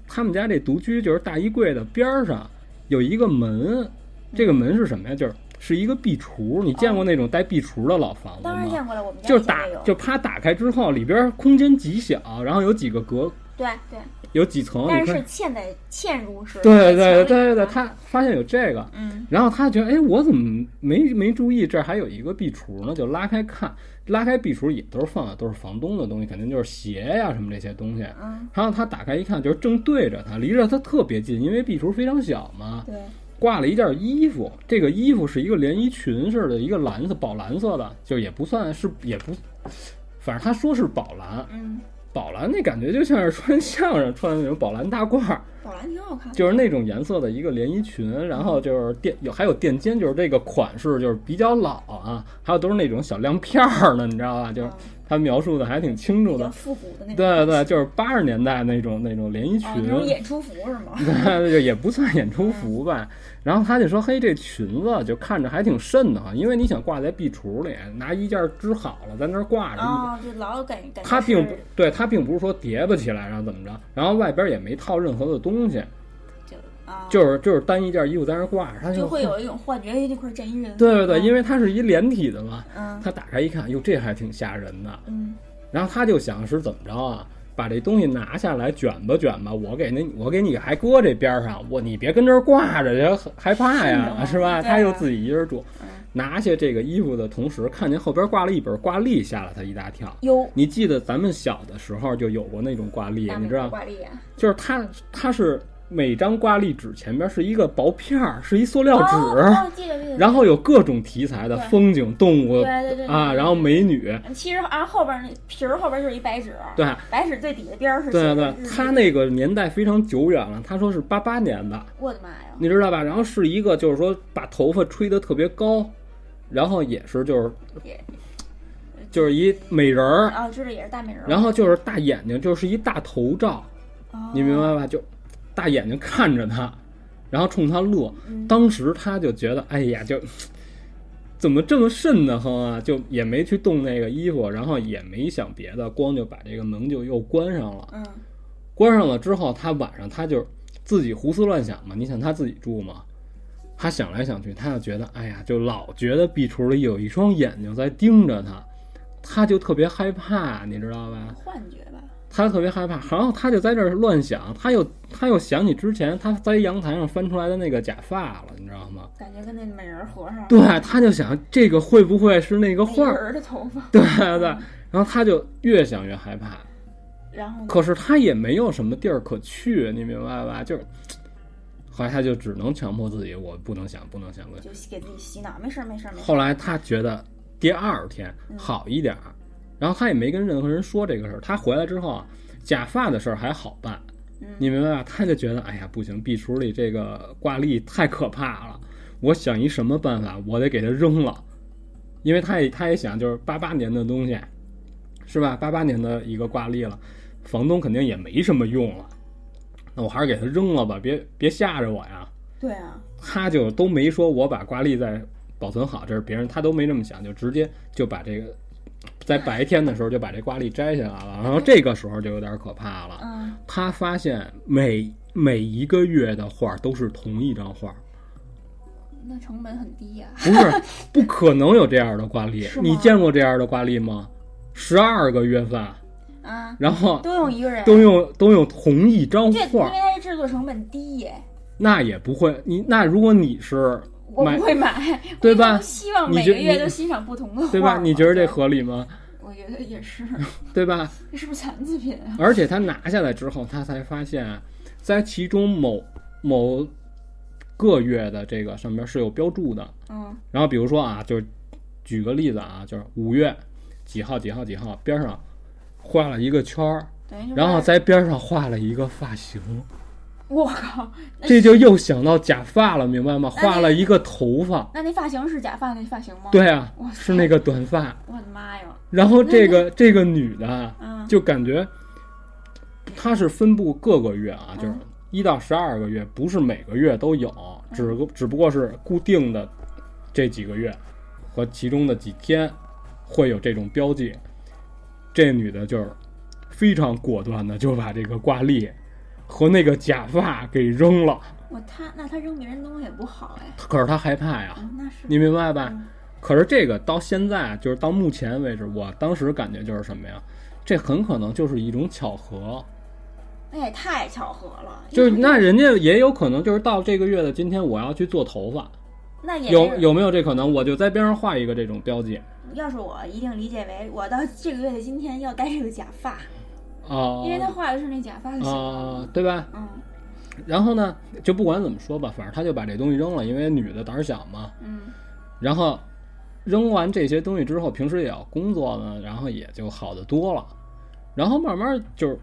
Speaker 1: 他们家这独居就是大衣柜的边儿上有一个门，这个门是什么呀？就是是一个壁橱，你见过那种带壁橱的老房子吗？
Speaker 2: 当然见过了，我们家
Speaker 1: 就是
Speaker 2: 以前
Speaker 1: 打
Speaker 2: 也有，
Speaker 1: 就啪打开之后，里边空间极小，然后有几个隔，
Speaker 2: 对对，
Speaker 1: 有几层，
Speaker 2: 但
Speaker 1: 哦你
Speaker 2: 是是
Speaker 1: 看，
Speaker 2: 嵌在嵌入式的，
Speaker 1: 对对
Speaker 2: 在
Speaker 1: 对
Speaker 2: 墙里
Speaker 1: 对对，
Speaker 2: 面
Speaker 1: 他发现有这个，
Speaker 2: 嗯
Speaker 1: 然后他觉得，哎，我怎么没没注意这儿还有一个壁橱呢？就拉开看，拉开壁橱也都是放的都是房东的东西，肯定就是鞋呀、什么这些东西。
Speaker 2: 嗯，
Speaker 1: 然后他打开一看，就是正对着他，离着他特别近，因为壁橱非常小嘛。
Speaker 2: 对，
Speaker 1: 挂了一件衣服，这个衣服是一个连衣裙似的，一个蓝色宝蓝色的，就也不算是也不，反正他说是宝蓝，
Speaker 2: 嗯，
Speaker 1: 宝蓝那感觉就像是穿相声穿的那种宝蓝大褂儿，
Speaker 2: 宝蓝挺好看的，
Speaker 1: 就是那种颜色的一个连衣裙，然后就是垫有还有垫肩，就是这个款式就是比较老啊，还有都是那种小亮片儿的，你知道吧？就是
Speaker 2: 嗯
Speaker 1: 他描述的还挺清楚
Speaker 2: 比较
Speaker 1: 的。
Speaker 2: 复古的那种，
Speaker 1: 对对，就是八十年代那种那种连衣裙
Speaker 2: 哦，，那种演出服是吗？
Speaker 1: <laughs> 就也不算演出
Speaker 2: 嗯
Speaker 1: 服吧。然后他就说：“嘿，这裙子就看着还挺瘆得慌，因为你想挂在壁橱里，拿衣架织好了，在那儿挂着。
Speaker 2: 哦，就老感
Speaker 1: 嗯
Speaker 2: 感觉
Speaker 1: 它并不
Speaker 2: 是
Speaker 1: 对，它并不是说叠吧起来，然后怎么着，然后外边也没套任何的东西，
Speaker 2: 就啊，
Speaker 1: 就是就是单一件衣服在那儿挂着，它
Speaker 2: 就会有一种幻觉，哎，这块儿站一人，
Speaker 1: 对对对，
Speaker 2: 嗯
Speaker 1: 因为它是一连体的嘛，
Speaker 2: 嗯
Speaker 1: 他打开一看，哟，这还挺吓人的。
Speaker 2: 嗯，
Speaker 1: 然后他就想是怎么着啊，把这东西拿下来卷吧卷吧，我给那我给你还搁这边儿上，我你别跟这儿挂着，这害怕呀，
Speaker 2: 是
Speaker 1: <laughs> 是
Speaker 2: 的
Speaker 1: 吧？
Speaker 2: 对啊
Speaker 1: 他又自己一人住
Speaker 2: 嗯，
Speaker 1: 拿下这个衣服的同时，看见后边挂了一本挂历，吓了他一大跳。
Speaker 2: 有
Speaker 1: 你记得咱们小的时候就有过那种挂历
Speaker 2: 大，
Speaker 1: 你
Speaker 2: 美
Speaker 1: 知道
Speaker 2: 国
Speaker 1: 吗，
Speaker 2: 挂历啊，
Speaker 1: 就是它它是每张挂历纸前边是一个薄片儿，是一塑料纸。
Speaker 2: 哦，哦记得记得。
Speaker 1: 然后有各种题材的
Speaker 2: 对
Speaker 1: 风景、动物
Speaker 2: 对对对对
Speaker 1: 啊，
Speaker 2: 对
Speaker 1: 然后美女，
Speaker 2: 其实啊，后边那皮儿后边就是一白纸，
Speaker 1: 对
Speaker 2: 白纸最底的边儿
Speaker 1: <laughs>
Speaker 2: 是
Speaker 1: 对啊对
Speaker 2: 写的
Speaker 1: 对
Speaker 2: 日，记
Speaker 1: 他那个年代非常久远了，他说是八八年的，
Speaker 2: 我的妈呀，
Speaker 1: 你知道吧？然后是一个就是说把头发吹得特别高，然后也是就是
Speaker 2: 也
Speaker 1: 就是一美人儿，
Speaker 2: 啊，知道也是大美人儿，
Speaker 1: 然后就是大眼睛，就是一大头罩，
Speaker 2: 哦
Speaker 1: 你明白吧？就大眼睛看着他，然后冲他乐。
Speaker 2: 嗯
Speaker 1: 当时他就觉得，哎呀，就怎么这么瘆得慌啊？就也没去动那个衣服，然后也没想别的，光就把这个门就又关上了。
Speaker 2: 嗯，
Speaker 1: 关上了之后，他晚上他就自己胡思乱想嘛。你想他自己住嘛，他想来想去，他就觉得，哎呀，就老觉得壁橱里有一双眼睛在盯着他，他就特别害怕，你知道吧？
Speaker 2: 幻觉吧，
Speaker 1: 他特别害怕，然后他就在这儿乱想，他又他又想起之前他在阳台上翻出来的那个假发了，你知道吗？
Speaker 2: 感觉跟那美人儿合上，
Speaker 1: 对，他就想这个会不会是那个
Speaker 2: 美
Speaker 1: 画
Speaker 2: 人
Speaker 1: 儿？
Speaker 2: 儿的头发，
Speaker 1: 对对， <laughs> 然后他就越想越害怕，
Speaker 2: 然后
Speaker 1: 可是他也没有什么地儿可去，你明白吧？就是，后来他就只能强迫自己，我不能想，不能想。不能
Speaker 2: 就给自己洗脑，没事儿没事儿没事
Speaker 1: 后来他觉得第二天好一点儿，然后他也没跟任何人说这个事儿。他回来之后啊，假发的事儿还好办，你明白吧？他就觉得哎呀不行，壁橱里这个挂历太可怕了，我想一什么办法，我得给它扔了，因为他也他也想就是八八年的东西，是吧？八八年的一个挂历了，房东肯定也没什么用了，那我还是给它扔了吧，别别吓着我呀。
Speaker 2: 儿，对啊，
Speaker 1: 他就都没说我把挂历再保存好，这是别人，他都没这么想，就直接就把这个在白天的时候就把这挂历摘下来了，然后这个时候就有点可怕了。
Speaker 2: 嗯，
Speaker 1: 他发现每每一个月的画都是同一张画，
Speaker 2: 那成本很低呀，
Speaker 1: 不是 <laughs> 不可能有这样的挂历
Speaker 2: 是，吗
Speaker 1: 你见过这样的挂历吗？十二个月份，
Speaker 2: 啊，
Speaker 1: 然后
Speaker 2: 都用一个
Speaker 1: 嗯
Speaker 2: 人，
Speaker 1: 都用都用同一张
Speaker 2: 这因为
Speaker 1: 画，
Speaker 2: 它是制作成本低耶，
Speaker 1: 那也不会，你那如果你是
Speaker 2: 我
Speaker 1: 买
Speaker 2: 不会买，
Speaker 1: 对
Speaker 2: 我
Speaker 1: 吧
Speaker 2: 就希望
Speaker 1: 你
Speaker 2: 每
Speaker 1: 觉
Speaker 2: 个月
Speaker 1: 你
Speaker 2: 都欣赏不同的画儿嘛，
Speaker 1: 对吧？你觉得这合理吗？
Speaker 2: 我觉得
Speaker 1: <laughs>
Speaker 2: 也是，
Speaker 1: 对吧？
Speaker 2: 这是不是残次品啊？
Speaker 1: 而且他拿下来之后，他才发现，在其中某某个月的这个上面是有标注的。
Speaker 2: 嗯
Speaker 1: 然后比如说啊，就是举个例子啊，就是五月几号几号几号边上画了一个圈儿，，
Speaker 2: 等于就是
Speaker 1: 然后在边上画了一个发型，
Speaker 2: 我靠，嗯那
Speaker 1: 这就又想到假发了，明白吗？
Speaker 2: 那那
Speaker 1: 画了一个头发，
Speaker 2: 那那发型是假发那发型吗？，
Speaker 1: 对啊
Speaker 2: 哇，
Speaker 1: 是那个短发。
Speaker 2: 我的妈呀，
Speaker 1: 然后这个这个女的啊，
Speaker 2: 嗯
Speaker 1: 就感觉它是分布各个月啊，就是
Speaker 2: 嗯
Speaker 1: 一到十二个月，不是每个月都有，只不只不过是固定的这几个月和其中的几天会有这种标记。这女的就是非常果断的就把这个挂历和那个假发给扔了，
Speaker 2: 我他那他扔别人东西也不好哎，
Speaker 1: 可是她害怕呀，
Speaker 2: 嗯，那是
Speaker 1: 你明白吧？
Speaker 2: 嗯
Speaker 1: 可是这个到现在，就是到目前为止，我当时感觉就是什么呀？这很可能就是一种巧合，
Speaker 2: 那也太巧合了，
Speaker 1: 就是
Speaker 2: 因为
Speaker 1: 那人家也有可能就是到这个月的今天，我要去做头发，
Speaker 2: 那也
Speaker 1: 有
Speaker 2: 是
Speaker 1: 有没有这可能？我就在边上画一个这种标记
Speaker 2: 要是我一定理解为我到这个月的今天要戴这个假发，
Speaker 1: 啊
Speaker 2: 因为他画的是那假发的形状
Speaker 1: 啊，，对吧？
Speaker 2: 嗯
Speaker 1: 然后呢，就不管怎么说吧，反正他就把这东西扔了，因为女的胆儿小嘛。
Speaker 2: 嗯
Speaker 1: 然后扔完这些东西之后，平时也要工作呢，然后也就好得多了。然后慢慢就是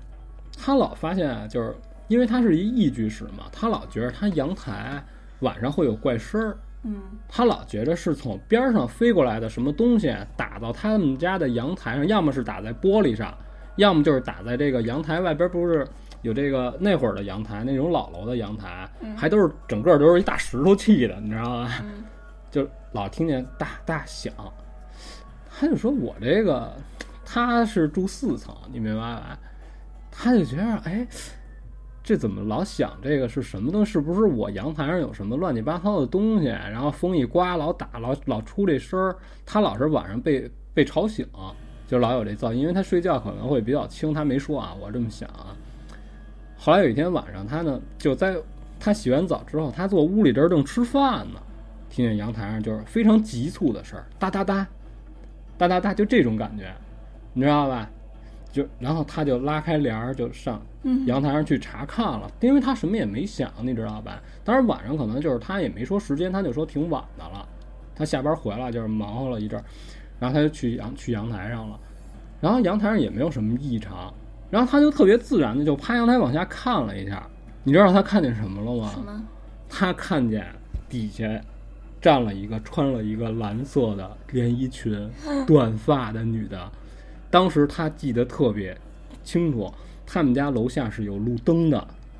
Speaker 1: 他老发现啊，就是因为他是一一居室嘛，他老觉得他阳台晚上会有怪声儿，
Speaker 2: 嗯
Speaker 1: 他老觉着是从边儿上飞过来的什么东西打到他们家的阳台上，要么是打在玻璃上，要么就是打在这个阳台外边，不是有这个那会儿的阳台，那种老楼的阳台，还都是整个都是一大石头砌的，你知道吗？
Speaker 2: 嗯
Speaker 1: 就老听见大大响，他就说我这个他是住四层，你明白吧？他就觉得哎。这怎么老想这个是什么东西？是不是我阳台上有什么乱七八糟的东西？然后风一刮，老打，老老出这声儿。他老是晚上被被吵醒，就老有这噪音，因为他睡觉可能会比较轻。他没说啊，我这么想啊。后来有一天晚上，他呢就在他洗完澡之后，他坐屋里这儿正吃饭呢，听见阳台上就是非常急促的声儿，哒哒哒，哒哒哒，就这种感觉，你知道吧？就然后他就拉开帘儿就上
Speaker 2: 嗯
Speaker 1: 阳台上去查看了，因为他什么也没想，你知道吧？当然晚上可能就是他也没说时间，他就说挺晚的了。他下班回来就是忙活了一阵儿，然后他就去阳去阳台上了，然后阳台上也没有什么异常，然后他就特别自然的就趴阳台往下看了一下，你知道他看见什么了
Speaker 2: 什
Speaker 1: 吗？
Speaker 2: 么？
Speaker 1: 他看见底下站了一个穿了一个蓝色的连衣
Speaker 2: <laughs>
Speaker 1: 裙、短发的女的。当时他记得特别清楚，他们家楼下是有路灯的，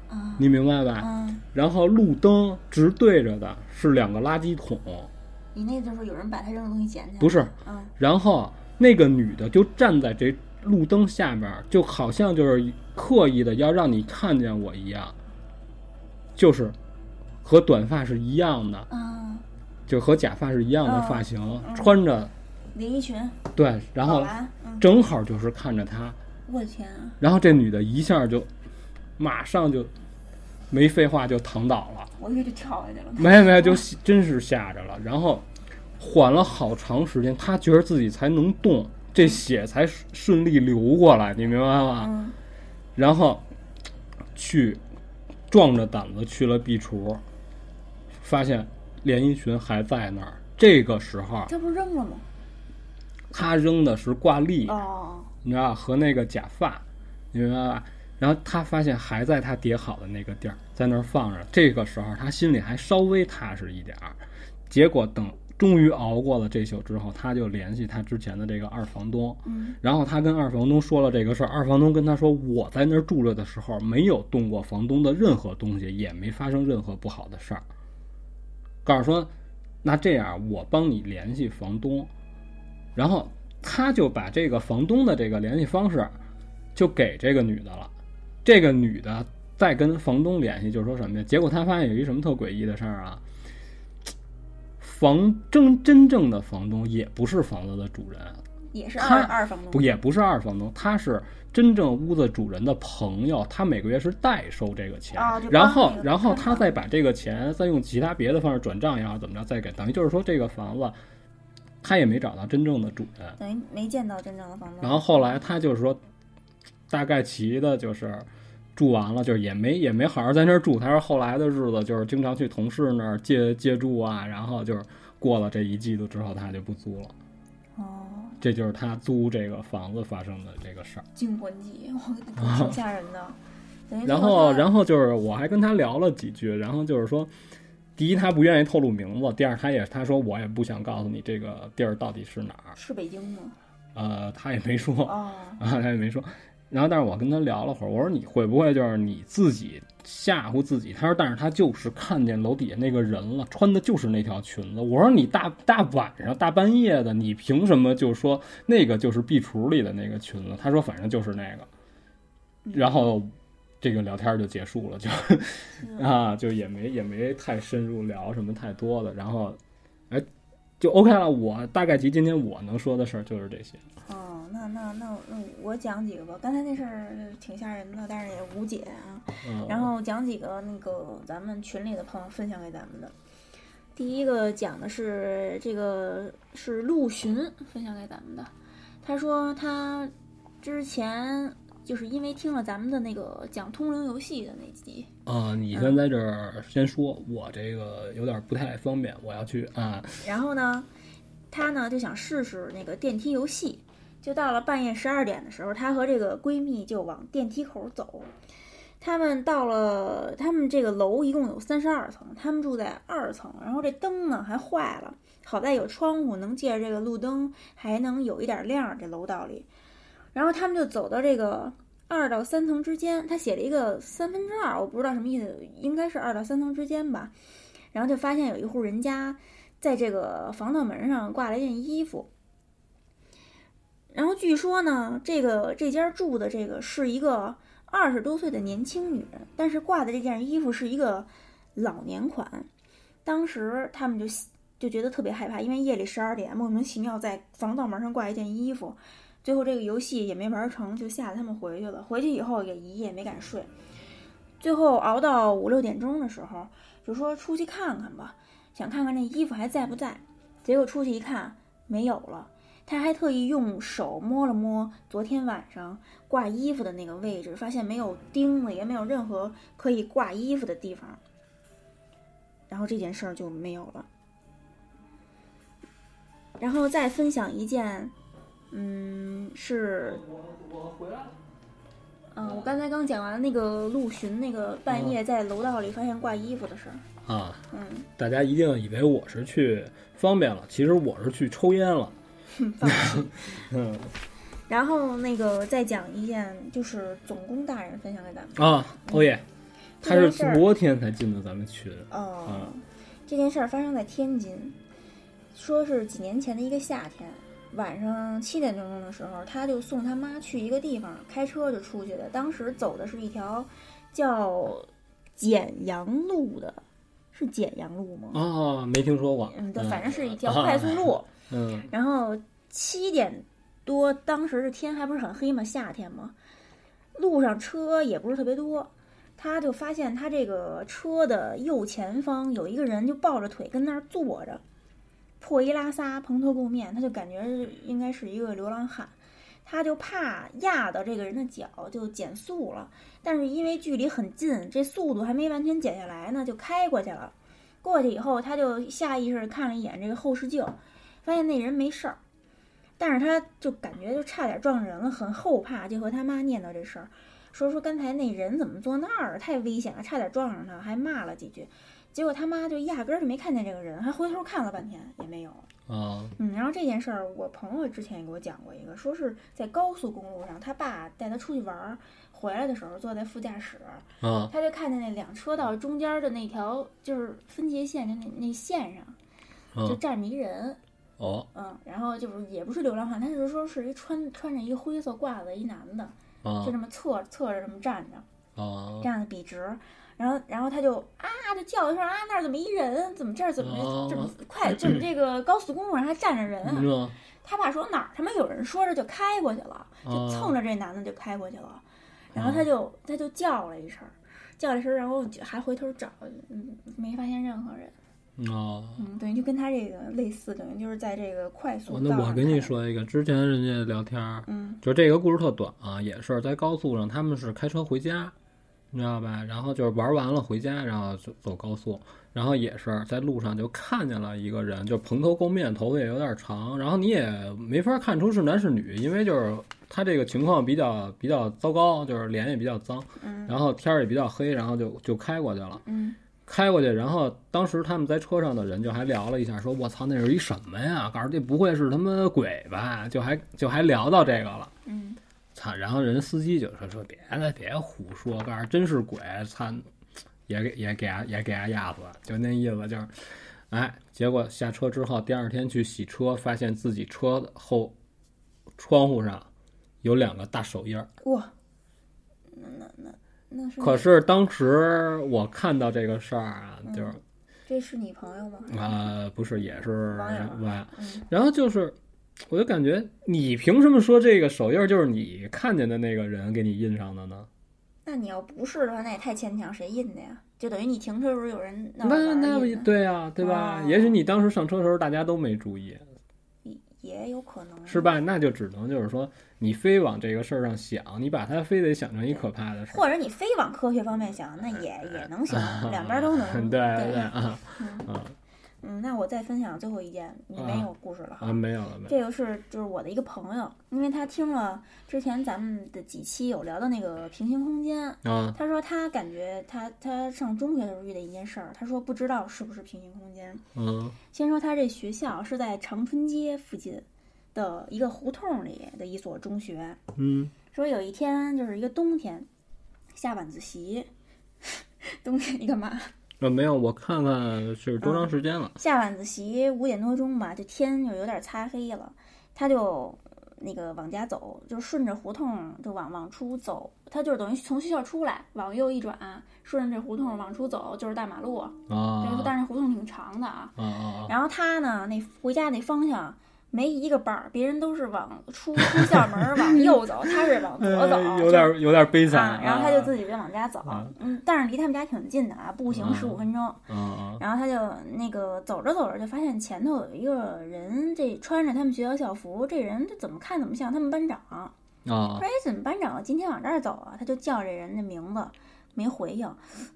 Speaker 2: 啊
Speaker 1: 你明白吧？
Speaker 2: 啊！
Speaker 1: 然后路灯直对着的是两个垃圾桶，
Speaker 2: 你那就是有人把他扔的东西捡起来？
Speaker 1: 不是。
Speaker 2: 啊，
Speaker 1: 然后那个女的就站在这路灯下边儿，就好像就是刻意的要让你看见我一样，就是和短发是一样的。
Speaker 2: 啊，
Speaker 1: 就和假发是一样的
Speaker 2: 嗯
Speaker 1: 发型，穿着
Speaker 2: 连衣裙，
Speaker 1: 对，然
Speaker 2: 宝
Speaker 1: 后
Speaker 2: 蓝，嗯，
Speaker 1: 正好就是看着他，
Speaker 2: 我的天啊！
Speaker 1: 然后这女的一下就马上就没废话就躺倒了，
Speaker 2: 我以为就跳下去了。
Speaker 1: 没没就吓真是吓着了，然后缓了好长时间，她觉得自己才能动，这血才顺顺利流过来，你明白吗？
Speaker 2: 嗯
Speaker 1: 然后去壮着胆子去了壁橱，发现连衣裙还在那儿。这个时候，
Speaker 2: 这不是扔了吗？
Speaker 1: 他扔的是挂历，
Speaker 2: 哦，
Speaker 1: 你知道和那个假发，你明白吧？然后他发现还在他叠好的那个地儿，在那儿放着。这个时候他心里还稍微踏实一点儿。结果等终于熬过了这宿之后，他就联系他之前的这个二房东，
Speaker 2: 嗯
Speaker 1: 然后他跟二房东说了这个事儿。二房东跟他说，我在那儿住着的时候没有动过房东的任何东西，也没发生任何不好的事儿。告诉说，那这样我帮你联系房东，然后他就把这个房东的这个联系方式就给这个女的了。这个女的再跟房东联系，就是说什么呀？结果他发现有一什么特诡异的事儿啊，房真真正的房东也不是房子的主人，
Speaker 2: 也是
Speaker 1: 他
Speaker 2: 二二房
Speaker 1: 不
Speaker 2: 东。
Speaker 1: 也不是二房东，他是真正屋子主人的朋友，他每个月是代收这个钱，
Speaker 2: 哦就帮
Speaker 1: 然后
Speaker 2: 那个
Speaker 1: 然后
Speaker 2: 看
Speaker 1: 他再把这个钱再用其他别的方式转账也好，怎么着再给，等于就是说这个房子他也没找到真正的主人。
Speaker 2: 等于没见到真正的房东。
Speaker 1: 然后后来他就是说，大概其的就是住完了，就是也没也没好好在那儿住。他说后来的日子就是经常去同事那儿借借住啊，然后就是过了这一季度之后，他就不租了。
Speaker 2: 哦，
Speaker 1: 这就是他租这个房子发生的这个事儿。
Speaker 2: 惊魂记，我挺吓人
Speaker 1: <laughs>
Speaker 2: 的。等于
Speaker 1: 然后，
Speaker 2: 后
Speaker 1: 然后就是我还跟他聊了几句，然后就是说，第一他不愿意透露名字，第二他也他说我也不想告诉你这个地儿到底是哪儿，
Speaker 2: 是北京吗？
Speaker 1: 呃，他也没说啊，
Speaker 2: 哦，
Speaker 1: 他也没说。然后，但是我跟他聊了会儿，我说你会不会就是你自己吓唬自己？他说，但是他就是看见楼底下那个人了，穿的就是那条裙子。我说你大大晚上大半夜的，你凭什么就说那个就是壁橱里的那个裙子？他说反正就是那个。然后这个聊天就结束了，就 <laughs> 啊，就也没也没太深入聊什么太多的。然后，哎，就 OK 了。我大概及今天我能说的事儿就是这些。
Speaker 2: 哦，那那那那我讲几个吧。刚才那事儿挺吓人的，但是也无解啊。
Speaker 1: 嗯，
Speaker 2: 然后讲几个那个咱们群里的朋友分享给咱们的。第一个讲的是这个是陆巡分享给咱们的，他说他之前就是因为听了咱们的那个讲通灵游戏的那集，
Speaker 1: 啊，你先
Speaker 2: 嗯
Speaker 1: 在这儿先说，我这个有点不太方便，我要去啊。
Speaker 2: 然后呢，她呢就想试试那个电梯游戏，就到了半夜十二点的时候，她和这个闺蜜就往电梯口走。他们到了，他们这个楼一共有三十二层，他们住在二层，然后这灯呢还坏了，好在有窗户，能借着这个路灯还能有一点亮，这楼道里。然后他们就走到这个二到三层之间，他写了一个三分之二，我不知道什么意思，应该是二到三层之间吧。然后就发现有一户人家在这个防盗门上挂了一件衣服。然后据说呢，这个这家住的这个是一个二十多岁的年轻女人，但是挂的这件衣服是一个老年款。当时他们就就觉得特别害怕，因为夜里十二点莫名其妙在防盗门上挂一件衣服。最后这个游戏也没玩成就吓得他们回去了。回去以后也一夜没敢睡，最后熬到五六点钟的时候，就说出去看看吧，想看看那衣服还在不在。结果出去一看，没有了。他还特意用手摸了摸昨天晚上挂衣服的那个位置，发现没有钉子，也没有任何可以挂衣服的地方。然后这件事儿就没有了。然后再分享一件。嗯，是，
Speaker 1: 我回来了。
Speaker 2: 嗯、我刚才刚讲完那个陆巡那个半夜在楼道里发现挂衣服的事儿。
Speaker 1: 啊，
Speaker 2: 嗯，
Speaker 1: 大家一定以为我是去方便了，其实我是去抽烟了。
Speaker 2: 哼放弃。
Speaker 1: <laughs> 嗯
Speaker 2: 然后那个再讲一件，就是总工大人分享给咱们。
Speaker 1: 啊，欧耶，他
Speaker 2: 这件
Speaker 1: 是
Speaker 2: 事儿
Speaker 1: 昨天才进的咱们群。
Speaker 2: 哦
Speaker 1: 嗯，
Speaker 2: 这件事儿发生在天津，说是几年前的一个夏天，晚上七点多钟的时候，他就送他妈去一个地方，开车就出去的。当时走的是一条叫简阳路的，是简阳路吗？
Speaker 1: 哦，没听说过。
Speaker 2: 嗯，对，反正是一条
Speaker 1: 啊
Speaker 2: 快速路。
Speaker 1: <laughs> 嗯
Speaker 2: 然后七点多，当时是天还不是很黑嘛，夏天嘛，路上车也不是特别多。他就发现他这个车的右前方有一个人就抱着腿跟那儿坐着，破衣拉撒、蓬头垢面，他就感觉是应该是一个流浪汉。他就怕压到这个人的脚，就减速了。但是因为距离很近，这速度还没完全减下来呢，就开过去了。过去以后，他就下意识地看了一眼这个后视镜，发现那人没事儿，但是他就感觉就差点撞人了，很后怕，就和他妈念叨这事儿，说说刚才那人怎么坐那儿，太危险了，差点撞上他，还骂了几句。结果他妈就压根儿就没看见这个人，还回头看了半天也没有。
Speaker 1: 啊
Speaker 2: 嗯，然后这件事儿，我朋友之前也给我讲过一个，说是在高速公路上，他爸带他出去玩儿，回来的时候坐在副驾驶，
Speaker 1: 啊
Speaker 2: 他就看见那两车道中间的那条就是分界线，就那那线上就
Speaker 1: 嗯
Speaker 2: 站着一人，
Speaker 1: 哦
Speaker 2: 嗯，然后就是也不是流浪汉，他就是说是一穿穿着一个灰色褂子一男的，
Speaker 1: 啊
Speaker 2: 就这么侧侧着这么站着，
Speaker 1: 啊
Speaker 2: 站的笔直。然后，然后他就啊，就叫一声啊，那儿怎么一人？怎么这儿怎么
Speaker 1: 哦
Speaker 2: 这怎么快？怎么这个高速公路上还站着人啊？
Speaker 1: 嗯
Speaker 2: 他爸说哪儿他妈有人说着就开过去了，就
Speaker 1: 啊
Speaker 2: 蹭着这男的就开过去
Speaker 1: 哦
Speaker 2: 了，然后他就他就叫了一声，叫了一声，然后就还回头找，嗯，没发现任何人，
Speaker 1: 啊。
Speaker 2: 嗯，等于就跟他这个类似，等于就是在这个快速
Speaker 1: 我哦
Speaker 2: 道
Speaker 1: 那我
Speaker 2: 上
Speaker 1: 跟
Speaker 2: 看
Speaker 1: 你
Speaker 2: 见，
Speaker 1: 说一个，之前人家聊天儿，
Speaker 2: 嗯
Speaker 1: 就这个故事特短啊，也是在高速上，他们是开车回家，你知道吧？然后就是玩完了回家，然后就走高速，然后也是在路上就看见了一个人，就蓬头垢面，头发也有点长，然后你也没法看出是男是女，因为就是他这个情况比较比较糟糕，就是脸也比较脏，
Speaker 2: 嗯
Speaker 1: 然后天儿也比较黑，然后就就开过去了。
Speaker 2: 嗯
Speaker 1: 开过去，然后当时他们在车上的人就还聊了一下，说：“我操，那是一什么呀？告诉这不会是他妈鬼吧？”就还就还聊到这个了。
Speaker 2: 嗯，
Speaker 1: 操！然后人司机就说说别了，别胡说，告诉真是鬼，操，也给也给他也给他压死，就那意思就是，哎，结果下车之后，第二天去洗车，发现自己车的后窗户上有两个大手印儿。
Speaker 2: 哇，那那那那是
Speaker 1: 可是当时我看到这个事儿啊，就是
Speaker 2: 这是你朋友吗？
Speaker 1: 啊、
Speaker 2: 嗯
Speaker 1: 不是，也是
Speaker 2: 网友
Speaker 1: 网友
Speaker 2: 嗯
Speaker 1: 然后就是，我就感觉你凭什么说这个手印儿就是你看见的那个人给你印上的呢？
Speaker 2: 那你要不是的话，那也太牵强，谁印的呀？就等于你停车的时候有人闹着
Speaker 1: 那
Speaker 2: 玩
Speaker 1: 那
Speaker 2: 儿
Speaker 1: 不
Speaker 2: 印的
Speaker 1: 对啊，对吧？
Speaker 2: 哦
Speaker 1: 也许你当时上车的时候大家都没注意，
Speaker 2: 也也有可能
Speaker 1: 是？吧？那就只能就是说，你非往这个事儿上想，你把它非得想成一可怕的 <laughs> 事儿。
Speaker 2: 或者你非
Speaker 1: <laughs>
Speaker 2: 往科学方面想，那也也能行，两边都能。
Speaker 1: 对对啊
Speaker 2: 嗯
Speaker 1: 啊！
Speaker 2: 嗯，那我再分享最后一件，你没有故事了哈。
Speaker 1: 啊，没有了，没有
Speaker 2: 这个是就是我的一个朋友，因为他听了之前咱们的几期有聊到那个平行空间，
Speaker 1: 啊，
Speaker 2: 他说他感觉他他上中学的时候遇到一件事儿，他说不知道是不是平行空间。
Speaker 1: 嗯
Speaker 2: 先说他这学校是在长春街附近的一个胡同里的一所中学，
Speaker 1: 嗯
Speaker 2: 说有一天就是一个冬天，下晚自习， <laughs> 冬天你干嘛？
Speaker 1: 啊，没有，我看看是多
Speaker 2: 嗯
Speaker 1: 长时间了，
Speaker 2: 下晚自习五点多钟吧，这天就有点擦黑了，他就呃那个往家走，就顺着胡同就往往出走，他就是等于从学校出来，往右一转，顺着这胡同往出走就是大马路，但是
Speaker 1: 啊
Speaker 2: 但是胡同挺长的啊。
Speaker 1: 啊啊
Speaker 2: 然后他呢，那回家那方向没一个伴儿，别人都是往出出校门儿往右走，他是往左走，
Speaker 1: 啊，
Speaker 2: 就
Speaker 1: 有点有点悲
Speaker 2: 啊
Speaker 1: 惨，，
Speaker 2: 然后他就自己就往家走
Speaker 1: 啊，
Speaker 2: 嗯，但是离他们家挺近的啊，步行
Speaker 1: 啊
Speaker 2: 十五分钟。
Speaker 1: 啊啊
Speaker 2: 然后他就那个走着走着就发现前头有一个人，这穿着他们学校校服，这人这怎么看怎么像他们班长。
Speaker 1: 啊
Speaker 2: 说哎，怎么班长今天往这儿走啊？他就叫这人的名字，没回应。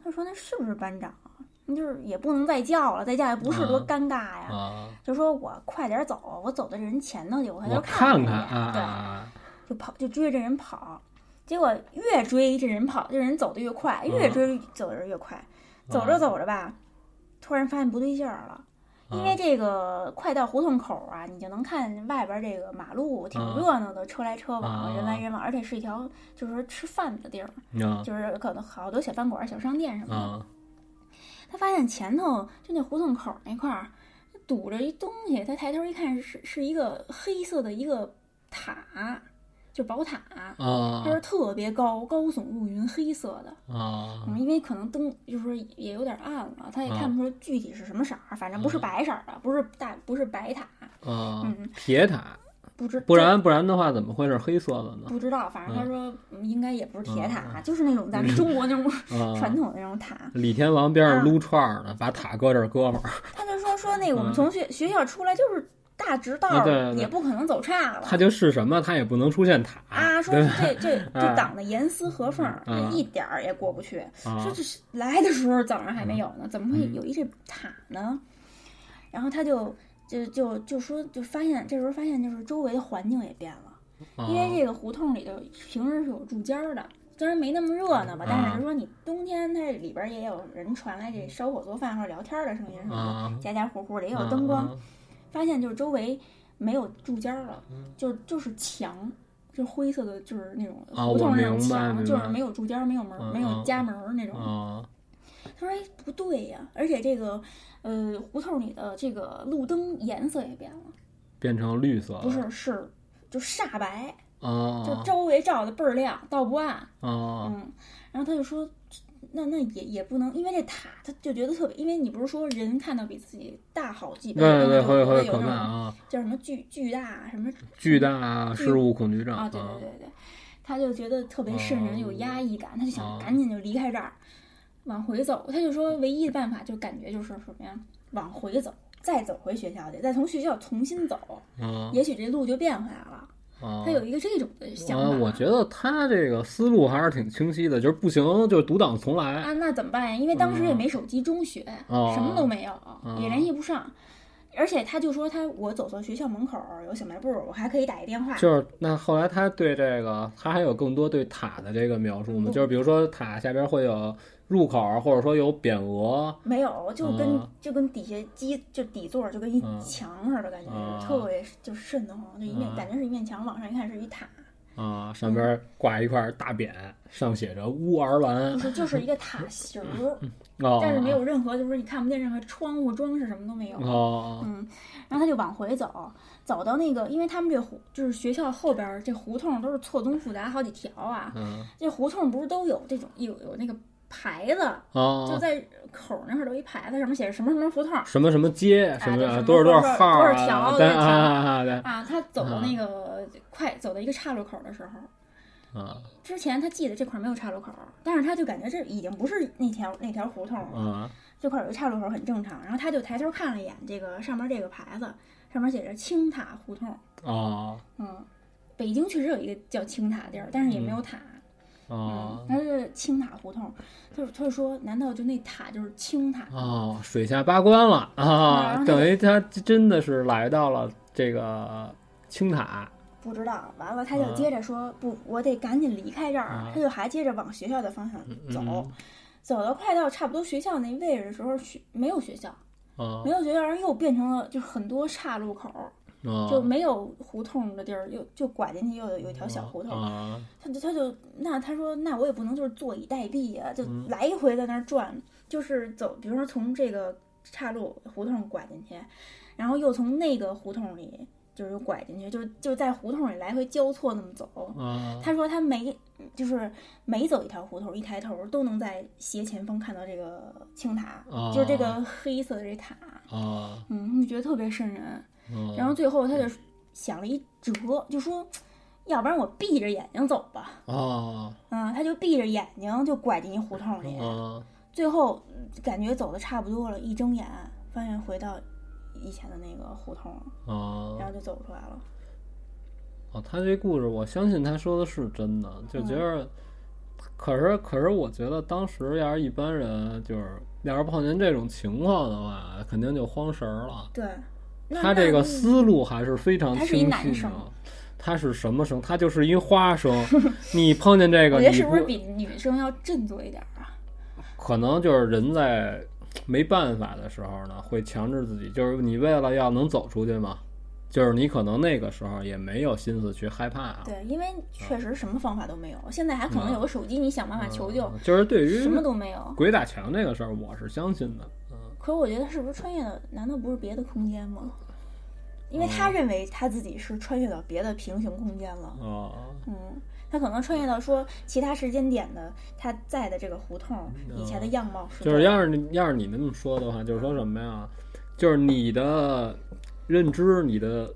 Speaker 2: 他说那是不是班长啊？就是也不能再叫了，再叫也不是
Speaker 1: 啊
Speaker 2: 多尴尬呀。
Speaker 1: 啊，
Speaker 2: 就说我快点走，我走到这人前头去，我回头
Speaker 1: 我看
Speaker 2: 看
Speaker 1: 看
Speaker 2: 人家
Speaker 1: 啊
Speaker 2: 对，就跑就追着这人跑，结果越追这人跑，这人走的越快，越
Speaker 1: 嗯
Speaker 2: 追走的人越快，走着走着吧，突然发现不对劲儿了。
Speaker 1: 啊
Speaker 2: 因为这个快到胡同口啊，你就能看外边这个马路挺
Speaker 1: 啊
Speaker 2: 热闹的，车来车
Speaker 1: 啊
Speaker 2: 往，人来人往，而且是一条就是说吃饭的地儿，
Speaker 1: 啊
Speaker 2: 就是可能好多小饭馆、小商店什么的。
Speaker 1: 啊
Speaker 2: 他发现前头就那胡同口那块儿堵着一东西，他抬头一看是是一个黑色的一个塔，就宝塔，
Speaker 1: 啊
Speaker 2: 它嗯是特别高，高耸入云，黑色的。
Speaker 1: 啊
Speaker 2: 嗯，因为可能灯就是说也有点暗了，他也看不出来具体是什么色儿，反正不是白色儿的，不是大，不是白塔，
Speaker 1: 啊
Speaker 2: 嗯，
Speaker 1: 铁塔，
Speaker 2: 不知
Speaker 1: 不然不然的话怎么会是黑色的呢？
Speaker 2: 不知道，反正他
Speaker 1: 嗯
Speaker 2: 说嗯应该也不是铁
Speaker 1: 嗯
Speaker 2: 塔，
Speaker 1: 嗯
Speaker 2: 就是那种咱们中国那种 <laughs> 传
Speaker 1: 啊，
Speaker 2: 统的啊那种塔。
Speaker 1: 李天王边上撸串儿呢，把塔搁这儿，哥们儿，
Speaker 2: 他就说说那个我
Speaker 1: 嗯
Speaker 2: 们从学学校出来就是大直道
Speaker 1: 啊对对
Speaker 2: 儿，
Speaker 1: 对
Speaker 2: 也不可能走岔了。
Speaker 1: 他就是什么，他也不能出现塔
Speaker 2: 啊，说
Speaker 1: 对
Speaker 2: 这
Speaker 1: <laughs>
Speaker 2: 这
Speaker 1: 啊
Speaker 2: 这挡的严丝合缝，这
Speaker 1: 嗯
Speaker 2: 一点儿也过不去。
Speaker 1: 啊
Speaker 2: 说这是来的时候早上还
Speaker 1: 嗯
Speaker 2: 没有呢，怎么会有一这塔呢？然后他就就就就说，就发现这时候发现就是周围的环境也变了，
Speaker 1: 啊
Speaker 2: 因为这个胡同里头平时是有住家儿的。虽然没那么热闹吧，但
Speaker 1: 啊嗯
Speaker 2: 是就说你冬天它这里边也有人传来这烧火做饭或者聊天儿的声音什么
Speaker 1: 啊
Speaker 2: 的，家家户户的也有灯光，发现就是周围没有住家了，
Speaker 1: 嗯
Speaker 2: 就就是墙，就是灰色的，就是那种
Speaker 1: 啊
Speaker 2: 胡同那
Speaker 1: 我
Speaker 2: 种
Speaker 1: 明白
Speaker 2: 墙，
Speaker 1: 明白
Speaker 2: 就是没有住家，没有门，
Speaker 1: 嗯
Speaker 2: 没有
Speaker 1: 嗯
Speaker 2: 家门儿那种。
Speaker 1: 啊
Speaker 2: 他说：“哎，不对呀，而且这个，呃，胡同里的这个路灯颜色也变了，
Speaker 1: 变成绿色了，
Speaker 2: 不是是就煞白，
Speaker 1: 啊
Speaker 2: 就周围照的倍儿亮，倒不暗。
Speaker 1: 啊
Speaker 2: 嗯，然后他就说，那那也也不能，因为这塔，他就觉得特别，因为你不是说人看到比自己大好几倍，
Speaker 1: 对对对，
Speaker 2: 有那
Speaker 1: 会
Speaker 2: 种
Speaker 1: 会
Speaker 2: 有
Speaker 1: 可怕
Speaker 2: 那种
Speaker 1: 啊！
Speaker 2: 叫什么巨巨大什么
Speaker 1: 巨大
Speaker 2: 巨
Speaker 1: 事物恐惧症
Speaker 2: 啊，对对对对，他就觉得特别瘆人，有压抑感，他就
Speaker 1: 哦
Speaker 2: 想赶紧就离开这儿，往回走。他就说，唯一的办法就感觉就是什么呀，往回走，再走回学校去，再从学校重新走，
Speaker 1: 啊
Speaker 2: 也许这路就变回来了。
Speaker 1: 啊！
Speaker 2: 他有一个这种的想
Speaker 1: 啊，
Speaker 2: 法。
Speaker 1: 我觉得他这个思路还是挺清晰的，就是不行就独挡重来
Speaker 2: 啊，那怎么办呀？因为当时也没手机，中学、
Speaker 1: 嗯哦
Speaker 2: 什么都没有，
Speaker 1: 哦
Speaker 2: 也联系不上。而且他就说他我走到学校门口儿有小卖部儿，我还可以打一电话。
Speaker 1: 就是那后来他对这个，他还有更多对塔的这个描述吗？
Speaker 2: 嗯
Speaker 1: 就是比如说塔下边会有入口，或者说有匾额
Speaker 2: 没有，就跟、
Speaker 1: 啊
Speaker 2: 就跟底下基就底座就跟一
Speaker 1: 啊
Speaker 2: 墙似的，感觉、
Speaker 1: 啊
Speaker 2: 特别就瘆得慌，就一面、
Speaker 1: 啊
Speaker 2: 感觉是一面墙，往上一看是一塔，
Speaker 1: 啊，上边
Speaker 2: 嗯
Speaker 1: 挂一块大匾，上写着乌儿
Speaker 2: 就
Speaker 1: 兰
Speaker 2: 是就是一个塔形儿，
Speaker 1: 哦，
Speaker 2: 但是没有任何就是你看不见任何窗户装饰什么都没有。
Speaker 1: 哦
Speaker 2: 嗯，然后他就往回走，走到那个，因为他们这胡就是学校后边儿这胡同都是错综复杂好几条啊，
Speaker 1: 嗯
Speaker 2: 这胡同不是都有这种有有那个牌子，就
Speaker 1: 哦，
Speaker 2: 在口儿那块儿有一牌子，上面写着什么什么胡同，
Speaker 1: 什么什么街什
Speaker 2: 哎对
Speaker 1: 么
Speaker 2: 什么
Speaker 1: 多少少
Speaker 2: 多少
Speaker 1: 号
Speaker 2: 多少
Speaker 1: 啊，
Speaker 2: 条
Speaker 1: 对
Speaker 2: 多少
Speaker 1: 啊
Speaker 2: 条
Speaker 1: 啊对
Speaker 2: 啊，他走到那个快走到一个岔路口的时候，
Speaker 1: 啊
Speaker 2: 之前他记得这块没有岔路口，但是他就感觉这已经不是那条那条胡同了，
Speaker 1: 啊
Speaker 2: 这块有一岔路口很正常。然后他就抬头看了一眼这个上面这个牌子，上面写着青塔胡同，
Speaker 1: 哦
Speaker 2: 嗯，北京确实有一个叫青塔地儿，但是也没有塔。
Speaker 1: 啊
Speaker 2: 它是青塔胡同，他就他就说，难道就那塔就是青塔？
Speaker 1: 哦，水下八关了
Speaker 2: 然
Speaker 1: 啊，
Speaker 2: 后
Speaker 1: 等于他真的是来到了这个青塔
Speaker 2: 不知道。完了，他就
Speaker 1: 啊
Speaker 2: 接着说，不，我得赶紧离开这儿
Speaker 1: 啊。
Speaker 2: 他就还接着往学校的方向走，
Speaker 1: 嗯
Speaker 2: 走到快到差不多学校那位置的时候，学没有学校，
Speaker 1: 啊
Speaker 2: 没有学校，然后又变成了就是很多岔路口，
Speaker 1: 啊，
Speaker 2: 嗯就没有胡同的地儿，又就拐进去又有有一条小胡同。
Speaker 1: 啊
Speaker 2: 他就他就那他说那我也不能就是坐以待毙呀、就
Speaker 1: 嗯
Speaker 2: 来回在那儿转，就是走，比如说从这个岔路胡同拐进去，然后又从那个胡同里就是又拐进去，就就在胡同里来回交错那么走。
Speaker 1: 啊
Speaker 2: 他说他每就是每走一条胡同，一抬头都能在斜前方看到这个青塔，
Speaker 1: 哦
Speaker 2: 就是这个黑色的这塔，
Speaker 1: 啊，
Speaker 2: 嗯，就觉得特别瘆人。
Speaker 1: 嗯
Speaker 2: 然后最后他就想了一辙，就说要不然我闭着眼睛走吧。
Speaker 1: 啊
Speaker 2: 嗯，他就闭着眼睛就拐进一胡同里，
Speaker 1: 啊
Speaker 2: 最后嗯感觉走的差不多了，一睁眼发现回到以前的那个胡同，
Speaker 1: 啊
Speaker 2: 然后就走出来了。
Speaker 1: 哦，他这故事，我相信他说的是真的，就觉着，
Speaker 2: 嗯
Speaker 1: 可是可是，我觉得当时要是一般人，就是要是碰见这种情况的话，肯定就慌神儿了。
Speaker 2: 对，那
Speaker 1: 他这个思路还是非常
Speaker 2: 他是一
Speaker 1: 清
Speaker 2: 男
Speaker 1: 晰
Speaker 2: 生
Speaker 1: 的。他是什么声？他就是一花
Speaker 2: <laughs>
Speaker 1: 生。你碰见这
Speaker 2: 那
Speaker 1: 个，
Speaker 2: 我觉得
Speaker 1: 你
Speaker 2: 是不是比女生要振作一点儿啊？
Speaker 1: 可能就是人在没办法的时候呢，会强制自己，就是你为了要能走出去嘛，就是你可能那个时候也没有心思去害怕啊。
Speaker 2: 对，因为确实什么方法都没有，现在还可
Speaker 1: 嗯
Speaker 2: 能有个手机，你想办法求救，
Speaker 1: 就是对于
Speaker 2: 什么都没有。
Speaker 1: 鬼打墙这个事儿，我是相信的。
Speaker 2: 可是我觉得是不是穿越的？难道不是别的空间吗？因为
Speaker 1: 嗯
Speaker 2: 他认为他自己是穿越到别的平行空间了。
Speaker 1: 哦，
Speaker 2: 嗯，他可能穿越到说其他时间点的他在的这个胡同以前的样貌
Speaker 1: 嗯
Speaker 2: 是
Speaker 1: 就是
Speaker 2: 这样
Speaker 1: 要是你要是你那么说的话，就是说什么呀？就是你的认知，你的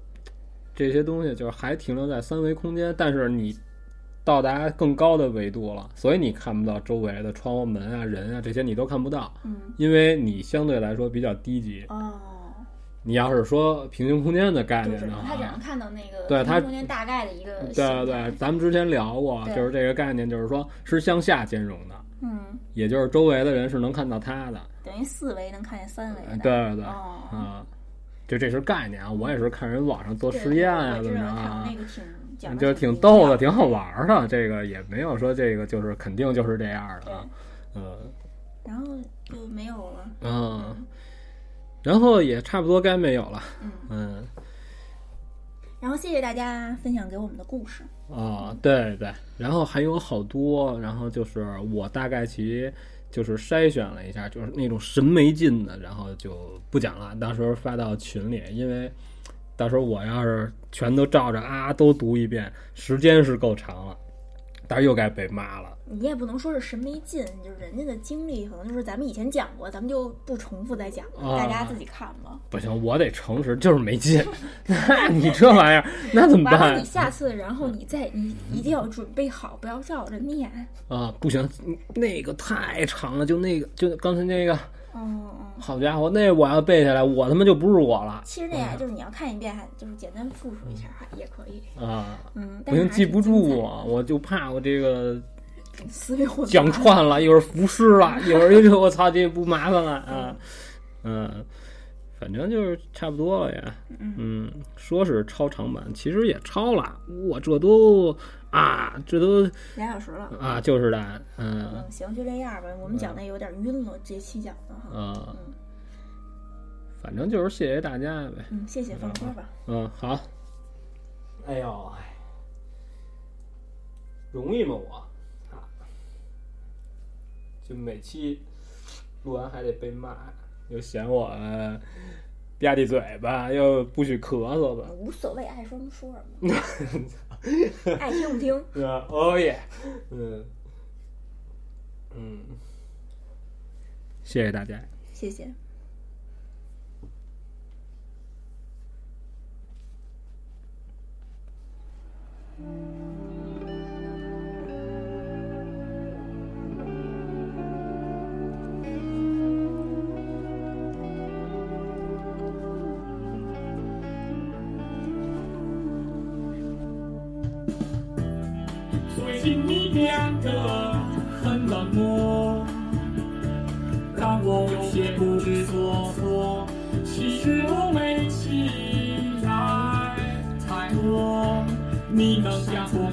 Speaker 1: 这些东西，就是还停留在三维空间，但是你到达更高的维度了，所以你看不到周围的窗户门啊、人啊这些，你都看不到，
Speaker 2: 嗯
Speaker 1: 因为你相对来说比较低级。
Speaker 2: 哦，
Speaker 1: 你要是说平行空间的概
Speaker 2: 就
Speaker 1: 念
Speaker 2: 只
Speaker 1: 的
Speaker 2: 能他只能
Speaker 1: 话，
Speaker 2: 看到那个
Speaker 1: 对
Speaker 2: 平行
Speaker 1: 他
Speaker 2: 空间大概的一个
Speaker 1: 对
Speaker 2: 形
Speaker 1: 对
Speaker 2: 态
Speaker 1: 对，咱们之前聊过，
Speaker 2: 对
Speaker 1: 就是这个概念，就是说是向下兼容的。
Speaker 2: 嗯，
Speaker 1: 也就是周围的人是能看到他的。
Speaker 2: 等于四维能看见三维
Speaker 1: 呃
Speaker 2: 的，
Speaker 1: 对对对，
Speaker 2: 哦
Speaker 1: 啊，就这是概念啊，我也是看人网上做
Speaker 2: 对
Speaker 1: 实验啊，
Speaker 2: 我
Speaker 1: 怎
Speaker 2: 知
Speaker 1: 么
Speaker 2: 道
Speaker 1: 着
Speaker 2: 看过
Speaker 1: 啊
Speaker 2: 那，个挺
Speaker 1: 嗯
Speaker 2: 讲得
Speaker 1: 就是
Speaker 2: 挺
Speaker 1: 挺逗的，
Speaker 2: 明
Speaker 1: 挺好玩儿的。这个也没有说这个就是肯定就是这样的啊，嗯
Speaker 2: 白的，然后就没有了，
Speaker 1: 嗯，然后也差不多该没有了，
Speaker 2: 嗯，
Speaker 1: 嗯
Speaker 2: 然后谢谢大家分享给我们的故事，
Speaker 1: 啊，对对，然后还有好多，然后就是我大概其。就是筛选了一下，就是那种神没劲的，然后就不讲了。到时候发到群里，因为到时候我要是全都照着啊都读一遍，时间是够长了，但是又该被骂了。
Speaker 2: 你也不能说是神没劲，就是人家的经历可能就是咱们以前讲过，咱们就不重复再讲了，
Speaker 1: 啊
Speaker 2: 大家自己看吧。
Speaker 1: 不行，我得诚实，就是没劲。 <laughs> 那你这玩意儿，那怎么
Speaker 2: 完了，
Speaker 1: 办
Speaker 2: 你下次，然后你再，你一定要准备好，不要照着念。
Speaker 1: 啊？不行，那个太长了，就那个，就刚才那个，
Speaker 2: 嗯嗯。
Speaker 1: 好家伙，那我要背下来，我他妈就不是我了
Speaker 2: 其实那样就是你要看一遍，还就是简单复述一下还也可以。
Speaker 1: 啊！
Speaker 2: 嗯，
Speaker 1: 不
Speaker 2: 但是
Speaker 1: 行，
Speaker 2: 还
Speaker 1: 记
Speaker 2: 是
Speaker 1: 不住
Speaker 2: 精
Speaker 1: 我，我就怕我这个
Speaker 2: 彩思维混
Speaker 1: 讲
Speaker 2: 乱。
Speaker 1: 串了，一会儿浮尸了，一会儿又 <laughs> 我操，这不麻烦了啊，嗯，反正就是差不多了也，嗯，说是超长版，其实也超了，我这都啊，这都
Speaker 2: 俩小时了，
Speaker 1: 啊，就是的，嗯
Speaker 2: 嗯，行，就这样吧。我们讲的有点晕了，这期讲的哈。
Speaker 1: 啊，反正就是谢谢大家呗，
Speaker 2: 嗯，谢谢放歌吧。
Speaker 1: 嗯，好，哎呦，哎容易吗我啊？就每期录完还得被骂，又嫌我呃吧唧嘴巴，又不许咳嗽吧，
Speaker 2: 无所谓，爱说什
Speaker 1: <laughs>
Speaker 2: 么说什么，爱听不听。
Speaker 1: 是吧？哦耶，嗯嗯，谢谢大家。
Speaker 2: 谢谢。
Speaker 4: 最近你两个些不知所措。其实我们期待太多，你能想过。